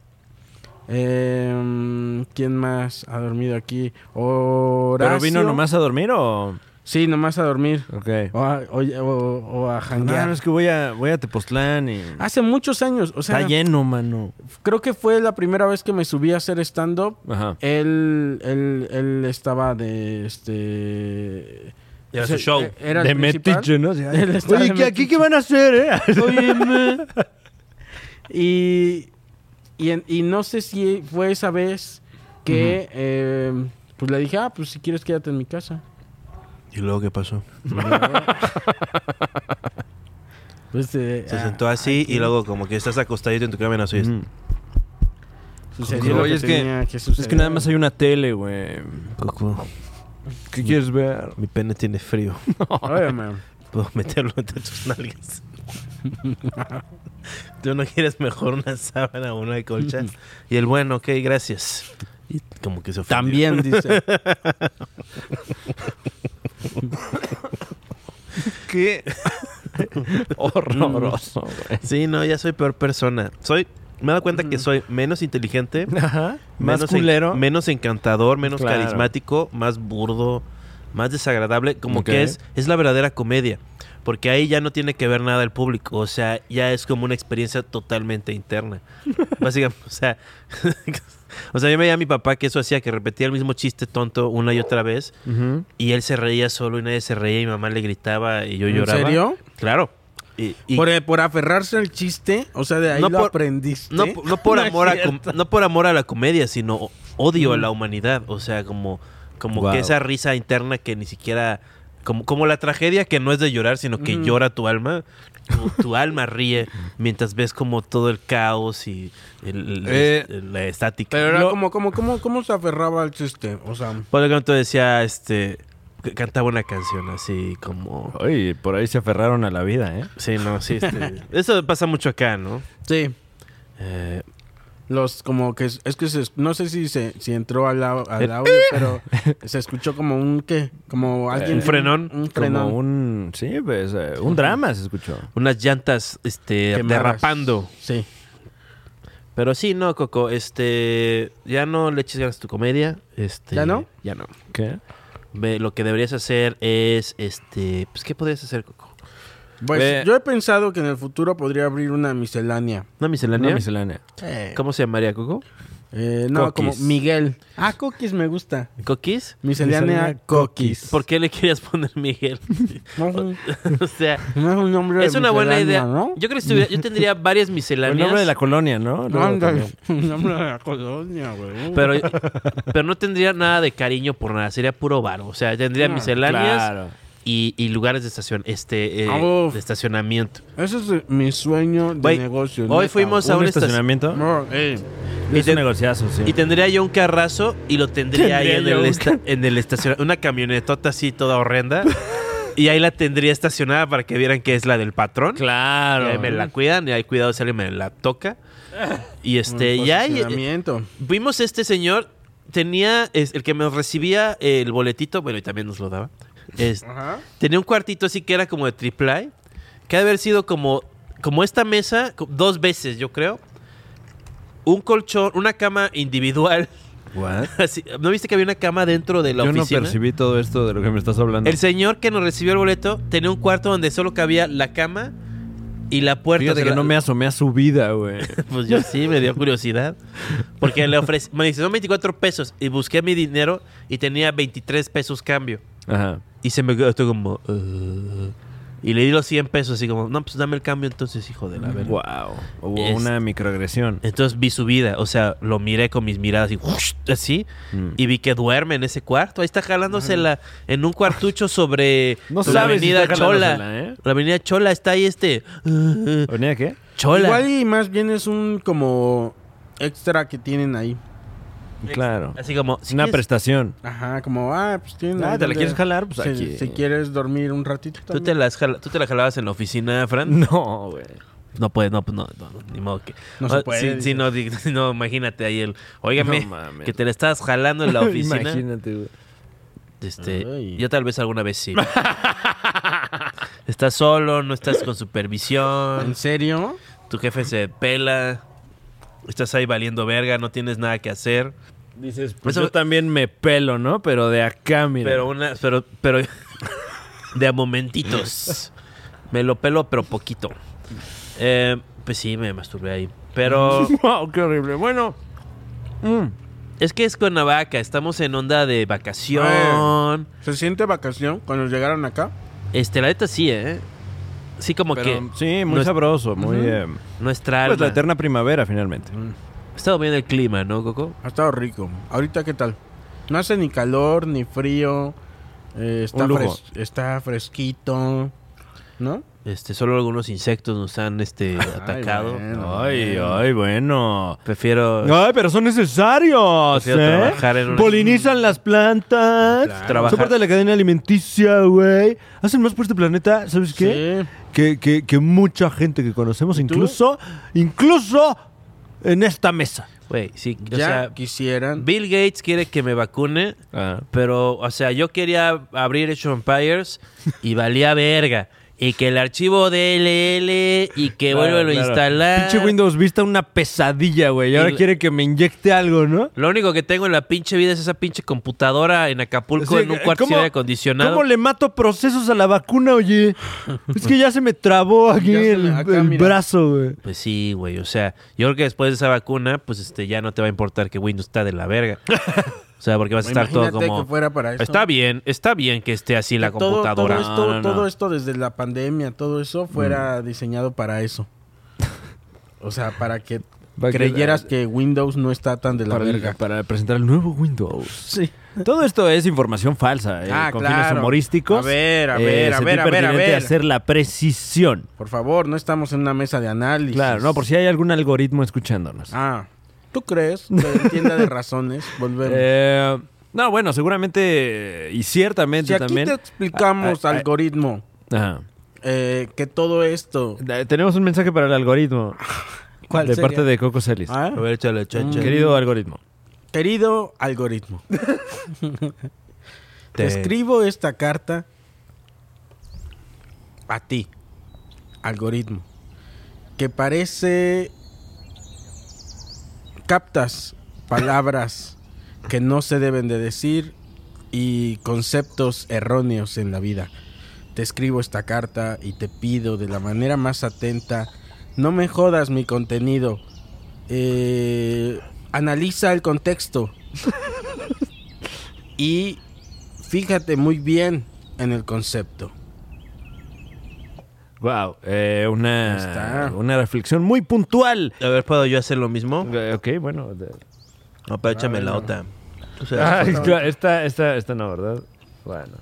J: Eh, ¿Quién más ha dormido aquí? Horacio.
C: ¿Pero vino nomás a dormir o...?
J: Sí, nomás a dormir.
C: Ah, Ok.
J: O a, o- o- o a janguear.
C: No, es que voy a, voy a Tepoztlán y...
J: Hace muchos años. O sea,
C: Está lleno, mano.
J: creo que fue la primera vez que me subí a hacer stand-up.
C: Ajá.
J: Él, él, él estaba de este.
H: Era
J: o
H: su show.
J: Era el
C: de
J: principal.
C: metiche, ¿no? Así,
J: Él estaba
C: Oye,
J: de
C: ¿qué- ¿aquí
J: metiche.
C: qué van a hacer, eh?
J: Y, y, en- y no sé si fue esa vez que eh, pues le dije, ah, pues si quieres quédate en mi casa.
H: ¿Y luego qué pasó?
J: Pues, eh,
H: Se
J: ah,
H: sentó así y luego como que estás acostadito en tu cama y no así es.
J: sucedió lo
C: Oye, es que-
J: tenía
C: Es que nada más
J: suceder.
C: hay una tele, güey.
H: Cucú,
C: ¿Qué quieres ver?
H: mi pene tiene frío.
J: Oye, man.
H: Puedo meterlo entre tus nalgas. ¿Tú no quieres mejor una sábana o una
J: Mm.
H: colcha? Y el bueno, ok, gracias. Y como que se ofendió.
J: También dice.
C: Qué horroroso, güey.
H: Sí, no, ya soy peor persona. Soy, me he dado cuenta que soy menos inteligente,
C: Ajá. Más
H: menos en-
C: culero.
H: menos encantador, menos
C: Claro.
H: carismático, más burdo, más desagradable. Como
C: Ok.
H: que es, es la verdadera comedia. Porque ahí ya no tiene que ver nada el público. O sea, ya es como una experiencia totalmente interna. Básicamente, o sea. o sea, yo me veía a mi papá que eso hacía, que repetía el mismo chiste tonto una y otra vez.
C: Ujú.
H: Y él se reía solo y nadie se reía. Y mi mamá le gritaba y yo
J: ¿En
H: lloraba.
J: serio?
H: Claro. Y, y-
J: por, eh, por aferrarse al chiste, o sea, de ahí
H: No
J: lo
H: por-
J: aprendiste.
H: No, no por
J: No es
H: amor a com-
J: cierto.
H: no por amor a la comedia, sino odio a la humanidad. O sea, como, como
C: Wow.
H: que esa risa interna que ni siquiera. Como, como la tragedia que no es de llorar, sino que llora tu alma. Tu, tu alma ríe mientras ves como todo el caos y el- el-
C: Eh,
H: el- la estática.
J: Pero era
H: Lo-
J: como, como, como, ¿cómo se aferraba al chiste? O sea,
H: Por lo tanto decía, este, que cantaba una canción así como...
C: Oye, por ahí se aferraron a la vida, ¿eh?
H: Sí, no, sí. este, eso pasa mucho acá, ¿no?
J: sí.
H: Eh,
J: Los como que es, es que se- no sé si se si entró al, au-
H: Eh,
J: al audio, pero se escuchó como un qué, como alguien
H: Eh, un frenón.
J: un frenón.
C: Como un... Sí, pues, eh, un drama se escuchó.
H: unas llantas este,
J: Quemadas.
H: derrapando.
J: Sí.
H: Pero sí, no, Coco, este. Ya no le eches ganas a tu comedia. Este,
J: ¿Ya no?
H: Ya no.
C: ¿Qué?
H: Ve, lo que deberías hacer es. Este. Pues, ¿qué podrías hacer, Coco?
J: Pues
C: Ve-
J: yo he pensado que en el futuro podría abrir una miscelánea.
H: ¿Una miscelánea?
C: Una miscelánea.
J: Eh,
H: ¿Cómo se llamaría, Coco? eh,
J: no,
H: Coquis.
J: como Miguel. Ah, Coquis me gusta.
H: ¿Coquis?
J: Miscelánea Coquis.
H: ¿Por qué le querías poner Miguel?
J: No, es un-
H: o sea,
J: no es un nombre de
H: es una buena idea.
J: miscelánea, ¿no?
H: Yo creo que estuviera- yo tendría varias misceláneas.
C: El nombre de la colonia, ¿no? Luego
J: Ándale,
C: también.
J: un nombre de la colonia, güey. Uh,
H: Pero, pero no tendría nada de cariño por nada, sería puro varo. O sea,
J: Ah,
H: tendría misceláneas
C: Claro.
H: y, y lugares de estación, este eh,
J: Ah, uf.
H: de estacionamiento.
J: Ese es eh, mi sueño de
H: Güey,
J: negocio.
H: hoy
J: neta,
H: fuimos a
C: ¿Un
H: una estación
C: estacionamiento?
J: No, eh,
C: Es
H: te-
C: un negociazo, sí.
H: y tendría yo un carrazo y lo tendría ahí
C: Tendría
H: en
C: yo
H: el,
C: un
H: esta- en el estacionamiento. Una camionetota así toda horrenda. y ahí la tendría estacionada para que vieran que es la del patrón. Y ahí
C: Claro.
H: me la cuidan y ahí cuidado si alguien me la toca. Y este,
J: un
H: y ahí eh,
J: posicionamiento.
H: vimos este señor, tenía, es, el que me recibía el boletito, bueno, y también nos lo daba. es-
J: Ajá.
H: Tenía un cuartito así que era como de triple A, que ha de haber sido como, como esta mesa, co- dos veces, yo creo. Un colchón, una cama individual.
C: What?
H: así. ¿No viste que había una cama dentro de la
C: Yo
H: oficina?
C: no percibí todo esto de lo que me estás hablando.
H: El señor que nos recibió el boleto tenía un cuarto donde solo cabía la cama y la puerta.
C: Fíjate
H: de
C: que
H: la-
C: no me asomé a su vida, güey.
H: Pues yo sí, me dio curiosidad. Porque le ofrecí, me dice, son 24 pesos. Y busqué mi dinero y tenía 23 pesos cambio.
C: Ajá.
H: Y se me quedó esto como... "Uh". y le di los 100 pesos así como, no, pues dame el cambio entonces, hijo de la verga.
C: Wow. Hubo
H: Es-
C: una microagresión.
H: Entonces vi su vida, o sea, lo miré con mis miradas y ¡whoosh! así,
C: Mm.
H: y vi que duerme en ese cuarto. Ahí está jalándosela en un cuartucho sobre
C: No
H: la
C: sabes si
H: avenida
C: está
H: Chola.
C: jalándosela, ¿eh?
H: La avenida Chola está ahí este... uh, uh,
C: ¿Venía qué?
H: Chola.
J: Igual y más bien es un como extra que tienen ahí.
C: Claro.
H: Así como... si
C: una
H: quieres-
C: prestación.
J: Ajá, como, ah, pues tienen
C: Ah,
J: ahí
C: ¿te la
J: donde-
C: quieres jalar? Pues
J: si,
C: aquí.
J: Si quieres dormir un ratito.
H: ¿Tú te,
J: también.
H: las jala- ¿Tú te la jalabas en la oficina, Fran?
C: No, güey.
H: No puede, no, pues no, no, no, ni modo que.
J: No se
H: Ah,
J: puede,
H: sí,
J: dice.
H: sí, no, di- no, imagínate ahí el. Óigame,
C: No mames.
H: que te la estás jalando en la oficina.
C: Imagínate, güey.
H: este,
J: Ay.
H: yo tal vez alguna vez sí. estás solo, no estás con supervisión.
J: ¿En serio?
H: tu jefe se pela, estás ahí valiendo verga, no tienes nada que hacer.
C: Dices, pues
H: Eso-
C: yo también me pelo, ¿no? Pero de acá, mira.
H: Pero una, pero, pero de a momentitos. Me lo pelo, pero poquito. Eh, pues sí, me masturbé ahí. Pero
C: Wow, Oh, qué horrible. Bueno, Mm,
H: es que es Cuernavaca, estamos en onda de vacación.
J: ¿Se siente vacación cuando llegaron acá?
H: Este, la neta sí, ¿eh? Sí, como
J: Pero-
H: que
C: sí, muy
H: No es-
C: sabroso, muy... eh,
H: nuestra alma.
C: pues la eterna primavera, finalmente.
H: Ha estado bien el clima, ¿no, Coco?
J: Ha estado rico. ¿Ahorita qué tal? No hace ni calor, ni frío. eh, está,
C: Un lujo.
J: fres- está fresquito. ¿No?
H: Este, solo algunos insectos nos han este, atacado.
J: bueno.
C: Ay, ay, bueno.
H: Prefiero
C: Ay, pero son necesarios,
H: Prefiero
C: ¿eh?
H: trabajar en una-
C: Polinizan las plantas.
H: Trabajar.
C: Son parte de la cadena alimenticia, güey. Hacen más por este planeta, ¿sabes qué?
J: ¿Qué?
C: Que, que- que mucha gente que conocemos,
J: tú?
C: incluso, incluso en esta mesa.
H: Güey, sí, o
J: Ya
H: sea,
J: quisieran.
H: Bill Gates quiere que me vacune,
J: Ah.
H: pero, o sea, yo quería abrir Age of Empires y valía verga. Y que el archivo DLL y que vuelva a
C: Claro,
H: instalar.
C: Pinche Windows Vista, una pesadilla, güey. Y ahora
H: Y-
C: quiere que me inyecte algo, ¿no?
H: Lo único que tengo en la pinche vida es esa pinche computadora en Acapulco
C: Sí,
H: en un cuarto
C: ¿cómo-
H: de aire acondicionado.
C: ¿Cómo le mato procesos a la vacuna, oye? Es que ya se me trabó aquí
J: Ya se
C: el,
J: me- acá,
C: el
J: mira.
C: brazo, güey.
H: Pues sí, güey, o sea, yo creo que después de esa vacuna, pues este ya no te va a importar que Windows está de la verga. O sea, porque vas a estar todo
J: Imagínate
H: como
J: que fuera para eso.
H: Está bien, está bien que esté así la
J: Que todo-
H: computadora.
J: Todo, esto, todo esto desde la pandemia, todo eso fuera diseñado para eso. O sea, para que
C: Para que-
J: creyeras que Windows no está tan de la
C: para,
J: verga.
C: para presentar el nuevo Windows.
J: Sí.
C: Todo esto es información falsa, eh,
J: Ah,
C: con fines
J: claro.
C: humorísticos.
J: A ver, a ver, a
C: sentí
J: ver, a ver, a
C: pertinente
J: ver.
C: hacer la precisión.
J: Por favor, no estamos en una mesa de análisis.
C: Claro, no, por si hay algún algoritmo escuchándonos.
J: Ah, ¿tú crees? De tienda de razones, volvemos.
C: Eh, no, bueno, seguramente eh, y ciertamente
J: si aquí
C: también.
J: te explicamos,
C: Ah, ah, ah,
J: algoritmo,
C: ajá.
J: eh, que todo esto...
C: Eh, Tenemos un mensaje para el algoritmo.
J: ¿Cuál
C: de
J: sería?
C: parte de Coco Celis.
J: Ah,
H: A ver, échale, chacha.
C: Querido algoritmo.
J: Querido algoritmo, te
H: Te-
J: escribo esta carta a ti, algoritmo, que parece captas palabras que no se deben de decir y conceptos erróneos en la vida. Te escribo esta carta y te pido de la manera más atenta, no me jodas mi contenido, eh, analiza el contexto y fíjate muy bien en el concepto.
C: Wow,
J: Ahí
C: eh, una,
J: está.
C: una reflexión muy puntual.
H: A ver, ¿puedo yo hacer lo mismo?
C: Eh, ok, bueno. de-
H: No, pero échame la otra. O sea,
C: Ah, claro, esta, esta, esta no, ¿verdad? Bueno.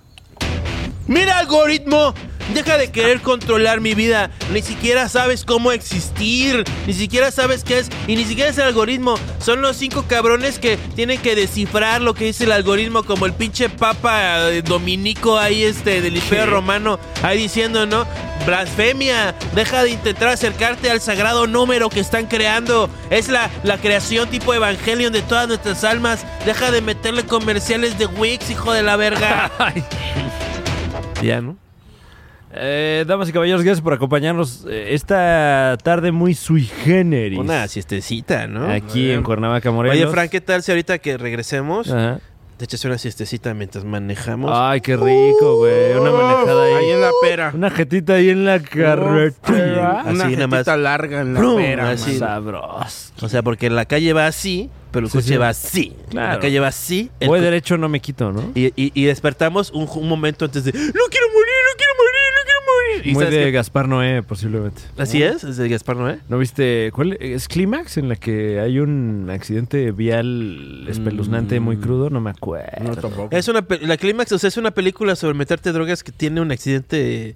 H: Mira, algoritmo, deja de querer controlar mi vida. Ni siquiera sabes cómo existir. Ni siquiera sabes qué es. Y ni siquiera es el algoritmo. Son los cinco cabrones que tienen que descifrar lo que dice el algoritmo. Como el pinche papa eh, dominico ahí, este, del imperio romano. Ahí diciendo, ¿no? Blasfemia, deja de intentar acercarte al sagrado número que están creando. Es la, la creación tipo Evangelion de todas nuestras almas. Deja de meterle comerciales de Wix, hijo de la verga. ya, ¿no?
C: Eh, damas y caballeros, gracias por acompañarnos eh, esta tarde muy sui generis.
H: Una siestecita, ¿no?
C: Aquí en Cuernavaca, Morelos.
H: Oye, Frank, ¿qué tal si ahorita que regresemos
C: Ajá.
H: te echas una siestecita mientras manejamos?
C: Ay, qué rico, güey.
H: Uh.
C: Una manejada ahí.
J: Ahí en la pera.
C: Una jetita ahí en la carretera.
H: Así
J: Una
H: nada más.
J: jetita larga en la
H: Brum,
J: pera.
H: así.
J: man.
C: Sabroso.
H: O sea, porque la calle va así, pero el
C: Sí,
H: coche
C: sí.
H: va así.
C: Claro.
H: La calle va así. el
C: Voy
H: co-
C: derecho, no me quito, ¿no?
H: y, y- y despertamos un, ju- un momento antes de ¡No quiero morir, no quiero morir, no quiero morir! Y
C: Muy
H: ¿sabes
C: de
H: qué?
C: Gaspar Noé, posiblemente.
H: Así es, es de Gaspar Noé.
C: ¿No viste? ¿Cuál es Clímax en la que hay un accidente vial espeluznante muy
H: Mm.
C: crudo? No me acuerdo.
J: No, tampoco.
H: Es una, pe- la Clímax, o sea, es una película sobre meterte drogas que tiene un accidente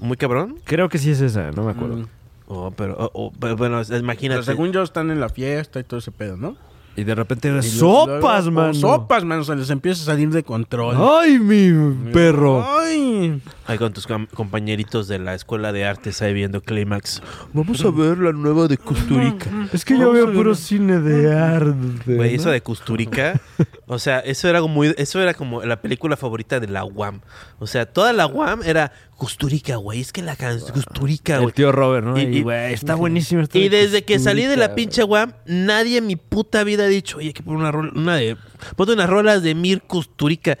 H: muy cabrón.
C: Creo que sí es esa, no me acuerdo.
J: Mm.
H: Oh, pero, oh, oh, pero bueno, imagínate.
J: Pero según yo están en la fiesta y todo ese pedo, ¿no?
C: Y de repente
J: Y luego-
C: sopas,
J: luego-
C: mano.
J: Sopas, mano. Se les empieza a salir de control.
C: Ay, mi perro.
J: Ay.
H: Ahí con tus com- compañeritos de la escuela de artes ahí viendo Climax. Vamos a ver la nueva de Custurica.
C: Es que yo veo puro cine de arte.
H: Güey, eso de Custurica, o sea, eso era como muy- eso era como la película favorita de la UAM. O sea, toda la UAM era Custurica, güey, es que la canción Custurica,
C: El
H: güey.
C: tío Robert, ¿no?
H: Y-
C: Y,
H: y-
C: güey, está buenísimo. esto
H: Y
C: de
H: desde que salí de la
C: Custurica,
H: pinche UAM, nadie en mi puta vida ha dicho, oye, hay que poner una rola, una de, ponte unas rolas de Mir Custurica.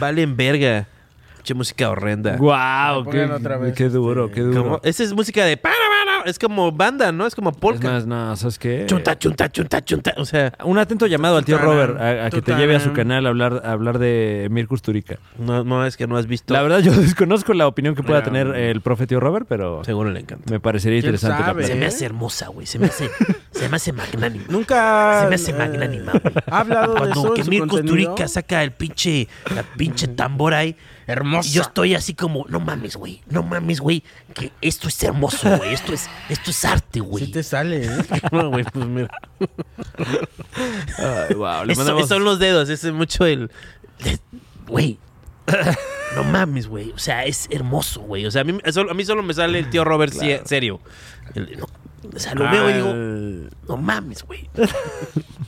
H: Valen verga. Pinche música horrenda.
C: Guau, qué,
J: Pongan otra vez,
C: qué duro,
J: este,
C: qué duro.
H: Como- esa es música de para, para, es como banda, ¿no? Es como
C: Es
H: polka.
C: más, no, ¿sabes qué?
H: chunta, chunta, chunta, chunta. O sea,
C: Un atento llamado al tío
J: Tutarán,
C: Robert a, a que te
J: tutarán.
H: eh.
C: lleve a su canal a hablar, a hablar de Mir Custurica.
H: no, no, es que no has visto.
C: La verdad, yo desconozco la opinión que pueda
H: No.
C: tener el profe tío Robert, pero
H: Seguro le encanta.
C: me parecería
J: ¿Quién
C: interesante. la
J: sabe?
C: plática.
J: Se me hace
H: hermosa, güey. Se me hace, se me hace magnánima.
J: Nunca.
H: Se me hace
J: eh,
H: magnánima, güey.
J: Ha hablado de eso.
H: Cuando
J: en
H: que
J: su
H: Mirko
J: contenido.
H: Turica saca el pinche, la pinche tambora ahí.
J: Hermosa.
H: Y yo estoy así como, no mames, güey, no mames, güey, que esto es hermoso, güey, esto es, esto es arte, güey.
J: Sí te sale, ¿eh?
H: No, güey, pues mira.
C: Ay, guau, le
H: Eso-
C: mandamos-
H: son los dedos, ese es mucho el. de- Güey. No mames, güey. O sea, es hermoso, güey. O sea, a mí, eso- a mí solo me sale el tío Robert sie- serio. El- no, o sea, lo veo y digo,
C: Al-
J: Ah.
H: no mames, güey.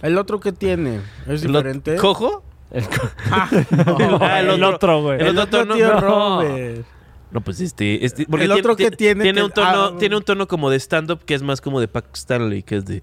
J: El otro que tiene es
H: Lo-
J: diferente.
H: ¿Cojo?
C: el co-
J: Ah, no.
H: No,
C: Ah, el otro, güey.
H: El
J: El
H: otro
J: otro
H: no.
J: tío
H: No.
J: Robert.
H: No, pues este. este- porque
J: El
H: tiene-
J: otro que
H: ti-
J: tiene que-
H: un tono,
J: ah.
H: tiene un tono como de stand-up que es más como de Pac Stanley, que es de.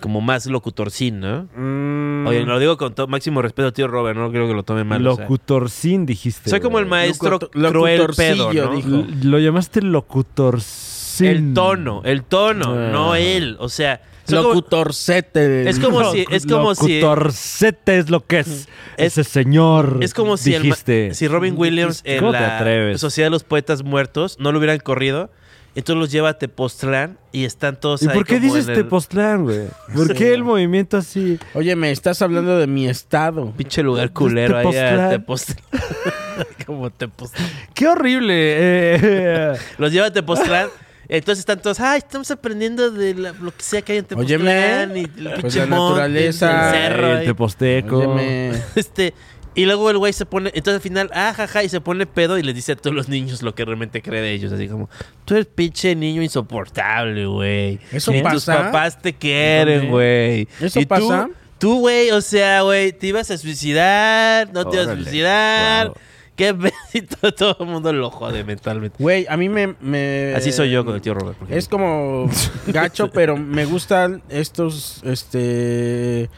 H: Como más locutorcín, ¿no?
C: Mm.
H: Oye, lo digo con to- máximo respeto, tío Robert. No creo que lo tome mal. o sea.
C: Locutorcín, dijiste.
H: Soy como el
C: güey.
H: maestro
J: Locutor-
H: cruel pedo,
J: locutorcillo,
H: ¿no?
J: dijo.
C: L- Lo llamaste locutorcín.
H: El tono, el tono,
C: Ah.
H: no él. O sea, son como-
J: Locutorcete.
H: es como si, es como si, Mm.
C: Locutorcete es lo que es.
H: Es-
C: Ese señor.
H: es como si, el ma-
C: dijiste. Mm,
H: si Robin Williams en
C: ¿Cómo te
H: la
C: atreves?
H: Sociedad de los Poetas Muertos no lo hubieran corrido. Entonces los lleva a Tepoztlán y están todos
C: ¿Y
H: ahí
C: por qué
H: como
C: dices
H: en el
C: Tepoztlán, güey? ¿Por
J: Sí.
C: qué el movimiento así?
J: Oye, me estás hablando de mi estado.
H: pinche lugar culero ahí a
C: Tepoztlán.
H: Tepoztlán. como Tepoztlán.
C: ¡Qué horrible! eh.
H: Los lleva a Tepoztlán. Entonces están todos, ay, estamos aprendiendo de la- lo que sea que hay en Tepoztlán.
J: Óyeme,
H: y el
J: pues
H: pinche
J: la
H: monte,
J: naturaleza,
H: el cerro. eh.
C: el
H: ahí".
C: teposteco.
J: Óyeme.
H: Este, y luego el güey se pone, entonces al final, ah, jaja, y se pone pedo y les dice a todos los niños lo que realmente cree de ellos. Así como, tú eres pinche niño insoportable, güey.
J: ¿Eso
H: Ni tus
J: pasa?
H: papás te quieren, güey.
J: ¿Eso
H: Y tú-
J: pasa?
H: Tú, güey, o sea, güey, te ibas a suicidar, no te ibas a
C: Órale.
H: suicidar.
C: Wow.
H: Qué pedito, todo el mundo lo jode mentalmente.
J: Güey, a mí me, me-
H: Así soy yo con el tío Robert. por
J: Es
H: ejemplo.
J: como gacho, pero me gustan estos, este,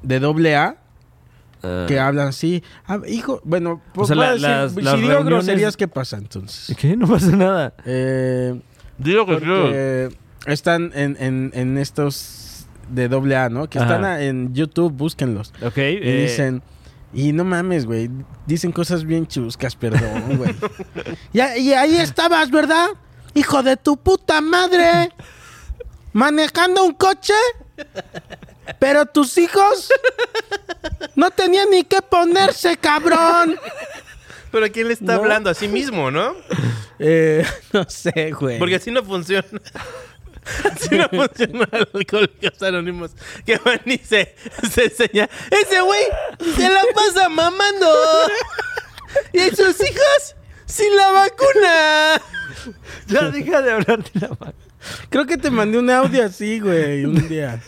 J: de doble A. Que hablan así. Ah, hijo, bueno,
C: O sea,
J: voy a
C: la-
J: decir-
C: las-
J: si
C: las
J: digo
C: reuniones-
J: groserías, ¿qué pasa entonces?
C: ¿Qué? No pasa nada.
J: Eh,
H: Digo que yo.
J: porque están en, en, en estos de doble A, ¿no? Que
C: Ajá.
J: están a- en YouTube, búsquenlos.
C: Ok.
J: Y
C: eh,
J: dicen, y no mames, güey. Dicen cosas bien chuscas, perdón, güey. y, a- y ahí estabas, ¿verdad? Hijo de tu puta madre. Manejando un coche. Pero tus hijos no tenían ni qué ponerse, cabrón.
H: Pero ¿quién le está
J: No.
H: hablando? A sí mismo, ¿no?
J: Eh, no sé, güey.
H: Porque así no funciona. Así no funciona Alcohólicos Anónimos. Que van y se, se enseña. Ese güey se la pasa mamando. Y a sus hijos sin la vacuna.
C: Ya deja de hablar de la mano.
J: Creo que te mandé un audio así, güey, un día.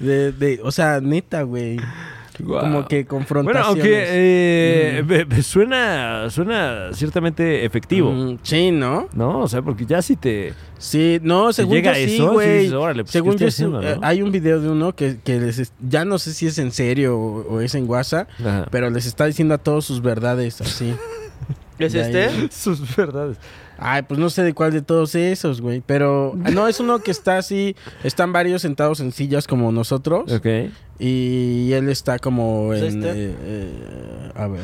J: De, de, o sea, neta, güey. Como que
C: Bueno,
J: confrontaciones.
C: aunque eh,
J: Mm.
C: me- me suena, suena ciertamente efectivo.
J: Mm, sí, ¿no?
C: ¿No? O sea, porque ya si te.
J: Sí, no, según
C: llega
J: yo sí,
C: eso, sí
J: güey.
C: dices, órale, pues, ¿qué
J: según
C: estoy
J: yo sí,
C: haciendo,
J: eh,
C: no?
J: hay un video de uno que, que les es- ya no sé si es en serio o, o es en WhatsApp,
C: Ajá.
J: pero les está diciendo a todos sus verdades así.
H: ¿Es
J: De
H: este?
J: ahí.
C: Sus verdades.
J: Ay, pues no sé de cuál de todos esos, güey, pero ah, no es uno que está así, están varios sentados en sillas como nosotros
C: Ok.
J: y él está como en
H: ¿Es este?
J: eh, eh, a ver.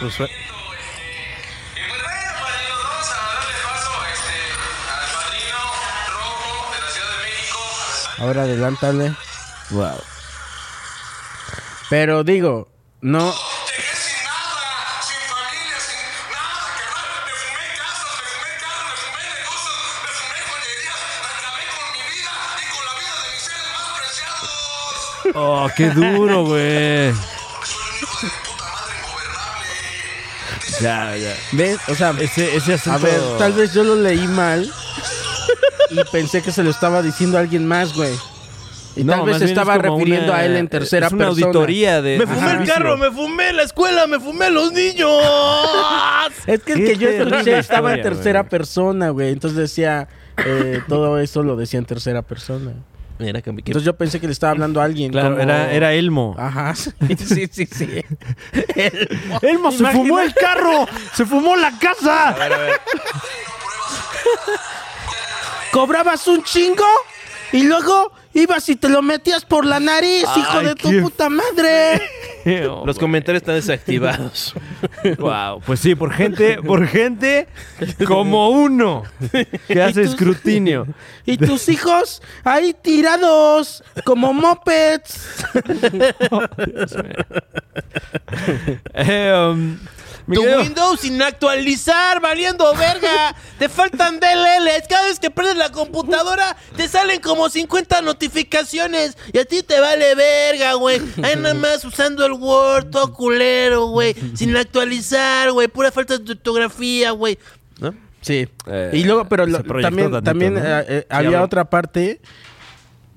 H: Pues, fue-
B: Y pues bueno, padrino, vamos a darle paso este, al padrino rojo de la Ciudad de México.
J: Ahora adelántale. Wow. Pero digo, no.
B: Llegué sin nada, sin familia, sin nada, carnal. Me fumé casas, me fumé carros, me fumé negocios, me fumé joyerías, acabé con mi vida y con la vida de mis seres más preciados.
C: Oh, qué duro, güey.
B: Soy un hijo de mi puta madre ingobernable.
C: Ya, ya.
J: ¿Ves? O sea,
C: Ese, ese
J: a
C: acento...
J: ver, tal vez yo lo leí mal y pensé que se lo estaba diciendo a alguien más, güey. Y
C: No,
J: tal vez
C: más
J: se
C: bien
J: estaba
C: es como
J: refiriendo
C: una-
J: a él en tercera
C: es una
J: persona.
C: auditoría de...
H: Me fumé el carro, me fumé la escuela, me fumé los niños.
J: Es que el
C: Qué
J: que yo
C: terrible
J: escuché estaba en
C: historia,
J: tercera
C: güey.
J: persona, güey. Entonces decía, eh, todo eso lo decía en tercera persona.
H: Mira, que me- que-
J: Entonces yo pensé que le estaba hablando a alguien.
C: Claro,
J: como-
C: era, era Elmo.
J: Ajá, sí, sí, sí. sí.
C: ¡Elmo se fumó el carro! ¡Se fumó la casa!
J: Cobrabas un chingo y luego ibas y te lo metías por la nariz, hijo de tu puta madre.
H: Los comentarios están desactivados.
C: Wow, pues sí, por gente, por gente como uno que hace escrutinio.
J: Y tus hijos ahí tirados como mopeds.
C: Eh, um, mi
H: Tu
C: querido-
H: Windows sin actualizar, valiendo verga. te faltan DLLs. Cada vez que prendes la computadora, te salen como 50 notificaciones. Y a ti te vale verga, güey. Ahí nada más usando el Word, todo culero, güey. Sin actualizar, güey. Pura falta de ortografía, güey. ¿No?
J: Sí.
C: Eh,
J: y luego, pero lo-
C: se proyectó
J: también,
C: tantito,
J: también
C: ¿no?
J: eh, eh, había
C: habló.
J: otra parte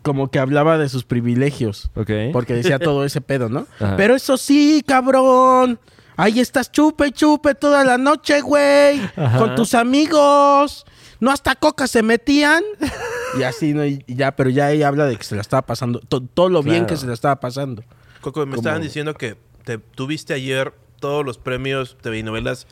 J: como que hablaba de sus privilegios.
C: Ok.
J: Porque decía todo ese pedo, ¿no?
C: Ajá.
J: Pero eso sí, cabrón. Ahí estás chupe y chupe toda la noche, güey.
C: Ajá.
J: Con tus amigos. No hasta coca se metían. Y así, ¿no? Y ya, pero ya ella habla de que se la estaba pasando. to- todo lo bien
C: Claro.
J: que se la estaba pasando.
H: Coco, me
J: Como-
H: estaban diciendo que te tuviste ayer todos los premios TV novelas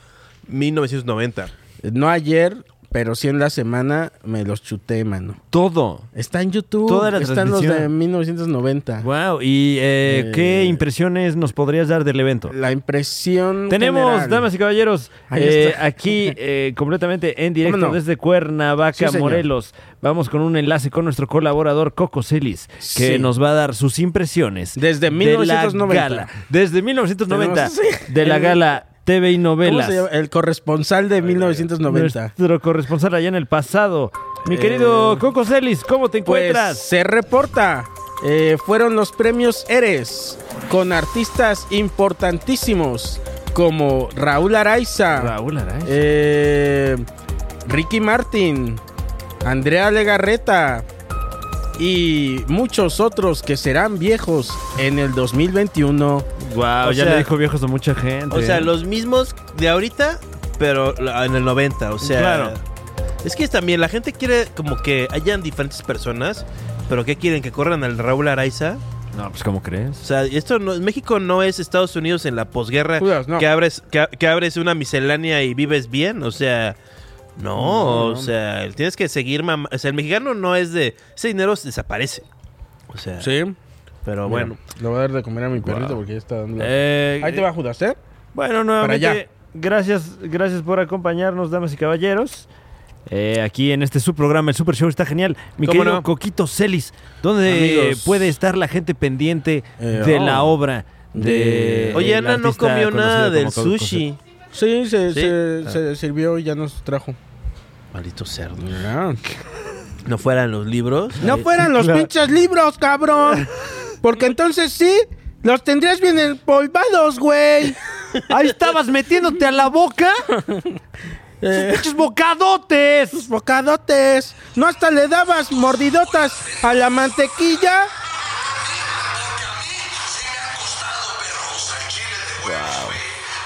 H: 1990.
J: No ayer, pero sí en la semana me los chuté, mano.
C: Todo.
J: Está en YouTube.
C: Toda la
J: Están los de
C: transmisión.
J: 1990.
C: Wow, y eh,
J: Eh.
C: qué impresiones nos podrías dar del evento.
J: La impresión.
C: Tenemos,
J: general.
C: damas y caballeros,
J: Ahí
C: eh,
J: está.
C: aquí eh, completamente en directo
J: Vámonos.
C: desde Cuernavaca,
J: Sí, señor.
C: Morelos. Vamos con un enlace con nuestro colaborador Coco Celis, que
J: Sí.
C: nos va a dar sus impresiones.
J: Desde
C: De
J: 1990.
C: la gala, desde 1990,
J: Tenemos- sí.
C: de la gala TV y
J: ¿Cómo
C: novelas.
J: se llama? El corresponsal de 1990.
C: Nuestro corresponsal allá en el pasado. Mi querido Coco Celis, ¿cómo te
J: Eh, Pues
C: encuentras?
J: se reporta. Eh, fueron los premios Eres con artistas importantísimos como Raúl Araiza,
C: Raúl Araiza.
J: eh, Ricky Martin, Andrea Legarreta y muchos otros que serán viejos en el 2021.
C: wow,
H: o
C: ya
H: sea-
C: le dijo viejos a mucha gente.
H: O sea, los mismos de ahorita, pero la- en el 90, o sea...
C: Claro.
H: Es que también la gente quiere como que hayan diferentes personas, pero ¿qué quieren? ¿Que corran al Raúl Araiza?
C: No, pues ¿cómo crees?
H: O sea, esto no, México no es Estados Unidos en la posguerra
J: Judas, no.
H: que abres que, a- que abres una miscelánea y vives bien, o sea, no, o sea, tienes que seguir mam- o sea, el mexicano no es de ese dinero se desaparece. O sea,
J: Sí.
H: pero bueno,
J: Le voy a dar de comer a mi perrito porque ya está dando. la-
C: Eh,
J: Ahí te va Judas, ¿eh?
C: Bueno,
J: Para
C: nuevamente,
J: allá.
C: gracias, gracias por acompañarnos, damas y caballeros. Eh, aquí en este subprograma, el Super Show está genial. Mi
H: ¿Cómo
C: querido
H: no?
C: Coquito Celis, ¿dónde
J: Amigos.
C: puede estar la gente pendiente
J: Eh,
C: de
J: oh.
C: la obra de.
H: oye,
C: del
H: Ana no
C: artista
H: comió
C: conocido
H: nada
C: como
H: del
C: Coco
H: sushi.
J: Sí, se,
H: ¿Sí?
J: se-
H: Ah.
J: se sirvió y ya nos trajo.
H: Maldito cerdo.
J: Ah.
H: No fueran los libros.
J: No
H: Ahí-
J: fueran los pinches libros, cabrón. Porque entonces sí, los tendrías bien empolvados, güey.
C: Celis. Ahí estabas metiéndote a la boca. ¡Sus pinches bocadotes!
J: Eh. Bocadotes. No hasta le dabas mordidotas a la mantequilla.
B: Porque a mí sí me ha costado perros al chile de huevos, güey.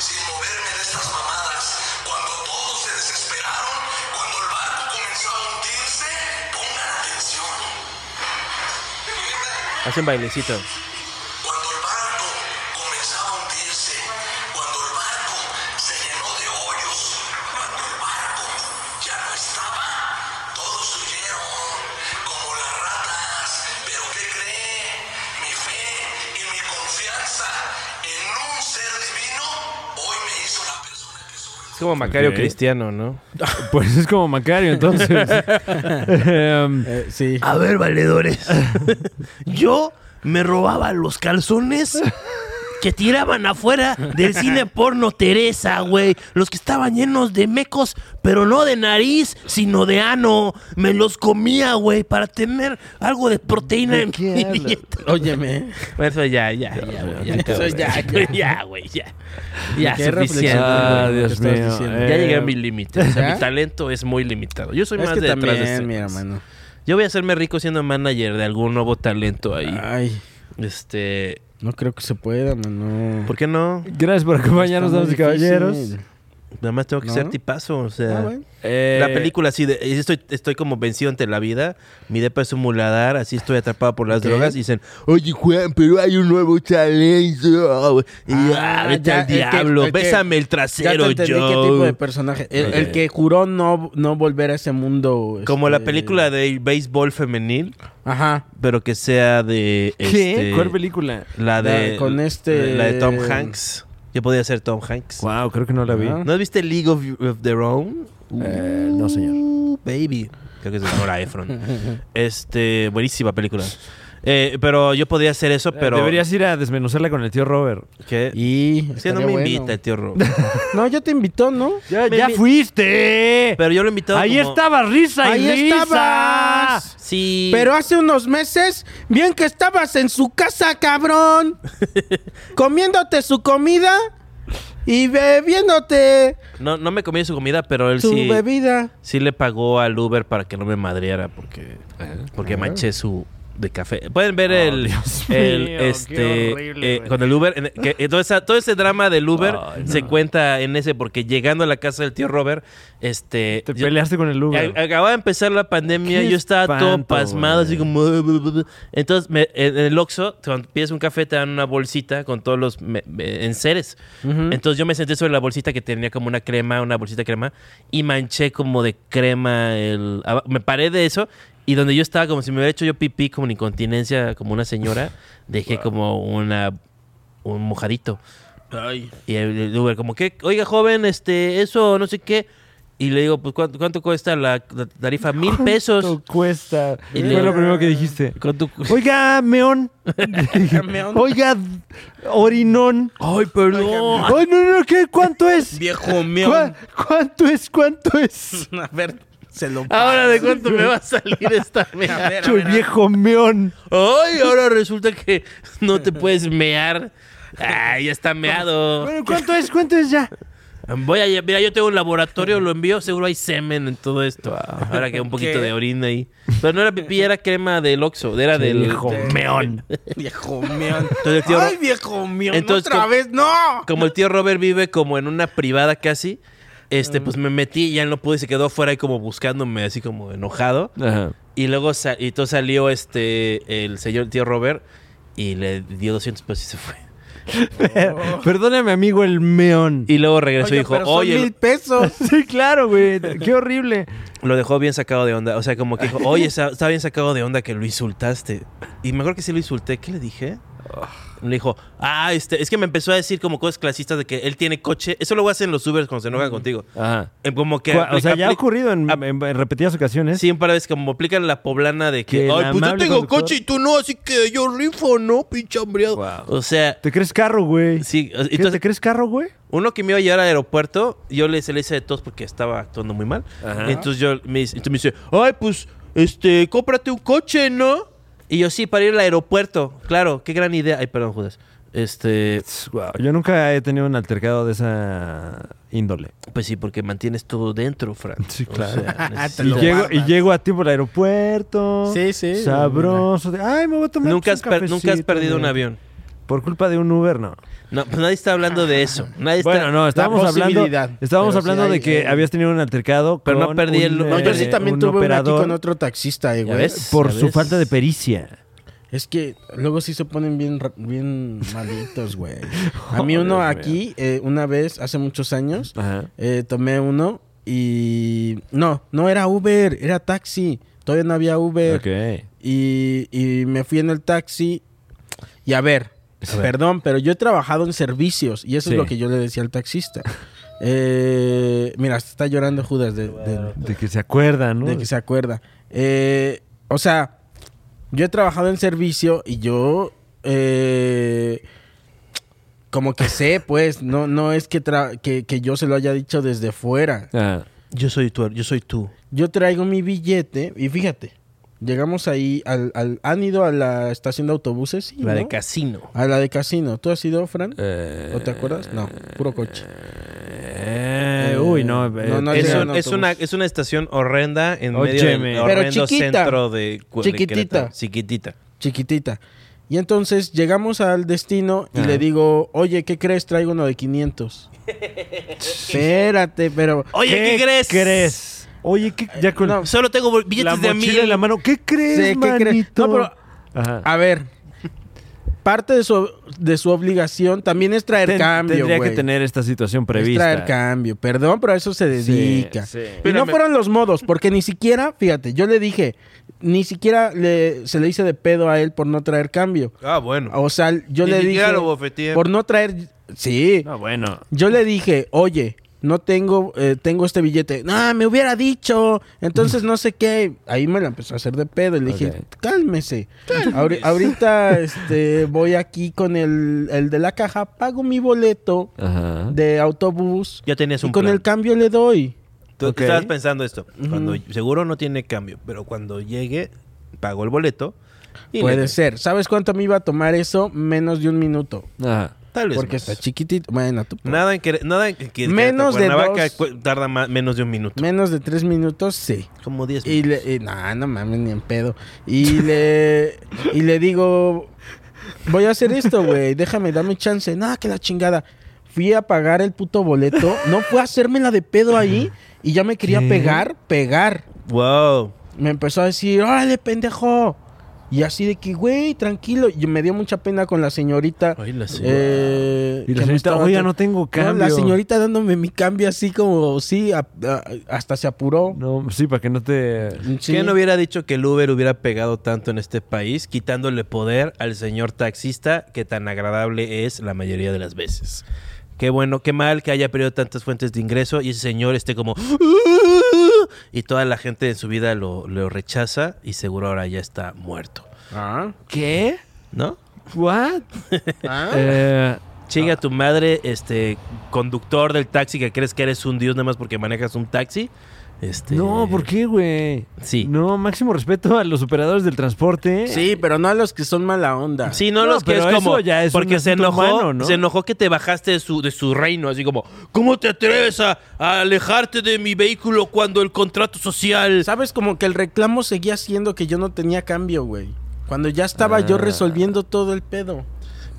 B: Sin moverme de estas mamadas. Cuando todos se desesperaron, cuando el barco comenzó a hundirse, pongan atención.
H: Hacen bailecito.
B: Cuando el barco comenzaba a hundirse, cuando el barco se llenó de hoyos, cuando el barco ya no estaba, todos huyeron como las ratas. Pero ¿qué cree? Mi fe y mi confianza en un ser divino hoy me hizo la persona que soy.
H: Es como Macario
C: Ok.
H: Cristiano, ¿no?
C: Pues es como Macario, entonces. Em,
J: Eh, sí.
H: A ver, valedores. Yo me robaba los calzones que tiraban afuera del cine porno Teresa, güey. Los que estaban llenos de mecos, pero no de nariz, sino de ano. Me los comía, güey, para tener algo de proteína en mi dieta.
J: Óyeme.
H: Eso ya, ya, ya, güey. Ya,
J: Eso ya,
H: ya, ya, güey, ya. Ya,
J: Qué reflexión,
H: suficiente.
C: Ah,
J: güey, lo que
C: Dios
J: estabas
C: mío,
J: diciendo.
C: eh.
H: Ya llegué a mi límite. O sea,
J: ¿Ya?
H: mi talento es muy limitado. Yo soy
J: Es
H: más
J: que
H: de atrás de
J: también,
H: escenas.
J: mi hermano.
H: Yo voy a hacerme rico siendo manager de algún nuevo talento ahí.
J: Ay,
H: Este,
J: no creo que se pueda, mano.
H: ¿por qué no?
C: Gracias por acompañarnos,
J: Está
C: damas
J: muy
C: y caballeros.
J: difícil.
H: Nada más tengo que
J: ¿No?
H: ser tipazo, o sea.
J: Ah, bueno.
C: Eh,
H: La película así de estoy, estoy como vencido ante la vida, mi depa es un muladar, así estoy atrapado por las
J: Ok.
H: drogas y dicen, oye Juan, pero hay un nuevo talento. Y
J: Ah,
H: ah, vete
J: ya,
H: al
J: el que-
H: diablo,
J: el que-
H: bésame el
J: Ya te
H: trasero,
J: entendí qué tipo de
H: yo.
J: personaje. El, el que juró no, no volver a ese mundo.
H: Como la
J: este,
H: película de béisbol femenil,
J: Ajá.
H: pero que sea de
C: ¿Qué?
H: este,
C: ¿Cuál película?
H: La de
J: La- con este-
H: la de Tom Hanks. Yo podía ser Tom Hanks.
C: Wow, creo que no la vi.
J: Ah.
H: ¿No viste League of, of Their Own?
C: Eh, no, señor.
H: Uh, baby. Creo que es de Nora Ephron. este, buenísima película. Eh, pero yo podía hacer eso, pero.
C: Eh, Deberías ir a desmenuzarla con el tío Robert.
H: ¿Qué?
J: Y.
H: Es que no
J: estaría
H: me
J: bueno.
H: invita el tío Rob.
J: No, ya te invitó, ¿no?
C: ¡Ya,
H: Me- me-
C: fuiste!
H: Pero yo lo he invitado.
C: Ahí
H: como-
C: estaba risa y
J: Ahí
C: risa.
J: estabas.
H: Sí.
J: Pero hace unos meses, bien que estabas en su casa, cabrón. comiéndote su comida y bebiéndote
H: No, no me comí su comida, pero él
J: su
H: Pues sí.
J: bebida.
H: Sí le pagó al Uber para que no me madriara porque.
C: Eh.
H: Porque manché su. De café. Pueden ver el. el,
C: Oh, mío, qué
H: este.
C: horrible,
H: eh,
C: güey.
H: con el Uber. en- que- eh, todo, esa- todo ese drama del Uber
C: Ay,
H: se cuenta en ese porque llegando a la casa del tío Robert. Este.
C: Te
H: yo-
C: peleaste con el Uber.
H: Ac- Acababa de empezar la pandemia,
C: Qué
H: yo estaba todo
C: espanto,
H: pasmado,
C: güey.
H: así como. "Ah, bla, bla, bla". Entonces, me- en el Oxxo, cuando pides un café, te dan una bolsita con todos los me- me- enseres. Entonces, yo me senté sobre la bolsita que tenía como una crema, una bolsita de crema, y manché como de crema el. aba- Me paré de eso. Y donde yo estaba, como si me hubiera hecho yo pipí, como en incontinencia, como una señora, dejé como una un mojadito. Y el, el Uber como que, oiga joven, este, eso, no sé qué. Y le digo, pues ¿cuánto, cuánto cuesta la, la tarifa? Mil pesos.
C: ¿Cuánto cuesta?
H: Y
C: Fue
H: le-
C: lo primero que dijiste.
H: ¿Cuánto cu-
C: Oiga, meón. Oiga, orinón.
H: Ay, perdón.
C: Ay, no, no, ¿qué? ¿Cuánto es?
J: Viejo mío.
C: ¿Cuá- ¿Cuánto es? ¿Cuánto es?
J: A ver, se lo
H: Ahora de cuánto me va a salir esta mea.
J: ver, a
C: Soy
J: ver, a ver.
C: viejo meón.
H: Ay, ahora resulta que no te puedes mear. Ay, ya está meado.
C: Bueno, ¿cuánto es? ¿Cuánto es ya?
H: Voy a, mira, yo tengo un laboratorio, lo envío, seguro hay semen en todo esto. Ahora que un poquito de orina ahí. Pero no era pipí, era crema del Oxxo, era del...
C: Viejo meón.
J: Viejo mío.
H: Entonces, el tío-
J: Ay, viejo mío.
H: Entonces,
J: otra
H: ¿cómo-
J: vez, no.
H: como el tío Robert vive como en una privada casi, este, pues me metí y ya no pude, se quedó afuera ahí como buscándome, así como enojado.
C: Ajá.
H: Y luego sa- y todo salió este, el señor el tío Robert y le dio 200 pesos y se fue.
C: Perdóname, amigo, el meón.
H: Y luego regresó
J: Oiga,
H: y dijo,
J: pero son
H: oye,
J: mil pesos.
C: Sí, claro, güey. Qué horrible.
H: lo dejó bien sacado de onda. O sea, como que dijo, oye, está, está bien sacado de onda que lo insultaste. Y me acuerdo que sí lo insulté. ¿Qué le dije? Le dijo, ah, este, es que me empezó a decir como cosas clasistas de que él tiene coche. Eso lo hacen los Ubers cuando se enojan contigo.
C: Ajá.
H: Eh, Como que
C: O sea, ya ha
H: apli-
C: ocurrido en,
H: apl-
C: en- en repetidas ocasiones.
H: Sí, un par de veces como aplican la poblana de que,
C: ¿Eh? Que el
H: ay, pues yo
C: amable
H: tengo
C: conductor".
H: coche y tú no, así que yo rifo, ¿no? Pinche hambreado. O sea,
C: ¿Te crees carro, güey?
H: sí. o-
C: ¿Qué, ¿Te
H: Entonces,
C: crees carro, güey?
H: uno que me iba a llevar al aeropuerto, yo le, se le hice de tos porque estaba actuando muy mal. Entonces yo me, dice- entonces me dice, ay, pues, este, cómprate un coche, ¿no? Y yo, sí, para ir al aeropuerto. Claro, qué gran idea. Ay, perdón, Judas. Este,
C: Guau, Yo nunca he tenido un altercado de esa índole.
H: pues sí, porque mantienes todo dentro, Fran.
C: Sí,
H: O
C: claro.
H: sea,
J: Te
C: Y
J: lo
C: llego, y
J: guardas.
C: llego a tiempo al aeropuerto.
J: Sí, sí.
C: Sabroso. de, Ay, me voy a tomar
H: nunca, has
C: pues, un
H: per- nunca has
C: cafecito,
H: perdido un
C: güey".
H: avión.
C: Por culpa de un Uber, no.
H: No, pues nadie está hablando de eso. Nadie está-
C: bueno, no, estábamos
J: la
C: hablando,
J: posibilidad.
C: estábamos
J: Pero
C: hablando
J: sí hay-
C: de que
J: hay-
C: habías tenido un altercado.
H: Pero no
C: con
H: perdí el-
C: un,
J: No, yo sí
C: eh,
J: también
C: un
J: tuve una aquí
C: operador
J: con otro taxista, eh,
H: ¿Ya
J: güey.
H: ves?
C: Por
H: ¿Ya
C: su
H: ves?
C: falta de pericia.
J: Es que luego sí se ponen bien, ra- bien malitos, güey. A mí uno
C: Joder,
J: aquí, eh, una vez, hace muchos años,
C: Ajá.
J: eh, tomé uno y... No, no era Uber, era taxi. Todavía no había Uber. Y, y me fui en el taxi y a ver, perdón, pero yo he trabajado en servicios y eso
C: Sí.
J: es lo que yo le decía al taxista. Eh, mira, hasta está llorando Judas de, de-
C: De que se acuerdan, ¿no?
J: de que se acuerda. Eh, o sea, yo he trabajado en servicio y yo eh, como que sé, pues, no, no es que, tra- que, que yo se lo haya dicho desde fuera.
C: Ah,
H: Yo soy tú, yo soy tú.
J: Yo traigo mi billete y fíjate, llegamos ahí, al, al- ¿han ido a la estación de autobuses? Sí,
H: La de
J: ¿no?
H: casino.
J: A la de casino. ¿Tú has ido, Fran? ¿O te acuerdas? No, puro coche.
C: eh, uy, no. eh,
J: No, no,
C: es-
H: es,
J: llega
H: un-
J: en
H: es una,
J: autobús.
H: es una estación horrenda en
C: Óyeme.
H: medio del
C: Pero
H: horrendo
J: chiquita.
H: centro de Cu- de
J: Chiquitita.
H: Querétaro. Chiquitita.
J: Chiquitita. Y entonces llegamos al destino y le digo, oye, ¿qué crees? Traigo uno de 500. Espérate, pero...
H: Oye, ¿qué, crees?
C: crees? Oye, ¿qué? Ya con
J: No,
H: Solo tengo bol-
C: la
H: billetes de a
C: mochila en
H: mil.
C: la mano. ¿Qué crees,
J: Sí, ¿qué crees?
C: manito?
J: No, pero-
C: Ajá.
J: A ver, parte de su, de su obligación también es traer
C: Ten-
J: cambio,
C: tendría
J: güey.
C: que tener esta situación
J: Es
C: prevista.
J: traer cambio. Perdón, pero a eso se dedica.
C: sí.
J: Y no
H: Espérame.
J: fueron los modos, porque ni siquiera, fíjate, yo le dije, ni siquiera le- se le hice de pedo a él por no traer cambio.
H: Ah, bueno.
J: O sea, yo
H: Ni
J: le
H: siquiera
J: dije.
H: lo bofeteé.
J: Por no traer. Sí.
C: No, bueno.
J: Yo le dije, oye, no tengo, eh, tengo este billete. No, me hubiera dicho. Entonces no sé qué. Ahí me la empezó a hacer de pedo. Y le dije,
C: Ok.
J: cálmese. Ahori- ahorita este, voy aquí con el, el de la caja, pago mi boleto
C: Ajá.
J: de autobús.
H: Ya tenías
J: y
H: un
J: con
H: plan.
J: el cambio le doy.
H: Tú
J: Ok.
H: estabas pensando esto. Cuando seguro no tiene cambio, pero cuando llegue pago el boleto. y
J: Puede
H: le-
J: ser. ¿Sabes cuánto me iba a tomar eso? Menos de un minuto.
C: Ajá.
H: Tal vez.
J: Porque
H: más.
J: está chiquitito. Bueno, tú.
H: Nada en que nada en que
J: Menos de
H: Cuernavaca
J: dos-
H: cu- tarda más, menos de un minuto.
J: Menos de tres minutos, sí.
H: Como 10
J: Y
H: minutos.
J: le, y, nah, no mames, ni en pedo. Y le, y le digo, voy a hacer esto, güey, déjame, dame chance. Nada, que la chingada. Fui a pagar el puto boleto, no fue a hacérmela de pedo ahí y ya me quería pegar, pegar.
H: Wow.
J: Me empezó a decir, órale, pendejo. Y así de que, güey, tranquilo. Y me dio mucha pena con la señorita.
H: Ay, la señora.
J: eh,
C: Y la
J: que me
C: señorita,
J: estaba-
C: "Oiga, no tengo
J: la
C: cambio".
J: señorita dándome mi cambio así como, sí, a- a- hasta se apuró.
C: No, sí, para que no te.
J: Sí.
H: ¿Quién hubiera dicho que el Uber hubiera pegado tanto en este país, quitándole poder al señor taxista que tan agradable es la mayoría de las veces? Qué bueno, qué mal que haya perdido tantas fuentes de ingreso y ese señor esté como... "Ah", Y toda la gente en su vida lo, lo rechaza y seguro ahora ya está muerto.
J: ¿Ah?
C: ¿Qué?
H: ¿No?
C: ¿What?
H: ¿Ah?
C: Eh,
H: Chinga tu madre, este conductor del taxi que crees que eres un dios nada más porque manejas un taxi. Este,
C: No, ¿por qué, güey?
H: Sí.
C: No, máximo respeto a los operadores del transporte.
J: Sí, pero no a los que son mala onda.
H: Sí, no,
C: No,
H: los que es
C: pero
H: como
C: eso ya es
H: porque
C: un
H: se
C: asunto
H: enojó,
C: humano, ¿no?
H: se enojó que te bajaste de su de su reino, así como, ¿cómo te atreves a, a alejarte de mi vehículo cuando el contrato social?
J: Sabes, como que el reclamo seguía siendo que yo no tenía cambio, güey. Cuando ya estaba
C: Ah.
J: yo resolviendo todo el pedo.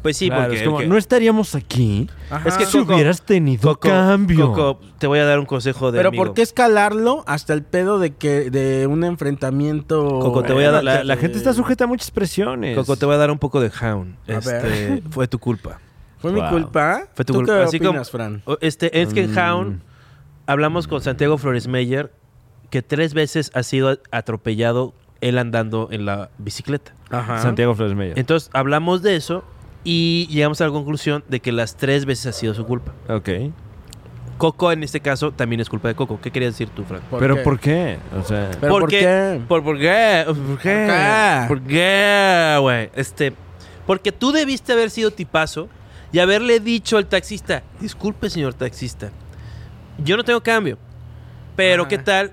H: Pues sí,
C: Claro,
H: porque
C: es como,
H: porque-
C: no estaríamos aquí
J: Ajá.
H: Es que
C: si
H: Coco-
C: hubieras tenido
H: Coco,
C: cambio.
H: Coco, te voy a dar un consejo de
J: Pero
H: amigo.
J: ¿por qué escalarlo hasta el pedo de que de un enfrentamiento?
H: Coco, te voy a dar-
C: la, la
J: Eh,
C: gente está sujeta a muchas presiones.
H: Coco, te voy a dar un poco de hound.
J: A
H: Este, fue tu culpa.
J: Fue mi
C: Wow.
J: culpa.
H: Fue tu
J: ¿Tú
H: culpa.
J: qué
H: Así como-
J: opinas, Fran?
H: O- Este, es que
C: Mm.
H: en Hound hablamos con Santiago Flores Meyer que tres veces ha sido atropellado él andando en la bicicleta.
J: Ajá.
C: Santiago Flores Meyer.
H: Entonces hablamos de eso y llegamos a la conclusión de que las tres veces ha sido su culpa.
C: Ok.
H: Coco en este caso también es culpa de Coco. ¿Qué querías decir tú, Frank?
C: ¿Pero
J: qué?
C: por qué? O sea,
J: ¿Pero por qué?
H: Por, ¿Por qué? ¿Por qué?
J: qué?
H: ¿Por qué, güey? Este, porque tú debiste haber sido tipazo y haberle dicho al taxista, disculpe, señor taxista, yo no tengo cambio, pero
J: Ajá.
H: ¿qué tal?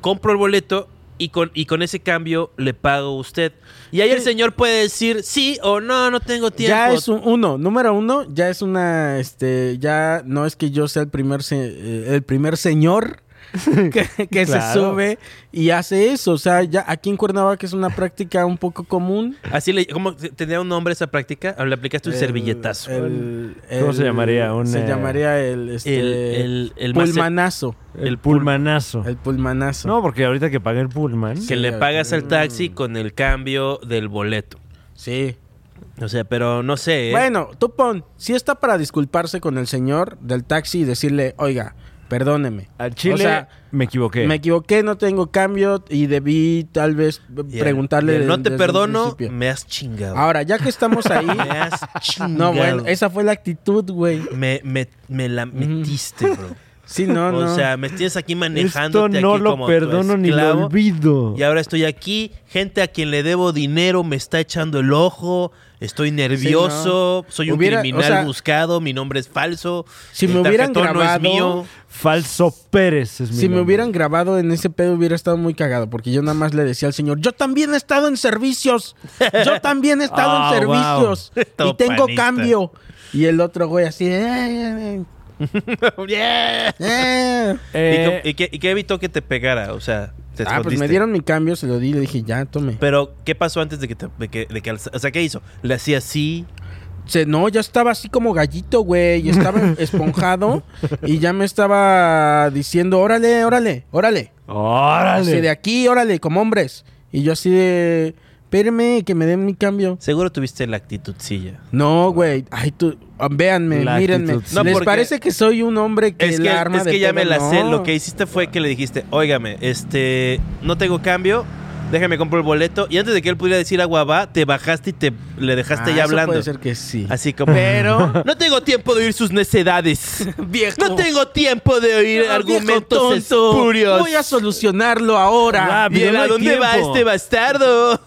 H: Compro el boleto y con, y con ese cambio le pago a usted. Y ahí el
J: Sí.
H: señor puede decir sí o no, no tengo tiempo.
J: Ya es un, uno, número uno, ya es una, este, ya no es que yo sea el primer, se- eh, el primer señor que, que se
C: Claro.
J: sube y hace eso. O sea, ya aquí en Cuernavaca es una práctica un poco común.
H: Así le, ¿cómo tenía un nombre esa práctica? O Le aplicaste un
J: El-
H: servilletazo.
J: el-
C: ¿Cómo se llamaría? Un,
J: se
C: eh,
J: llamaría el, este,
H: el- el- el más-
J: pulmanazo.
C: el, pulmanazo.
J: El pulmanazo.
C: No, porque ahorita que pague el pulman.
H: que le
J: sí,
H: pagas al taxi con el cambio del boleto.
J: Sí.
H: O sea, pero no sé. ¿eh?
J: Bueno, tú pon, si está para disculparse con el señor del taxi y decirle, oiga, perdóneme.
C: Al chile
J: O sea,
C: me equivoqué.
J: Me equivoqué, no tengo cambio y debí tal vez
H: Y el-
J: preguntarle.
H: y el no
J: de-
H: te
J: desde el
H: perdono,
J: principio.
H: me has chingado.
J: Ahora, ya que estamos ahí.
H: me has chingado.
J: no, bueno, esa fue la actitud, güey.
H: me, me, me la metiste, bro.
J: Sí, no, no.
H: O sea, me tienes aquí manejando.
C: Esto no lo perdono ni lo olvido.
H: Y ahora estoy aquí, gente a quien le debo dinero me está echando el ojo, Estoy nervioso, soy un
J: Hubiera-
H: criminal
J: o sea,
H: buscado, mi nombre es falso.
J: si me
H: el
J: hubieran
H: tarjetón
J: grabado-
C: Falso Pérez es mi
J: Si me
C: nombre.
J: hubieran grabado en ese pedo hubiera estado muy cagado, porque yo nada más le decía al señor, yo también he estado en servicios, yo también he estado
H: Ah,
J: en servicios
H: wow.
J: y tengo
H: Topanista.
J: cambio. Y el otro güey así, "Eh, eh,
H: Yeah.
J: eh, eh".
C: Eh,
H: ¿Y, qué, y qué evitó que te pegara? O sea, te
J: Ah, pues me
H: escondiste.
J: dieron mi cambio, se lo di, le dije, ya, tome.
H: Pero, ¿qué pasó antes de que te... de que- de que alza- o sea, ¿qué hizo? ¿Le hacía así?
J: Se- no, ya estaba así como gallito, güey, y estaba esponjado y ya me estaba diciendo, órale, órale, órale. Así de
C: ¡Órale!
J: aquí, órale, como hombres. Y yo así de, espérame, que me den mi cambio.
H: Seguro tuviste la actitudcilla.
J: No, güey. Ay, tú. ah, Véanme,
C: La
J: mírenme.
C: actitud, sí. No,
J: ¿Les
H: porque-
J: parece que soy un hombre que
H: Es que,
J: la arma
H: es
J: de
H: que ya
J: pedo?
H: me la sé.
J: No.
H: Lo que hiciste fue que le dijiste, óigame, este, no tengo cambio, déjame compro el boleto. Y antes de que él pudiera decir agua va, te bajaste y te le dejaste
J: Ah,
H: ya
J: eso
H: hablando.
J: Puede ser que sí.
H: Así como, pero no tengo tiempo de oír sus necedades.
J: Viejo.
H: No tengo tiempo de
J: Ah,
H: oír
J: viejo
H: argumentos
J: tonto.
H: espurios. Ah,
J: Voy a solucionarlo ahora.
H: ¿Y
C: Rápido,
H: él,
C: no
H: a
C: hay
H: dónde va
C: tiempo.
H: este bastardo?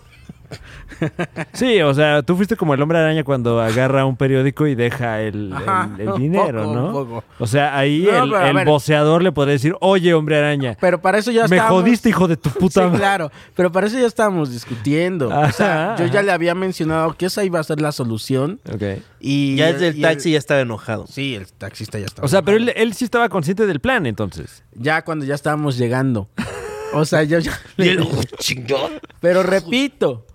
C: Sí, o sea, tú fuiste como el hombre araña cuando agarra un periódico y deja el,
J: Ajá,
C: el- el
J: un
C: dinero,
J: poco,
C: ¿no?
J: un poco.
C: O sea, ahí
J: No,
C: el,
J: pero a
C: el
J: ver.
C: voceador le podría decir, oye, hombre araña,
J: Pero para eso ya
C: me
J: estábamos-
C: jodiste, hijo de tu puta
J: Sí,
C: madre.
J: claro. Pero para eso ya estábamos discutiendo. o sea,
C: Ajá,
J: yo ya
C: ajá.
J: le había mencionado que esa iba a ser la solución.
C: Ok.
J: Y
H: Ya desde el
J: y
H: taxi ya estaba enojado.
J: Sí, el taxista ya estaba.
C: O sea, pero él, él sí estaba consciente del plan, entonces.
J: Ya cuando ya estábamos llegando. O sea, yo ya.
H: Y él, "Oh, chingón.
J: Pero repito,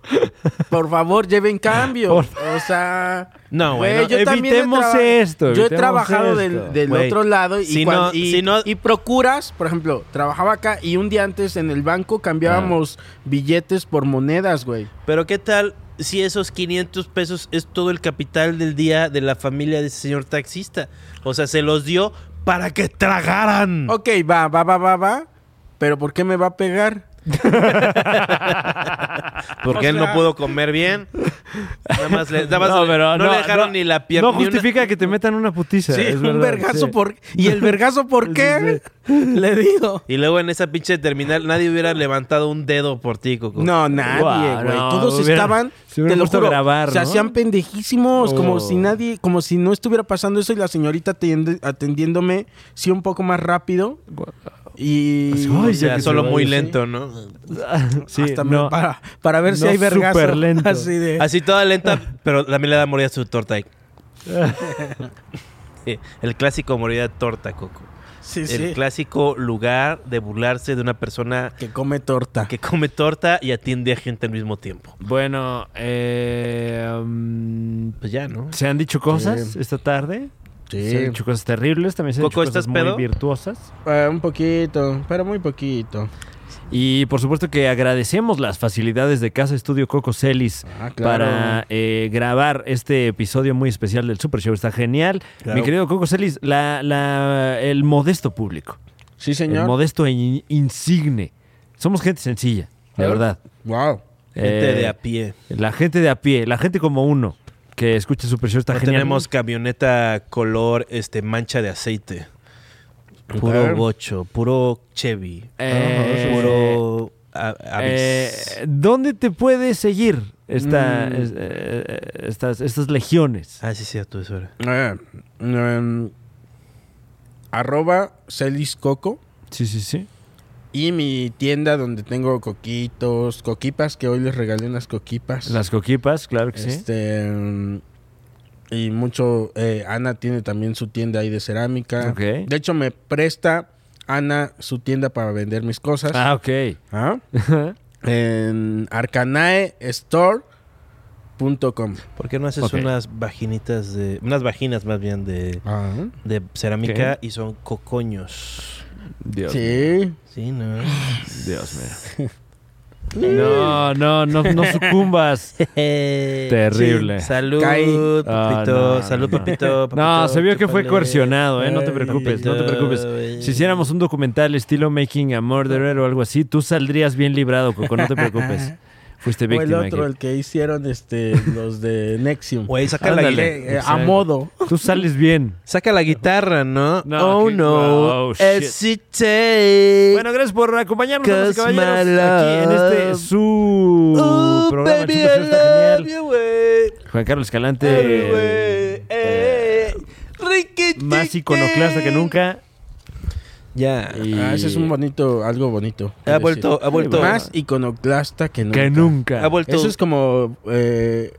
J: por favor, lleven cambio.
C: Por-
J: O sea,
H: No, güey, no,
J: he
C: evitemos
J: traba-
C: esto,
J: Yo he
C: evitemos
J: trabajado
C: esto.
J: del, del
H: Güey,
J: otro lado y,
H: si
J: cuan-
H: no-
J: y,
H: si no-
J: y procuras, por ejemplo, trabajaba acá y un día antes en el banco cambiábamos billetes por monedas, güey.
H: Pero qué tal si esos 500 pesos es todo el capital del día de la familia de ese señor taxista. O sea, se los dio para que tragaran.
J: Ok, va, va, va, va, va. Pero ¿por qué me va a pegar?
C: Ah,
H: Porque él no pudo comer bien. Nada más le, nada más le- no le dejaron ni la pierna.
C: No justifica que te metan una putiza.
J: Sí,
C: es
J: un
C: verdad,
J: vergazo
C: sí.
J: por... ¿Y el vergazo por
C: Sí,
J: qué? Le digo.
H: Y luego en esa pinche terminal nadie hubiera levantado un dedo por ti, Coco.
J: No, nadie,
C: Guau,
J: güey.
C: no,
J: Todos
C: hubiera-
J: estaban,
C: se hubiera
J: te lo
C: puesto a
J: juro,
C: grabar,
J: se
C: ¿no?
J: hacían pendejísimos,
C: Oh.
J: como si nadie, como si no estuviera pasando eso y la señorita atend- atendiéndome sí un poco más rápido y
C: Ay,
H: O sea,
C: ya que se
H: solo
C: vaya,
H: muy
C: sí.
H: lento, ¿no?
C: Pues, Sí,
J: hasta me-
C: no.
J: para, para ver si
C: No,
J: hay vergazo.
C: súper lento.
J: Así de,
H: Así toda lenta, pero también le da morir a su torta. ahí. Sí, el clásico morir de torta, Coco.
J: sí,
H: el
J: sí,
H: clásico lugar de burlarse de una persona
J: que come torta.
H: que come torta y atiende a gente al mismo tiempo.
C: Bueno, eh, um,
H: Pues ya, ¿no?
C: se han dicho cosas esta tarde. Se han
J: Sí,
C: dicho cosas terribles, también se han
H: Coco,
C: dicho cosas
H: ¿estás
C: muy
H: pedo?
C: virtuosas.
J: eh, un poquito, pero muy poquito.
C: Y por supuesto que agradecemos las facilidades de Casa Estudio Coco Celis
J: Ah, claro.
C: para eh, grabar este episodio muy especial del Super Show. Está genial.
H: Claro.
C: Mi querido Coco Celis, la- la- el modesto público,
J: Sí,
C: el
J: señor.
C: modesto e in- insigne. Somos gente sencilla, la
J: Ah.
C: verdad.
J: Wow.
H: Gente
C: Eh,
H: de a pie.
C: La gente de a pie, la gente como uno que escucha Super Show está
H: No
C: genial.
H: tenemos camioneta color este mancha de aceite. Puro
J: Claro.
H: bocho, puro Chevy,
C: Eh,
H: puro a- Avis.
C: Eh, ¿Dónde te puede seguir esta-
H: Mm.
C: es- eh, estas, estas legiones?
H: Ah, sí, cierto, eso era.
J: Eh, em, arroba Celis Coco.
C: Sí, sí, sí.
J: Y mi tienda donde tengo coquitos, coquipas, que hoy les regalé unas coquipas.
C: Las coquipas, claro que sí.
J: Este, mm, Y mucho. eh, Ana tiene también su tienda ahí de cerámica.
C: Ok.
J: De hecho, me presta Ana su tienda para vender mis cosas.
C: Ah, ok.
J: Ah. En arcanaestore.com.
H: ¿Por qué no haces
C: Ok.
H: unas vaginitas de. Unas vaginas más bien de, de cerámica y son cocoños?
C: Dios,
J: Sí.
H: Sí, ¿no?
C: Dios mío. No, no, no, no sucumbas. Terrible.
H: Salud,
J: Caí.
H: papito.
C: Ah, no,
H: Salud,
C: no.
H: papito, papito,
C: No, se vio que fue
H: chúpale.
C: coercionado, ¿eh? No te preocupes, no te preocupes. Si hiciéramos un documental estilo Making a Murderer o algo así, tú saldrías bien librado, Coco, no te preocupes. Fuiste
J: O el
C: víctima.
J: otro,
C: aquí.
J: el que hicieron este, los de Nexium.
H: Güey, saca la
J: Ándale,
H: guitarra.
J: eh, a
C: Exacto.
J: modo.
C: Tú sales bien.
H: Saca la guitarra, ¿no?
C: No,
H: oh
C: que-
H: no.
C: oh, shit.
H: As it takes.
C: Bueno, gracias por acompañarnos, damas y
H: Cause my
C: caballeros, aquí en este
H: love.
C: su
H: Oh,
C: programa.
H: baby,
C: Chicos,
H: I
C: está
H: love
C: genial.
H: you, güey.
C: Juan Carlos Escalante,
H: Ay, güey. Eh, riquitín.
C: más iconoclasta que nunca.
H: Ya.
C: Y-
J: Ah, ese es un bonito, algo bonito.
H: Ha vuelto, ha vuelto.
J: Más iconoclasta que nunca.
C: que nunca.
J: Ah,
H: Ha vuelto.
J: Eso es como, eh,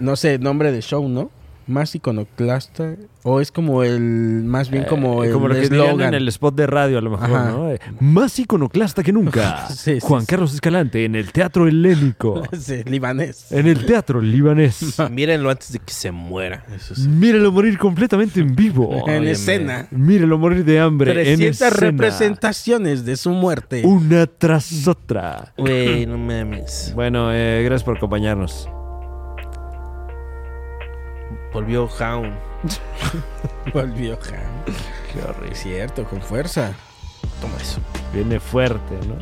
J: no sé, nombre de show, ¿no? Más iconoclasta. O es como el, más bien como
C: Eh,
J: el
C: como lo que dirían
J: eslogan.
C: en el spot de radio, a lo mejor,
J: Ajá.
C: ¿no? Eh, Más iconoclasta que nunca.
J: Sí, sí,
C: Juan
J: sí.
C: Carlos Escalante en el Teatro Helénico.
J: Sí, libanés.
C: en el Teatro Libanés.
H: Mírenlo antes de que se muera.
C: Mírelo morir completamente en vivo.
J: en escena.
C: Mírelo morir de hambre. en
J: 300
C: escena. Uh.
J: representaciones de su muerte.
C: Una tras otra.
H: Güey, no mames.
C: Bueno, eh, gracias por acompañarnos.
H: Volvió Hound.
J: Volvió Ham. Qué horrible. Cierto, con fuerza.
H: Toma eso.
C: Viene fuerte, ¿no?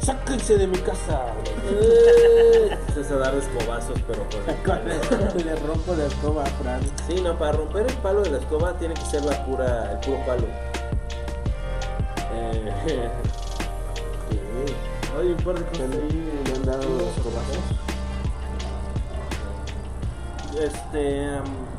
K: Sáquense de mi casa. Empieza a dar escobazos, pero con Le rompo la escoba a Fran. Sí, no, para romper el palo de la escoba tiene que ser la pura, el puro palo. Eh, Oye, un par de cosas. ¿Le han dado escobazos? Este. am,